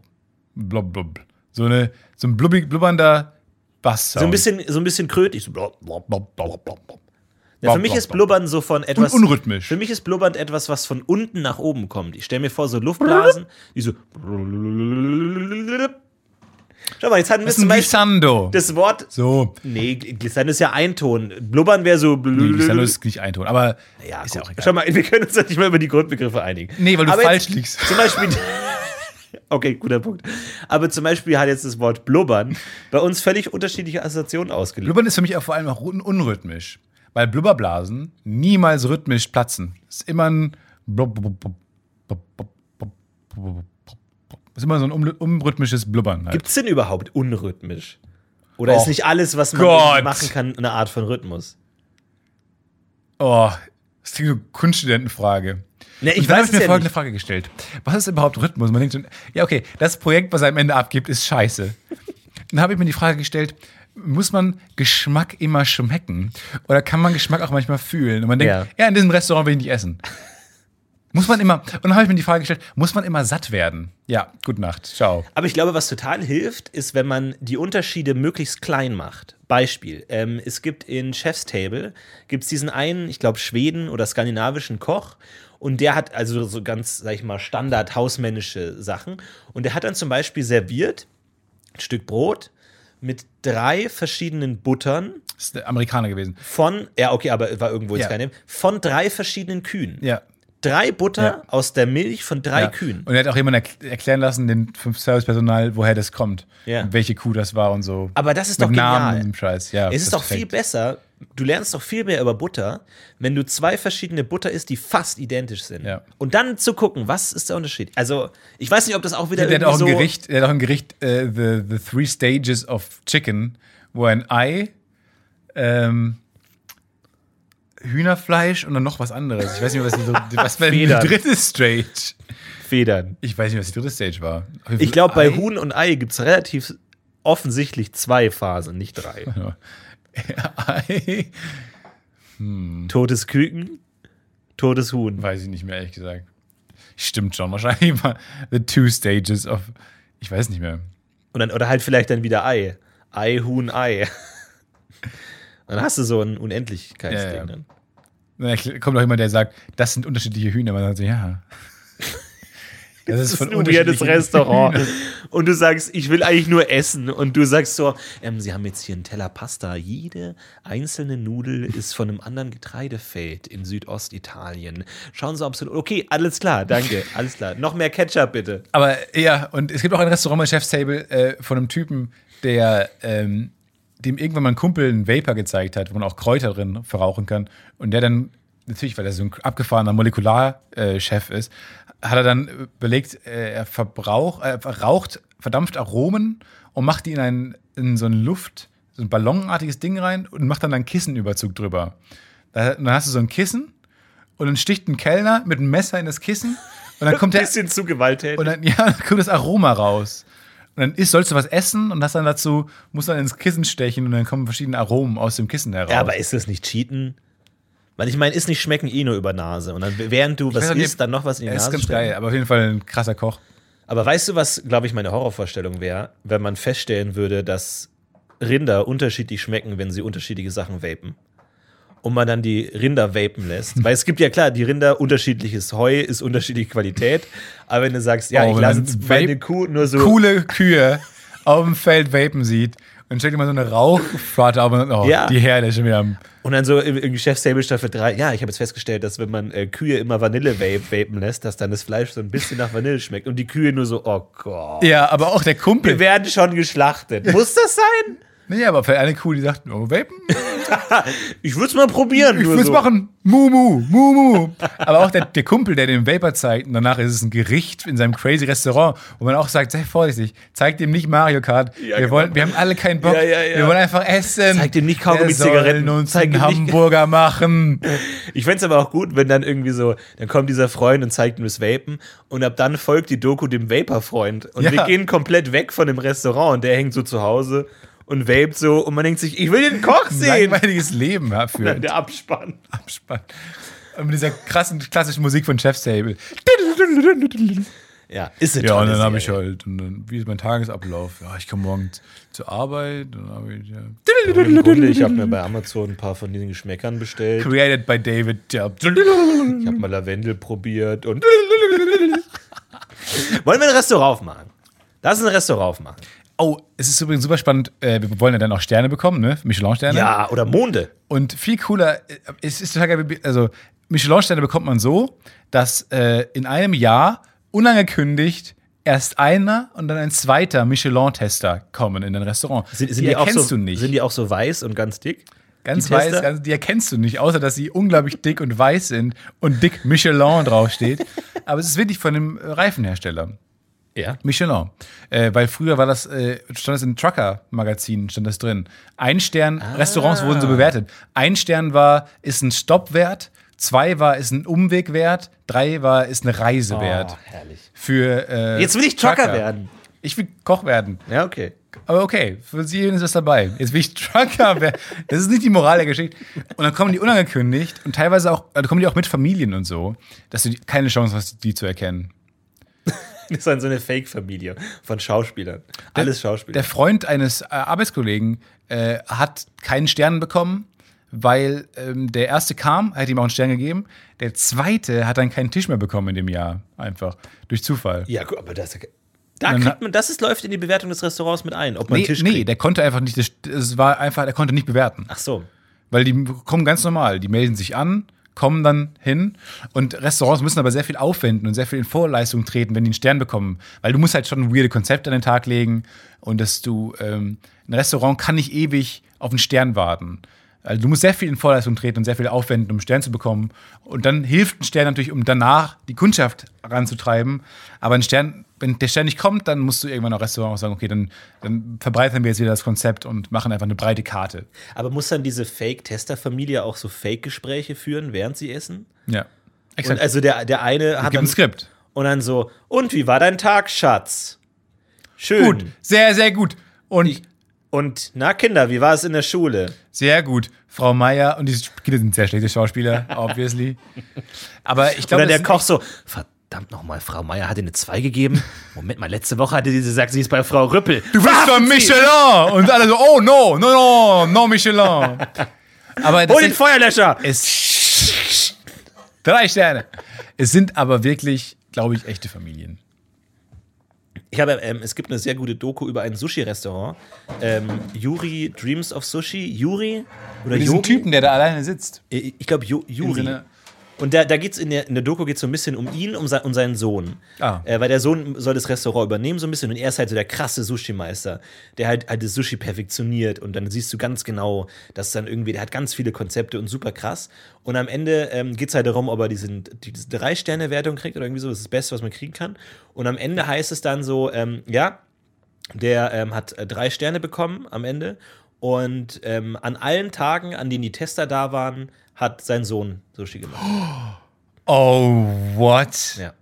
[SPEAKER 1] Blub, blub. So, eine, so ein blubbig, blubbernder Bass.
[SPEAKER 2] so, ein bisschen, so ein bisschen krötig. So blub, blub, blub, blub, blub, blub. Ja, für mich ist Blubbern so von etwas.
[SPEAKER 1] Und unrhythmisch.
[SPEAKER 2] Für mich ist Blubbern etwas, was von unten nach oben kommt. Ich stelle mir vor, so Luftblasen, die so. Schau mal, jetzt hatten wir
[SPEAKER 1] Das ist
[SPEAKER 2] zum
[SPEAKER 1] ein
[SPEAKER 2] Beispiel
[SPEAKER 1] Glissando.
[SPEAKER 2] das Wort
[SPEAKER 1] So.
[SPEAKER 2] Nee, Glissando ist ja ein Ton. Blubbern wäre so.
[SPEAKER 1] Nee, Glissando ist nicht ein Ton, aber
[SPEAKER 2] ja,
[SPEAKER 1] ist
[SPEAKER 2] ist
[SPEAKER 1] ja auch
[SPEAKER 2] Schau
[SPEAKER 1] egal.
[SPEAKER 2] mal, wir können uns doch nicht mal über die Grundbegriffe einigen.
[SPEAKER 1] Nee, weil du
[SPEAKER 2] Aber
[SPEAKER 1] falsch
[SPEAKER 2] jetzt
[SPEAKER 1] liegst.
[SPEAKER 2] Zum Beispiel. okay, guter Punkt. Aber zum Beispiel hat jetzt das Wort Blubbern bei uns völlig unterschiedliche Assoziationen ausgelöst.
[SPEAKER 1] Blubbern ist für mich auch vor allem auch un unrhythmisch. Weil Blubberblasen niemals rhythmisch platzen. Ist immer ein. Blub, blub, blub, blub, blub, blub, blub, blub, blub. Ist immer so ein un unrhythmisches Blubbern. Halt.
[SPEAKER 2] Gibt's denn überhaupt unrhythmisch? Oder
[SPEAKER 1] Och
[SPEAKER 2] ist nicht alles, was man
[SPEAKER 1] Gott.
[SPEAKER 2] irgendwie machen kann, eine Art von Rhythmus?
[SPEAKER 1] Oh, das klingt eine Kunststudentenfrage.
[SPEAKER 2] Ne, ich
[SPEAKER 1] Und dann
[SPEAKER 2] weiß
[SPEAKER 1] hab
[SPEAKER 2] es
[SPEAKER 1] mir
[SPEAKER 2] ja
[SPEAKER 1] folgende
[SPEAKER 2] nicht.
[SPEAKER 1] Frage gestellt. Was ist überhaupt Rhythmus? Man denkt schon, ja, okay, das Projekt, was er am Ende abgibt, ist scheiße. Dann habe ich mir die Frage gestellt, muss man Geschmack immer schmecken? Oder kann man Geschmack auch manchmal fühlen? Und man denkt, ja,
[SPEAKER 2] Ja.
[SPEAKER 1] in diesem Restaurant will ich nicht essen. Muss man immer, und dann habe ich mir die Frage gestellt, muss man immer satt werden? Ja, gute Nacht, ciao.
[SPEAKER 2] Aber ich glaube, was total hilft, ist, wenn man die Unterschiede möglichst klein macht. Beispiel: ähm, Es gibt in Chef's Table gibt's diesen einen, ich glaube, Schweden oder skandinavischen Koch. Und der hat also so ganz, sag ich mal, standard hausmännische Sachen. Und der hat dann zum Beispiel serviert ein Stück Brot mit drei verschiedenen Buttern
[SPEAKER 1] Das ist der Amerikaner gewesen.
[SPEAKER 2] von, ja, okay, aber war irgendwo in
[SPEAKER 1] Ja.
[SPEAKER 2] Skandinavien, von drei verschiedenen Kühen.
[SPEAKER 1] Ja.
[SPEAKER 2] Drei Butter
[SPEAKER 1] Ja.
[SPEAKER 2] aus der Milch von drei
[SPEAKER 1] ja.
[SPEAKER 2] Kühen.
[SPEAKER 1] Und er hat auch jemand erk erklären lassen, dem Servicepersonal, woher das kommt.
[SPEAKER 2] Ja.
[SPEAKER 1] Und welche Kuh das war und so.
[SPEAKER 2] Aber das ist
[SPEAKER 1] Mit
[SPEAKER 2] doch genial.
[SPEAKER 1] Namen und dem Scheiß, ja.
[SPEAKER 2] Es ist doch viel
[SPEAKER 1] perfekt.
[SPEAKER 2] besser, du lernst doch viel mehr über Butter, wenn du zwei verschiedene Butter isst, die fast identisch sind.
[SPEAKER 1] Ja.
[SPEAKER 2] Und dann zu gucken, was ist der Unterschied? Also, ich weiß nicht, ob das auch wieder
[SPEAKER 1] Der hat
[SPEAKER 2] irgendwie
[SPEAKER 1] auch ein
[SPEAKER 2] so
[SPEAKER 1] Gericht, der hat auch ein Gericht, äh, the, the Three Stages of Chicken, wo ein Ei, ähm, Hühnerfleisch und dann noch was anderes. Ich weiß nicht, was die, was war die
[SPEAKER 2] Federn.
[SPEAKER 1] dritte Stage.
[SPEAKER 2] Federn.
[SPEAKER 1] Ich weiß nicht, was die dritte Stage war. Auf jeden
[SPEAKER 2] Ich
[SPEAKER 1] Fall
[SPEAKER 2] glaube, bei
[SPEAKER 1] Ei.
[SPEAKER 2] Huhn und Ei gibt es relativ offensichtlich zwei Phasen, nicht drei.
[SPEAKER 1] Ei. Mhm.
[SPEAKER 2] Totes Küken, totes Huhn.
[SPEAKER 1] Weiß ich nicht mehr, ehrlich gesagt. Stimmt schon, wahrscheinlich war The Two Stages of. Ich weiß nicht mehr.
[SPEAKER 2] Und dann, oder halt vielleicht dann wieder Ei. Ei, Huhn, Ei. Dann hast du so ein Unendlichkeitsding. ne?
[SPEAKER 1] Ja, ja.
[SPEAKER 2] Dann.
[SPEAKER 1] Dann erkl- kommt doch jemand, der sagt, das sind unterschiedliche Hühner. Man sagt so, ja. Das ist,
[SPEAKER 2] Das
[SPEAKER 1] von
[SPEAKER 2] ist ein weirdes
[SPEAKER 1] unterschiedlichen-
[SPEAKER 2] Restaurant. Und du sagst, ich will eigentlich nur essen. Und du sagst so, ähm, sie haben jetzt hier einen Teller Pasta. Jede einzelne Nudel ist von einem anderen Getreidefeld in Südostitalien. Schauen Sie, ob es... Okay, alles klar, danke. Alles klar. Noch mehr Ketchup, bitte.
[SPEAKER 1] Aber ja, und es gibt auch ein Restaurant bei Chef's Table äh, von einem Typen, der ähm, dem irgendwann mal ein Kumpel einen Vapor gezeigt hat, wo man auch Kräuter drin verrauchen kann. Und der dann, natürlich, weil er so ein abgefahrener Molekularchef äh, Chef ist, hat er dann äh, belegt, äh, er verbraucht, äh, raucht verdampft Aromen und macht die in, einen, in so einen Luft, so ein ballonartiges Ding rein und macht dann einen Kissenüberzug drüber. Da, dann hast du so ein Kissen und dann sticht ein Kellner mit einem Messer in das Kissen und dann kommt der
[SPEAKER 2] Bisschen zu
[SPEAKER 1] und
[SPEAKER 2] gewalttätig.
[SPEAKER 1] dann, ja, dann kommt das Aroma raus. Und dann isst, sollst du was essen und das dann dazu, musst dann ins Kissen stechen und dann kommen verschiedene Aromen aus dem Kissen heraus.
[SPEAKER 2] Ja, aber ist das nicht Cheaten? Weil ich meine, ist nicht schmecken eh nur über Nase. Und dann, während du was
[SPEAKER 1] weiß auch nicht,
[SPEAKER 2] isst, dann noch was in die
[SPEAKER 1] er ist
[SPEAKER 2] Nase
[SPEAKER 1] ganz
[SPEAKER 2] stecken.
[SPEAKER 1] geil, aber auf jeden Fall ein krasser Koch.
[SPEAKER 2] Aber weißt du, was, glaube ich, meine Horrorvorstellung wäre, wenn man feststellen würde, dass Rinder unterschiedlich schmecken, wenn sie unterschiedliche Sachen vapen? Und man dann die Rinder vapen lässt. Weil es gibt ja klar, die Rinder, unterschiedliches Heu ist unterschiedliche Qualität. Aber wenn du sagst, ja,
[SPEAKER 1] Oh,
[SPEAKER 2] ich
[SPEAKER 1] wenn
[SPEAKER 2] lasse
[SPEAKER 1] man
[SPEAKER 2] jetzt
[SPEAKER 1] vape-
[SPEAKER 2] meine Kuh nur so.
[SPEAKER 1] Coole Kühe auf dem Feld vapen sieht und steckt immer so eine Rauchfahrt auf und oh,
[SPEAKER 2] Ja.
[SPEAKER 1] die Herde ist schon wieder am.
[SPEAKER 2] Und dann so im, im Geschäftstable Staffel 3, ja, ich habe jetzt festgestellt, dass wenn man äh, Kühe immer Vanille vape, vapen lässt, dass dann das Fleisch so ein bisschen nach Vanille schmeckt. Und die Kühe nur so, oh Gott.
[SPEAKER 1] Ja, aber auch der Kumpel.
[SPEAKER 2] Wir werden schon geschlachtet. Muss das sein?
[SPEAKER 1] Naja, aber vielleicht eine Kuh, die sagt, oh, vapen?
[SPEAKER 2] Ich würde es mal probieren.
[SPEAKER 1] Ich
[SPEAKER 2] nur
[SPEAKER 1] würde es
[SPEAKER 2] so.
[SPEAKER 1] machen. Mu, mu, mu, mu. Aber auch der, der Kumpel, der den Vapor zeigt und danach ist es ein Gericht in seinem crazy Restaurant, wo man auch sagt, sei vorsichtig, zeig dem nicht Mario Kart. wir,
[SPEAKER 2] Ja, genau.
[SPEAKER 1] wollen, wir haben alle keinen Bock.
[SPEAKER 2] Ja, ja, ja.
[SPEAKER 1] Wir wollen einfach essen.
[SPEAKER 2] Zeig dem nicht Kaugummi,
[SPEAKER 1] Wir sollen
[SPEAKER 2] Zigaretten.
[SPEAKER 1] uns
[SPEAKER 2] Zeig
[SPEAKER 1] einen
[SPEAKER 2] ihm nicht-
[SPEAKER 1] Hamburger machen.
[SPEAKER 2] Ich fände es aber auch gut, wenn dann irgendwie so, dann kommt dieser Freund und zeigt ihm das Vapen und ab dann folgt die Doku dem Vapor-Freund. Und
[SPEAKER 1] Ja.
[SPEAKER 2] wir gehen komplett weg von dem Restaurant und der hängt so zu Hause und vapet so und man denkt sich, ich will den Koch sehen.
[SPEAKER 1] Langweiliges Leben dafür.
[SPEAKER 2] Der Abspann.
[SPEAKER 1] Spannend. Und mit dieser krassen, klassischen Musik von Chef's Table.
[SPEAKER 2] Ja, ist es
[SPEAKER 1] Ja, und dann habe ich halt, und dann, wie ist mein Tagesablauf? Ja, ich komme morgen zur Arbeit, dann habe ich, ja.
[SPEAKER 2] Im Grunde, ich habe mir bei Amazon ein paar von diesen Geschmäckern bestellt.
[SPEAKER 1] Created by David. Ja.
[SPEAKER 2] Ich habe mal Lavendel probiert und. Wollen wir ein Restaurant aufmachen? Lass uns ein Restaurant aufmachen.
[SPEAKER 1] Oh, es ist übrigens super spannend. Äh, wir wollen ja dann auch Sterne bekommen, ne? Michelin-Sterne.
[SPEAKER 2] Ja, oder Monde.
[SPEAKER 1] Und viel cooler, äh, es ist total geil, also Michelin-Sterne bekommt man so, dass äh, in einem Jahr unangekündigt erst einer und dann ein zweiter Michelin-Tester kommen in ein Restaurant. die,
[SPEAKER 2] auch
[SPEAKER 1] erkennst
[SPEAKER 2] so,
[SPEAKER 1] du nicht.
[SPEAKER 2] Sind die auch so weiß und ganz dick?
[SPEAKER 1] ganz
[SPEAKER 2] die
[SPEAKER 1] weiß,
[SPEAKER 2] Tester?
[SPEAKER 1] ganz, die erkennst du nicht, außer dass sie unglaublich dick und weiß sind und dick Michelin draufsteht. Aber es ist wirklich von einem äh, Reifenhersteller.
[SPEAKER 2] Ja.
[SPEAKER 1] Michelin. Äh, weil früher war das, äh, stand das in Trucker-Magazinen, stand das drin. Ein Stern,
[SPEAKER 2] Ah.
[SPEAKER 1] Restaurants wurden so bewertet. Ein Stern war, ist ein Stoppwert, zwei war, ist ein Umwegwert, drei war, ist eine Reise wert.
[SPEAKER 2] herrlich.
[SPEAKER 1] Für, äh,
[SPEAKER 2] Oh. Jetzt will ich Trucker werden.
[SPEAKER 1] Ich will Koch werden.
[SPEAKER 2] Ja, okay.
[SPEAKER 1] Aber okay, für sie ist was dabei. Jetzt will ich Trucker werden. Das ist nicht die Moral der Geschichte. Und dann kommen die unangekündigt und teilweise auch, dann kommen die auch mit Familien und so, dass du die, keine Chance hast, die zu erkennen.
[SPEAKER 2] Das ist dann so eine Fake-Familie von Schauspielern. Alles Schauspieler.
[SPEAKER 1] Der Freund eines äh, Arbeitskollegen äh, hat keinen Stern bekommen, weil ähm, der erste kam, hat ihm auch einen Stern gegeben. Der zweite hat dann keinen Tisch mehr bekommen in dem Jahr. Einfach. Durch Zufall.
[SPEAKER 2] ja, gut, aber das. Da
[SPEAKER 1] Dann-
[SPEAKER 2] kriegt man, das ist, läuft in die Bewertung des Restaurants mit ein, ob man einen
[SPEAKER 1] Nee,
[SPEAKER 2] Tisch
[SPEAKER 1] nee,
[SPEAKER 2] kriegt.
[SPEAKER 1] der konnte einfach nicht, das- es war einfach, er konnte nicht bewerten.
[SPEAKER 2] Ach so.
[SPEAKER 1] Weil die kommen ganz normal, die melden sich an, kommen dann hin und Restaurants müssen aber sehr viel aufwenden und sehr viel in Vorleistung treten, wenn die einen Stern bekommen. Weil du musst halt schon weirde Konzepte an den Tag legen und dass du, ähm, ein Restaurant kann nicht ewig auf einen Stern warten. Also du musst sehr viel in Vorleistung treten und sehr viel aufwenden, um einen Stern zu bekommen. Und dann hilft ein Stern natürlich, um danach die Kundschaft ranzutreiben. Aber ein Stern, wenn der Stern nicht kommt, dann musst du irgendwann auch Restaurant auch sagen, okay, dann, dann verbreitern wir jetzt wieder das Konzept und machen einfach eine breite Karte.
[SPEAKER 2] Aber muss dann diese Fake-Tester-Familie auch so Fake-Gespräche führen, während sie essen?
[SPEAKER 1] Ja.
[SPEAKER 2] Und also der, der eine hat
[SPEAKER 1] Gibt
[SPEAKER 2] dann,
[SPEAKER 1] ein Skript.
[SPEAKER 2] und dann so, und wie war dein Tag, Schatz? Schön.
[SPEAKER 1] Gut, sehr, sehr gut. Und
[SPEAKER 2] Und na Kinder, wie war es in der Schule?
[SPEAKER 1] sehr gut, Frau Meier. Und diese Kinder sind sehr schlechte Schauspieler, obviously. Aber ich glaube,
[SPEAKER 2] Oder der
[SPEAKER 1] das sind-
[SPEAKER 2] Koch so, verdammt nochmal, Frau Meier hat ihr eine 2 gegeben. Moment mal, letzte Woche hatte sie gesagt, sie ist bei Frau Rüppel.
[SPEAKER 1] du bist doch Michelin. Und alle so, oh no, no, no, no Michelin. Aber das
[SPEAKER 2] Hol den
[SPEAKER 1] sind,
[SPEAKER 2] Feuerlöscher!
[SPEAKER 1] es, drei Sterne. Es sind aber wirklich, glaube ich, echte Familien.
[SPEAKER 2] Ich habe, ähm, es gibt eine sehr gute Doku über ein Sushi-Restaurant. Ähm, Yuri Dreams of Sushi. Yuri? Oder
[SPEAKER 1] Diesen Typen, der da alleine sitzt.
[SPEAKER 2] Ich ich glaube, Ju- Juri.
[SPEAKER 1] seiner-
[SPEAKER 2] Und da, da geht's in der, in der Doku geht es so ein bisschen um ihn, um, sein, um seinen Sohn.
[SPEAKER 1] Ah.
[SPEAKER 2] Äh, weil der Sohn soll das Restaurant übernehmen, so ein bisschen. Und er ist halt so der krasse Sushi-Meister, der halt, halt das Sushi perfektioniert. Und dann siehst du ganz genau, dass dann irgendwie, der hat ganz viele Konzepte und super krass. Und am Ende ähm, geht es halt darum, ob er diesen, diese Drei-Sterne-Wertung kriegt oder irgendwie so. Das ist das Beste, was man kriegen kann. Und am Ende heißt es dann so, ähm, ja, der ähm, hat äh, drei Sterne bekommen am Ende. Und ähm, an allen Tagen, an denen die Tester da waren, hat sein Sohn Sushi gemacht.
[SPEAKER 1] Oh, what?
[SPEAKER 2] Ja.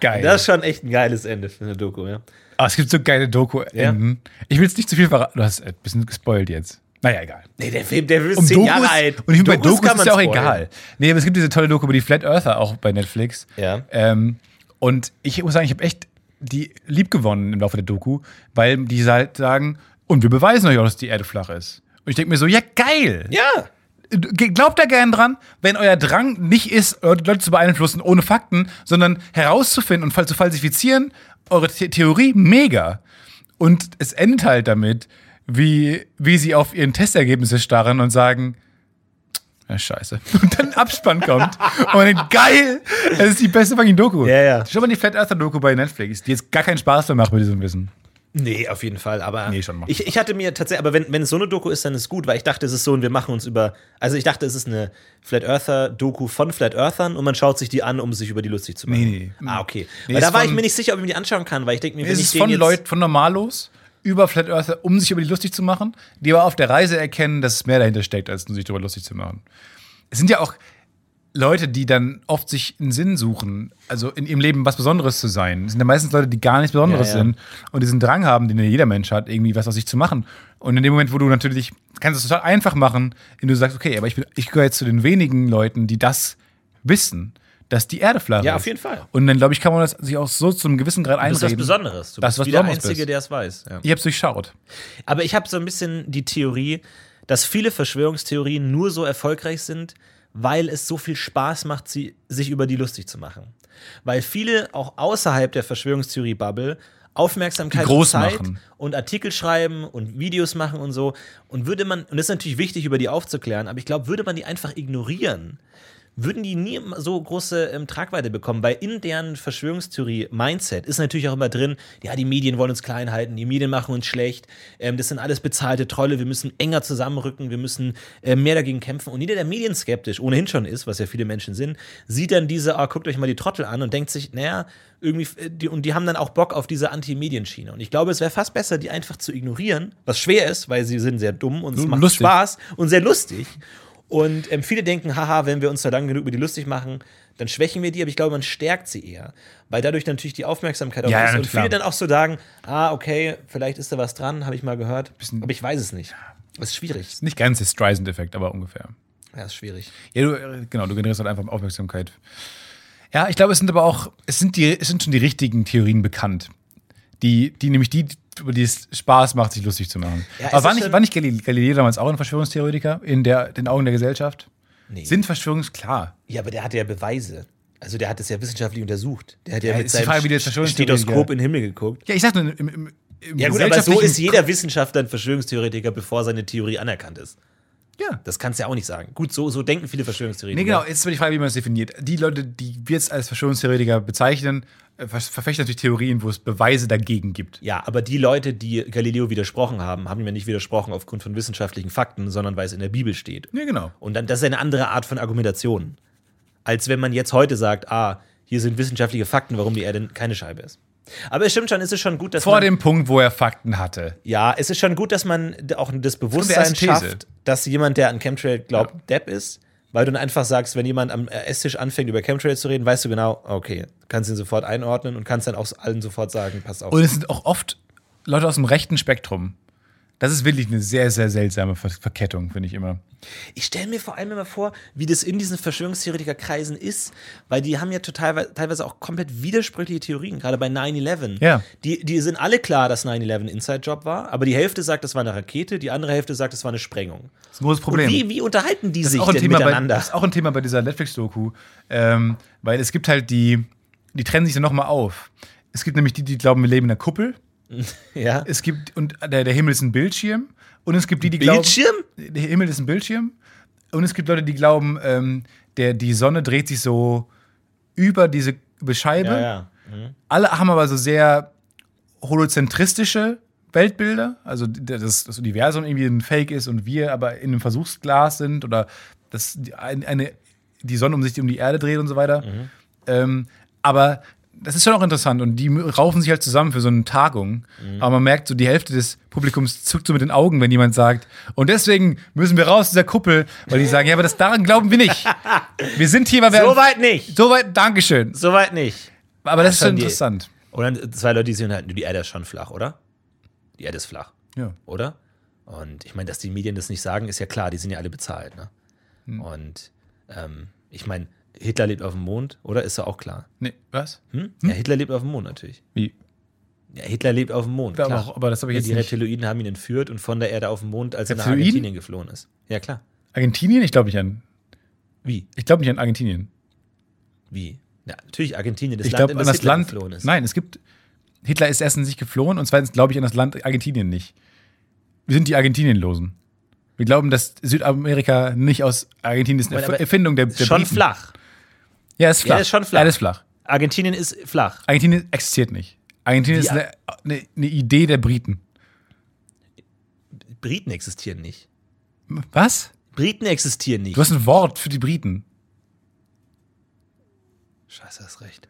[SPEAKER 1] Geil.
[SPEAKER 2] Das ist schon echt ein geiles Ende für eine Doku, ja.
[SPEAKER 1] Ah, es gibt so geile Doku-Enden. Ich will es nicht zu viel verraten. Du hast äh, ein bisschen gespoilt jetzt. Naja, egal.
[SPEAKER 2] Nee, der Film, der ist
[SPEAKER 1] um
[SPEAKER 2] zehn
[SPEAKER 1] Dokus,
[SPEAKER 2] Jahre alt.
[SPEAKER 1] Und ich finde, bei Dokus,
[SPEAKER 2] kann
[SPEAKER 1] ist ja auch
[SPEAKER 2] man spoilern.
[SPEAKER 1] egal. Nee, aber es gibt diese tolle Doku über die Flat Earther auch bei Netflix.
[SPEAKER 2] Ja.
[SPEAKER 1] Ähm, und ich muss sagen, ich habe echt die lieb gewonnen im Laufe der Doku, weil die halt sagen, und wir beweisen euch auch, dass die Erde flach ist. Und ich denke mir so, ja, geil.
[SPEAKER 2] Ja.
[SPEAKER 1] Ge- Glaubt da gern dran, wenn euer Drang nicht ist, eure Leute zu beeinflussen ohne Fakten, sondern herauszufinden und fal- zu falsifizieren, eure The Theorie mega. Und es endet halt damit, wie, wie sie auf ihren Testergebnisse starren und sagen, ja, scheiße. Und dann ein Abspann kommt. und man denkt, geil, das ist die beste fucking Doku.
[SPEAKER 2] Ja, ja.
[SPEAKER 1] Schau mal die Flat Earther Doku bei Netflix, die jetzt gar keinen Spaß mehr macht mit diesem Wissen.
[SPEAKER 2] Nee, auf jeden Fall. Aber
[SPEAKER 1] Nee, schon machen.
[SPEAKER 2] ich, ich hatte mir tatsächlich, aber wenn, wenn es so eine Doku ist, dann ist gut, weil ich dachte, es ist so und wir machen uns über, also ich dachte, es ist eine Flat Earther-Doku von Flat Earthern und man schaut sich die an, um sich über die lustig zu machen.
[SPEAKER 1] Nee, nee.
[SPEAKER 2] Ah, okay.
[SPEAKER 1] Nee,
[SPEAKER 2] weil
[SPEAKER 1] ist
[SPEAKER 2] da war ich
[SPEAKER 1] von-
[SPEAKER 2] mir nicht sicher, ob ich mir die anschauen kann, weil ich denke mir, wenn
[SPEAKER 1] Es
[SPEAKER 2] ich
[SPEAKER 1] ist
[SPEAKER 2] den
[SPEAKER 1] von
[SPEAKER 2] jetzt,
[SPEAKER 1] Leuten, von Normalos über Flat Earther, um sich über die lustig zu machen, die aber auf der Reise erkennen, dass es mehr dahinter steckt, als nur sich darüber lustig zu machen. Es sind ja auch Leute, die dann oft sich einen Sinn suchen, also in ihrem Leben was Besonderes zu sein. Es sind ja meistens Leute, die gar nichts Besonderes
[SPEAKER 2] Ja, ja.
[SPEAKER 1] sind und diesen Drang haben, den ja jeder Mensch hat, irgendwie was aus sich zu machen. Und in dem Moment, wo du natürlich, kannst du es total einfach machen, indem du sagst, okay, aber ich, bin, ich gehöre jetzt zu den wenigen Leuten, die das wissen, dass die Erde flach
[SPEAKER 2] Ja,
[SPEAKER 1] ist.
[SPEAKER 2] auf jeden Fall.
[SPEAKER 1] Und dann, glaube ich, kann man das sich auch so zu einem gewissen Grad
[SPEAKER 2] Du
[SPEAKER 1] einreden.
[SPEAKER 2] bist was Besonderes. Du
[SPEAKER 1] Das
[SPEAKER 2] bist
[SPEAKER 1] ist was
[SPEAKER 2] wie der
[SPEAKER 1] Besonderes
[SPEAKER 2] Einzige,
[SPEAKER 1] bist.
[SPEAKER 2] der es weiß. Ja.
[SPEAKER 1] Ich hab's durchschaut.
[SPEAKER 2] Aber ich habe so ein bisschen die Theorie, dass viele Verschwörungstheorien nur so erfolgreich sind, weil es so viel Spaß macht, sie, sich über die lustig zu machen. Weil viele auch außerhalb der Verschwörungstheorie-Bubble Aufmerksamkeit
[SPEAKER 1] Die groß
[SPEAKER 2] und Zeit
[SPEAKER 1] machen.
[SPEAKER 2] und Artikel schreiben und Videos machen und so. Und würde man, und das ist natürlich wichtig, über die aufzuklären, aber ich glaube, würde man die einfach ignorieren, würden die nie so große ähm, Tragweite bekommen, weil in deren Verschwörungstheorie-Mindset ist natürlich auch immer drin, ja, die Medien wollen uns klein halten, die Medien machen uns schlecht, ähm, das sind alles bezahlte Trolle, wir müssen enger zusammenrücken, wir müssen äh, mehr dagegen kämpfen. Und jeder, der medienskeptisch ohnehin schon ist, was ja viele Menschen sind, sieht dann diese, ah, guckt euch mal die Trottel an und denkt sich, naja, irgendwie, f- äh, die, und die haben dann auch Bock auf diese Anti-Medien-Schiene. Und ich glaube, es wäre fast besser, die einfach zu ignorieren, was schwer ist, weil sie sind sehr dumm und es
[SPEAKER 1] Und
[SPEAKER 2] macht
[SPEAKER 1] lustig.
[SPEAKER 2] Spaß und sehr lustig. Und ähm, viele denken, haha, wenn wir uns da lang genug über die lustig machen, dann schwächen wir die, aber ich glaube, man stärkt sie eher, weil dadurch natürlich die Aufmerksamkeit auch
[SPEAKER 1] Ja,
[SPEAKER 2] ist.
[SPEAKER 1] ja,
[SPEAKER 2] Und
[SPEAKER 1] klar.
[SPEAKER 2] viele dann auch so sagen, ah, okay, vielleicht ist da was dran, habe ich mal gehört,
[SPEAKER 1] Bisschen-
[SPEAKER 2] aber ich weiß es nicht. Das ist schwierig.
[SPEAKER 1] Nicht ganz der Streisand-Effekt, aber ungefähr.
[SPEAKER 2] Ja, ist schwierig.
[SPEAKER 1] Ja, du, äh, genau, du generierst halt einfach Aufmerksamkeit. Ja, ich glaube, es sind aber auch, es sind, die, es sind schon die richtigen Theorien bekannt. Die, die nämlich die, über die es Spaß macht, sich lustig zu machen.
[SPEAKER 2] Ja, es
[SPEAKER 1] aber war
[SPEAKER 2] ist
[SPEAKER 1] nicht,
[SPEAKER 2] schon-
[SPEAKER 1] war nicht Galil- Galileo damals auch ein Verschwörungstheoretiker in der, den Augen der Gesellschaft?
[SPEAKER 2] Nee.
[SPEAKER 1] Sind Verschwörungs klar?
[SPEAKER 2] Ja, aber der hatte ja Beweise. Also der hat es ja wissenschaftlich untersucht. Der hat ja,
[SPEAKER 1] Ja,
[SPEAKER 2] mit
[SPEAKER 1] ist die
[SPEAKER 2] seinem
[SPEAKER 1] Frage, wie die
[SPEAKER 2] Sch-
[SPEAKER 1] Verschwörungstheoretiker-
[SPEAKER 2] Stethoskop in den Himmel geguckt.
[SPEAKER 1] Ja, ich sag nur, im, im, im
[SPEAKER 2] Ja gut, aber so
[SPEAKER 1] gesellschaftlichen-
[SPEAKER 2] ist jeder Wissenschaftler ein Verschwörungstheoretiker, bevor seine Theorie anerkannt ist.
[SPEAKER 1] Ja.
[SPEAKER 2] Das kannst du ja auch nicht sagen. Gut, so, so denken viele Verschwörungstheoretiker.
[SPEAKER 1] Nee, genau, jetzt ist aber die Frage, wie man es definiert. Die Leute, die wir jetzt als Verschwörungstheoretiker bezeichnen, äh, ver- verfechten natürlich Theorien, wo es Beweise dagegen gibt.
[SPEAKER 2] Ja, aber die Leute, die Galileo widersprochen haben, haben ihm ja nicht widersprochen aufgrund von wissenschaftlichen Fakten, sondern weil es in der Bibel steht.
[SPEAKER 1] Ja, genau.
[SPEAKER 2] Und dann, das ist eine andere Art von Argumentation. Als wenn man jetzt heute sagt, ah, hier sind wissenschaftliche Fakten, warum die Erde keine Scheibe ist. Aber es stimmt schon, es ist schon gut, dass
[SPEAKER 1] Vor
[SPEAKER 2] man,
[SPEAKER 1] dem Punkt, wo er Fakten hatte.
[SPEAKER 2] ja, es ist schon gut, dass man d- auch das Bewusstsein
[SPEAKER 1] erste These.
[SPEAKER 2] schafft, dass jemand, der an Chemtrail glaubt, Depp ist, weil du dann einfach sagst, wenn jemand am äh, Esstisch anfängt, über Chemtrails zu reden, weißt du genau, okay, kannst ihn sofort einordnen und kannst dann auch allen sofort sagen, passt auf.
[SPEAKER 1] Und es sind auch oft Leute aus dem rechten Spektrum. Das ist wirklich eine sehr, sehr seltsame Ver Verkettung, finde ich immer.
[SPEAKER 2] Ich stelle mir vor allem immer vor, wie das in diesen Verschwörungstheoretikerkreisen ist, weil die haben ja total, teilweise auch komplett widersprüchliche Theorien, gerade bei 9-11.
[SPEAKER 1] Ja.
[SPEAKER 2] Die, die sind alle klar, dass 9-11 ein Inside-Job war, aber die Hälfte sagt, das war eine Rakete, die andere Hälfte sagt, das war eine Sprengung.
[SPEAKER 1] Das ist ein großes Problem.
[SPEAKER 2] Und wie, wie unterhalten die sich
[SPEAKER 1] auch ein
[SPEAKER 2] denn
[SPEAKER 1] Thema bei,
[SPEAKER 2] miteinander?
[SPEAKER 1] das ist auch ein Thema bei dieser Netflix-Doku, ähm, weil es gibt halt die, die trennen sich dann nochmal auf. Es gibt nämlich die, die glauben, wir leben in einer Kuppel.
[SPEAKER 2] ja.
[SPEAKER 1] Es gibt, und der, der Himmel ist ein Bildschirm. Und es gibt die, die glauben.
[SPEAKER 2] Bildschirm?
[SPEAKER 1] der Himmel ist ein Bildschirm und es gibt Leute, die glauben, ähm, der, die Sonne dreht sich so über diese Scheibe.
[SPEAKER 2] Ja, ja.
[SPEAKER 1] Alle haben aber so sehr holozentristische Weltbilder, also dass das Universum irgendwie ein Fake ist und wir aber in einem Versuchsglas sind oder dass die, ein- eine, die Sonne um sich um die Erde dreht und so weiter.
[SPEAKER 2] Mhm.
[SPEAKER 1] Ähm, aber das ist schon auch interessant und die raufen sich halt zusammen für so eine Tagung.
[SPEAKER 2] Mhm.
[SPEAKER 1] Aber man merkt so, die Hälfte des Publikums zuckt so mit den Augen, wenn jemand sagt, und deswegen müssen wir raus aus dieser Kuppel, weil die sagen, ja, aber das daran glauben wir nicht. Wir sind hier, weil wir.
[SPEAKER 2] Soweit nicht.
[SPEAKER 1] Soweit, Dankeschön.
[SPEAKER 2] Soweit nicht.
[SPEAKER 1] Aber das ist
[SPEAKER 2] schon
[SPEAKER 1] schon
[SPEAKER 2] die-
[SPEAKER 1] interessant.
[SPEAKER 2] Und dann zwei Leute, die sich unterhalten, die Erde ist schon flach, oder? Die Erde ist flach,
[SPEAKER 1] Ja.
[SPEAKER 2] oder? Und ich meine, dass die Medien das nicht sagen, ist ja klar, die sind ja alle bezahlt, ne?
[SPEAKER 1] Hm.
[SPEAKER 2] Und ähm, ich meine, Hitler lebt auf dem Mond, oder? Ist ja auch klar.
[SPEAKER 1] Nee, was?
[SPEAKER 2] Hm? Ja, Hitler lebt auf dem Mond natürlich.
[SPEAKER 1] Wie?
[SPEAKER 2] Ja, Hitler lebt auf dem Mond.
[SPEAKER 1] Ja,
[SPEAKER 2] Klar.
[SPEAKER 1] aber- aber das habe ich
[SPEAKER 2] ja,
[SPEAKER 1] jetzt
[SPEAKER 2] die
[SPEAKER 1] nicht-
[SPEAKER 2] Reptiloiden haben ihn entführt und von der Erde auf den Mond, als er nach
[SPEAKER 1] Reptiloiden?
[SPEAKER 2] Argentinien geflohen ist. Ja, klar.
[SPEAKER 1] Argentinien? Ich glaube nicht an.
[SPEAKER 2] Wie?
[SPEAKER 1] Ich glaube nicht an Argentinien.
[SPEAKER 2] Wie? Ja, natürlich Argentinien, das
[SPEAKER 1] ich
[SPEAKER 2] Land,
[SPEAKER 1] glaube
[SPEAKER 2] in
[SPEAKER 1] an das
[SPEAKER 2] Hitler
[SPEAKER 1] Land.
[SPEAKER 2] geflohen ist.
[SPEAKER 1] Nein, es gibt. Hitler ist erstens nicht geflohen und zweitens glaube ich an das Land Argentinien nicht. Wir sind die Argentinienlosen. Wir glauben, dass Südamerika nicht aus Argentinien ist eine
[SPEAKER 2] Moment, aber
[SPEAKER 1] Erf- Erfindung der, der
[SPEAKER 2] schon
[SPEAKER 1] Briten.
[SPEAKER 2] flach.
[SPEAKER 1] Ja, ist flach.
[SPEAKER 2] ist schon flach.
[SPEAKER 1] Ja, ist flach.
[SPEAKER 2] Argentinien ist flach.
[SPEAKER 1] Argentinien existiert nicht. Argentinien
[SPEAKER 2] Wie
[SPEAKER 1] ist eine, eine, eine Idee der Briten.
[SPEAKER 2] Briten existieren nicht.
[SPEAKER 1] Was?
[SPEAKER 2] Briten existieren nicht.
[SPEAKER 1] Du hast ein Wort für die Briten.
[SPEAKER 2] Scheiße, hast recht.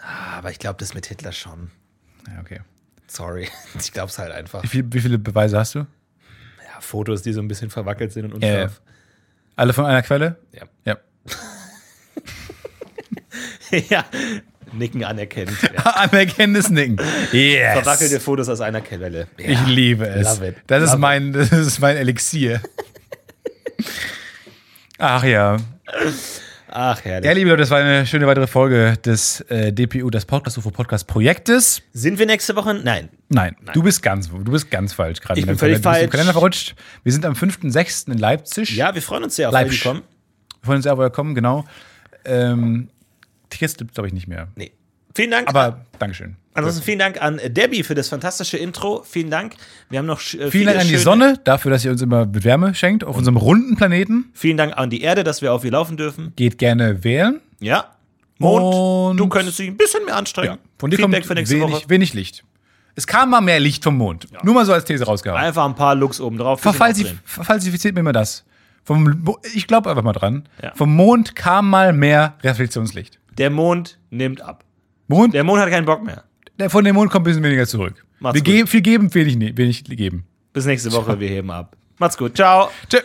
[SPEAKER 2] Ah, aber ich glaube, das mit Hitler schon.
[SPEAKER 1] Ja, okay.
[SPEAKER 2] Sorry. Ich glaube es halt einfach.
[SPEAKER 1] Wie, viel, wie viele Beweise hast du?
[SPEAKER 2] Ja, Fotos, die so ein bisschen verwackelt sind und
[SPEAKER 1] Ja, ja.
[SPEAKER 2] unscharf.
[SPEAKER 1] Alle von einer Quelle?
[SPEAKER 2] Ja.
[SPEAKER 1] Ja.
[SPEAKER 2] ja. Nicken anerkennt. Ja.
[SPEAKER 1] Anerkennendes Nicken. Yes.
[SPEAKER 2] Verwackelte Fotos aus einer Quelle. Ja.
[SPEAKER 1] Ich liebe es.
[SPEAKER 2] Love it.
[SPEAKER 1] Das, ist
[SPEAKER 2] Love
[SPEAKER 1] mein, das ist mein Elixier. Ach ja.
[SPEAKER 2] Ach,
[SPEAKER 1] Ja,
[SPEAKER 2] herrlich.
[SPEAKER 1] liebe Leute, das war eine schöne weitere Folge des äh, DPU, des Podcast UFO Podcast Projektes.
[SPEAKER 2] Sind wir nächste Woche? Nein.
[SPEAKER 1] Nein, du bist ganz, du bist ganz falsch gerade.
[SPEAKER 2] Ich
[SPEAKER 1] Dein
[SPEAKER 2] bin völlig
[SPEAKER 1] Kalender- du bist im
[SPEAKER 2] falsch.
[SPEAKER 1] Kalender verrutscht. Wir sind am 5.6. in Leipzig.
[SPEAKER 2] Ja, wir freuen uns sehr auf
[SPEAKER 1] Leipzig.
[SPEAKER 2] alle, die kommen.
[SPEAKER 1] Wir freuen uns sehr, wo ihr kommen, genau. Ähm, Tickets gibt es, glaube ich, nicht mehr.
[SPEAKER 2] Nee. Vielen Dank.
[SPEAKER 1] Aber Dankeschön.
[SPEAKER 2] Ansonsten vielen Dank an Debbie für das fantastische Intro. Vielen Dank. Wir haben noch
[SPEAKER 1] Vielen
[SPEAKER 2] äh, viele
[SPEAKER 1] Dank an die
[SPEAKER 2] schöne-
[SPEAKER 1] Sonne dafür, dass ihr uns immer mit Wärme schenkt auf unserem runden Planeten.
[SPEAKER 2] Vielen Dank an die Erde, dass wir auf ihr laufen dürfen.
[SPEAKER 1] Geht gerne wählen.
[SPEAKER 2] Ja. Mond,
[SPEAKER 1] Und-
[SPEAKER 2] du könntest dich ein bisschen mehr anstrengen.
[SPEAKER 1] Von dir
[SPEAKER 2] Feedback
[SPEAKER 1] kommt
[SPEAKER 2] für nächste
[SPEAKER 1] wenig,
[SPEAKER 2] Woche.
[SPEAKER 1] wenig Licht. Es kam mal mehr Licht vom Mond. Nur mal so als These rausgehauen.
[SPEAKER 2] Einfach ein paar Looks oben drauf.
[SPEAKER 1] Verfalsif verfalsifiziert mir immer das. Vom, Mo- ich glaube einfach mal dran.
[SPEAKER 2] Ja.
[SPEAKER 1] Vom Mond kam mal mehr Reflexionslicht.
[SPEAKER 2] Der Mond nimmt ab.
[SPEAKER 1] Mond,
[SPEAKER 2] Der Mond hat keinen Bock mehr.
[SPEAKER 1] der, von dem Mond kommt ein bisschen weniger zurück.
[SPEAKER 2] Macht's
[SPEAKER 1] Wir
[SPEAKER 2] gut.
[SPEAKER 1] geben, viel geben, wenig, ne- wenig geben.
[SPEAKER 2] Bis nächste Woche, wir heben ab. Macht's gut. Ciao.
[SPEAKER 1] Tschö.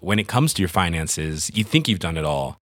[SPEAKER 3] when it comes to your finances, you think you've done it all.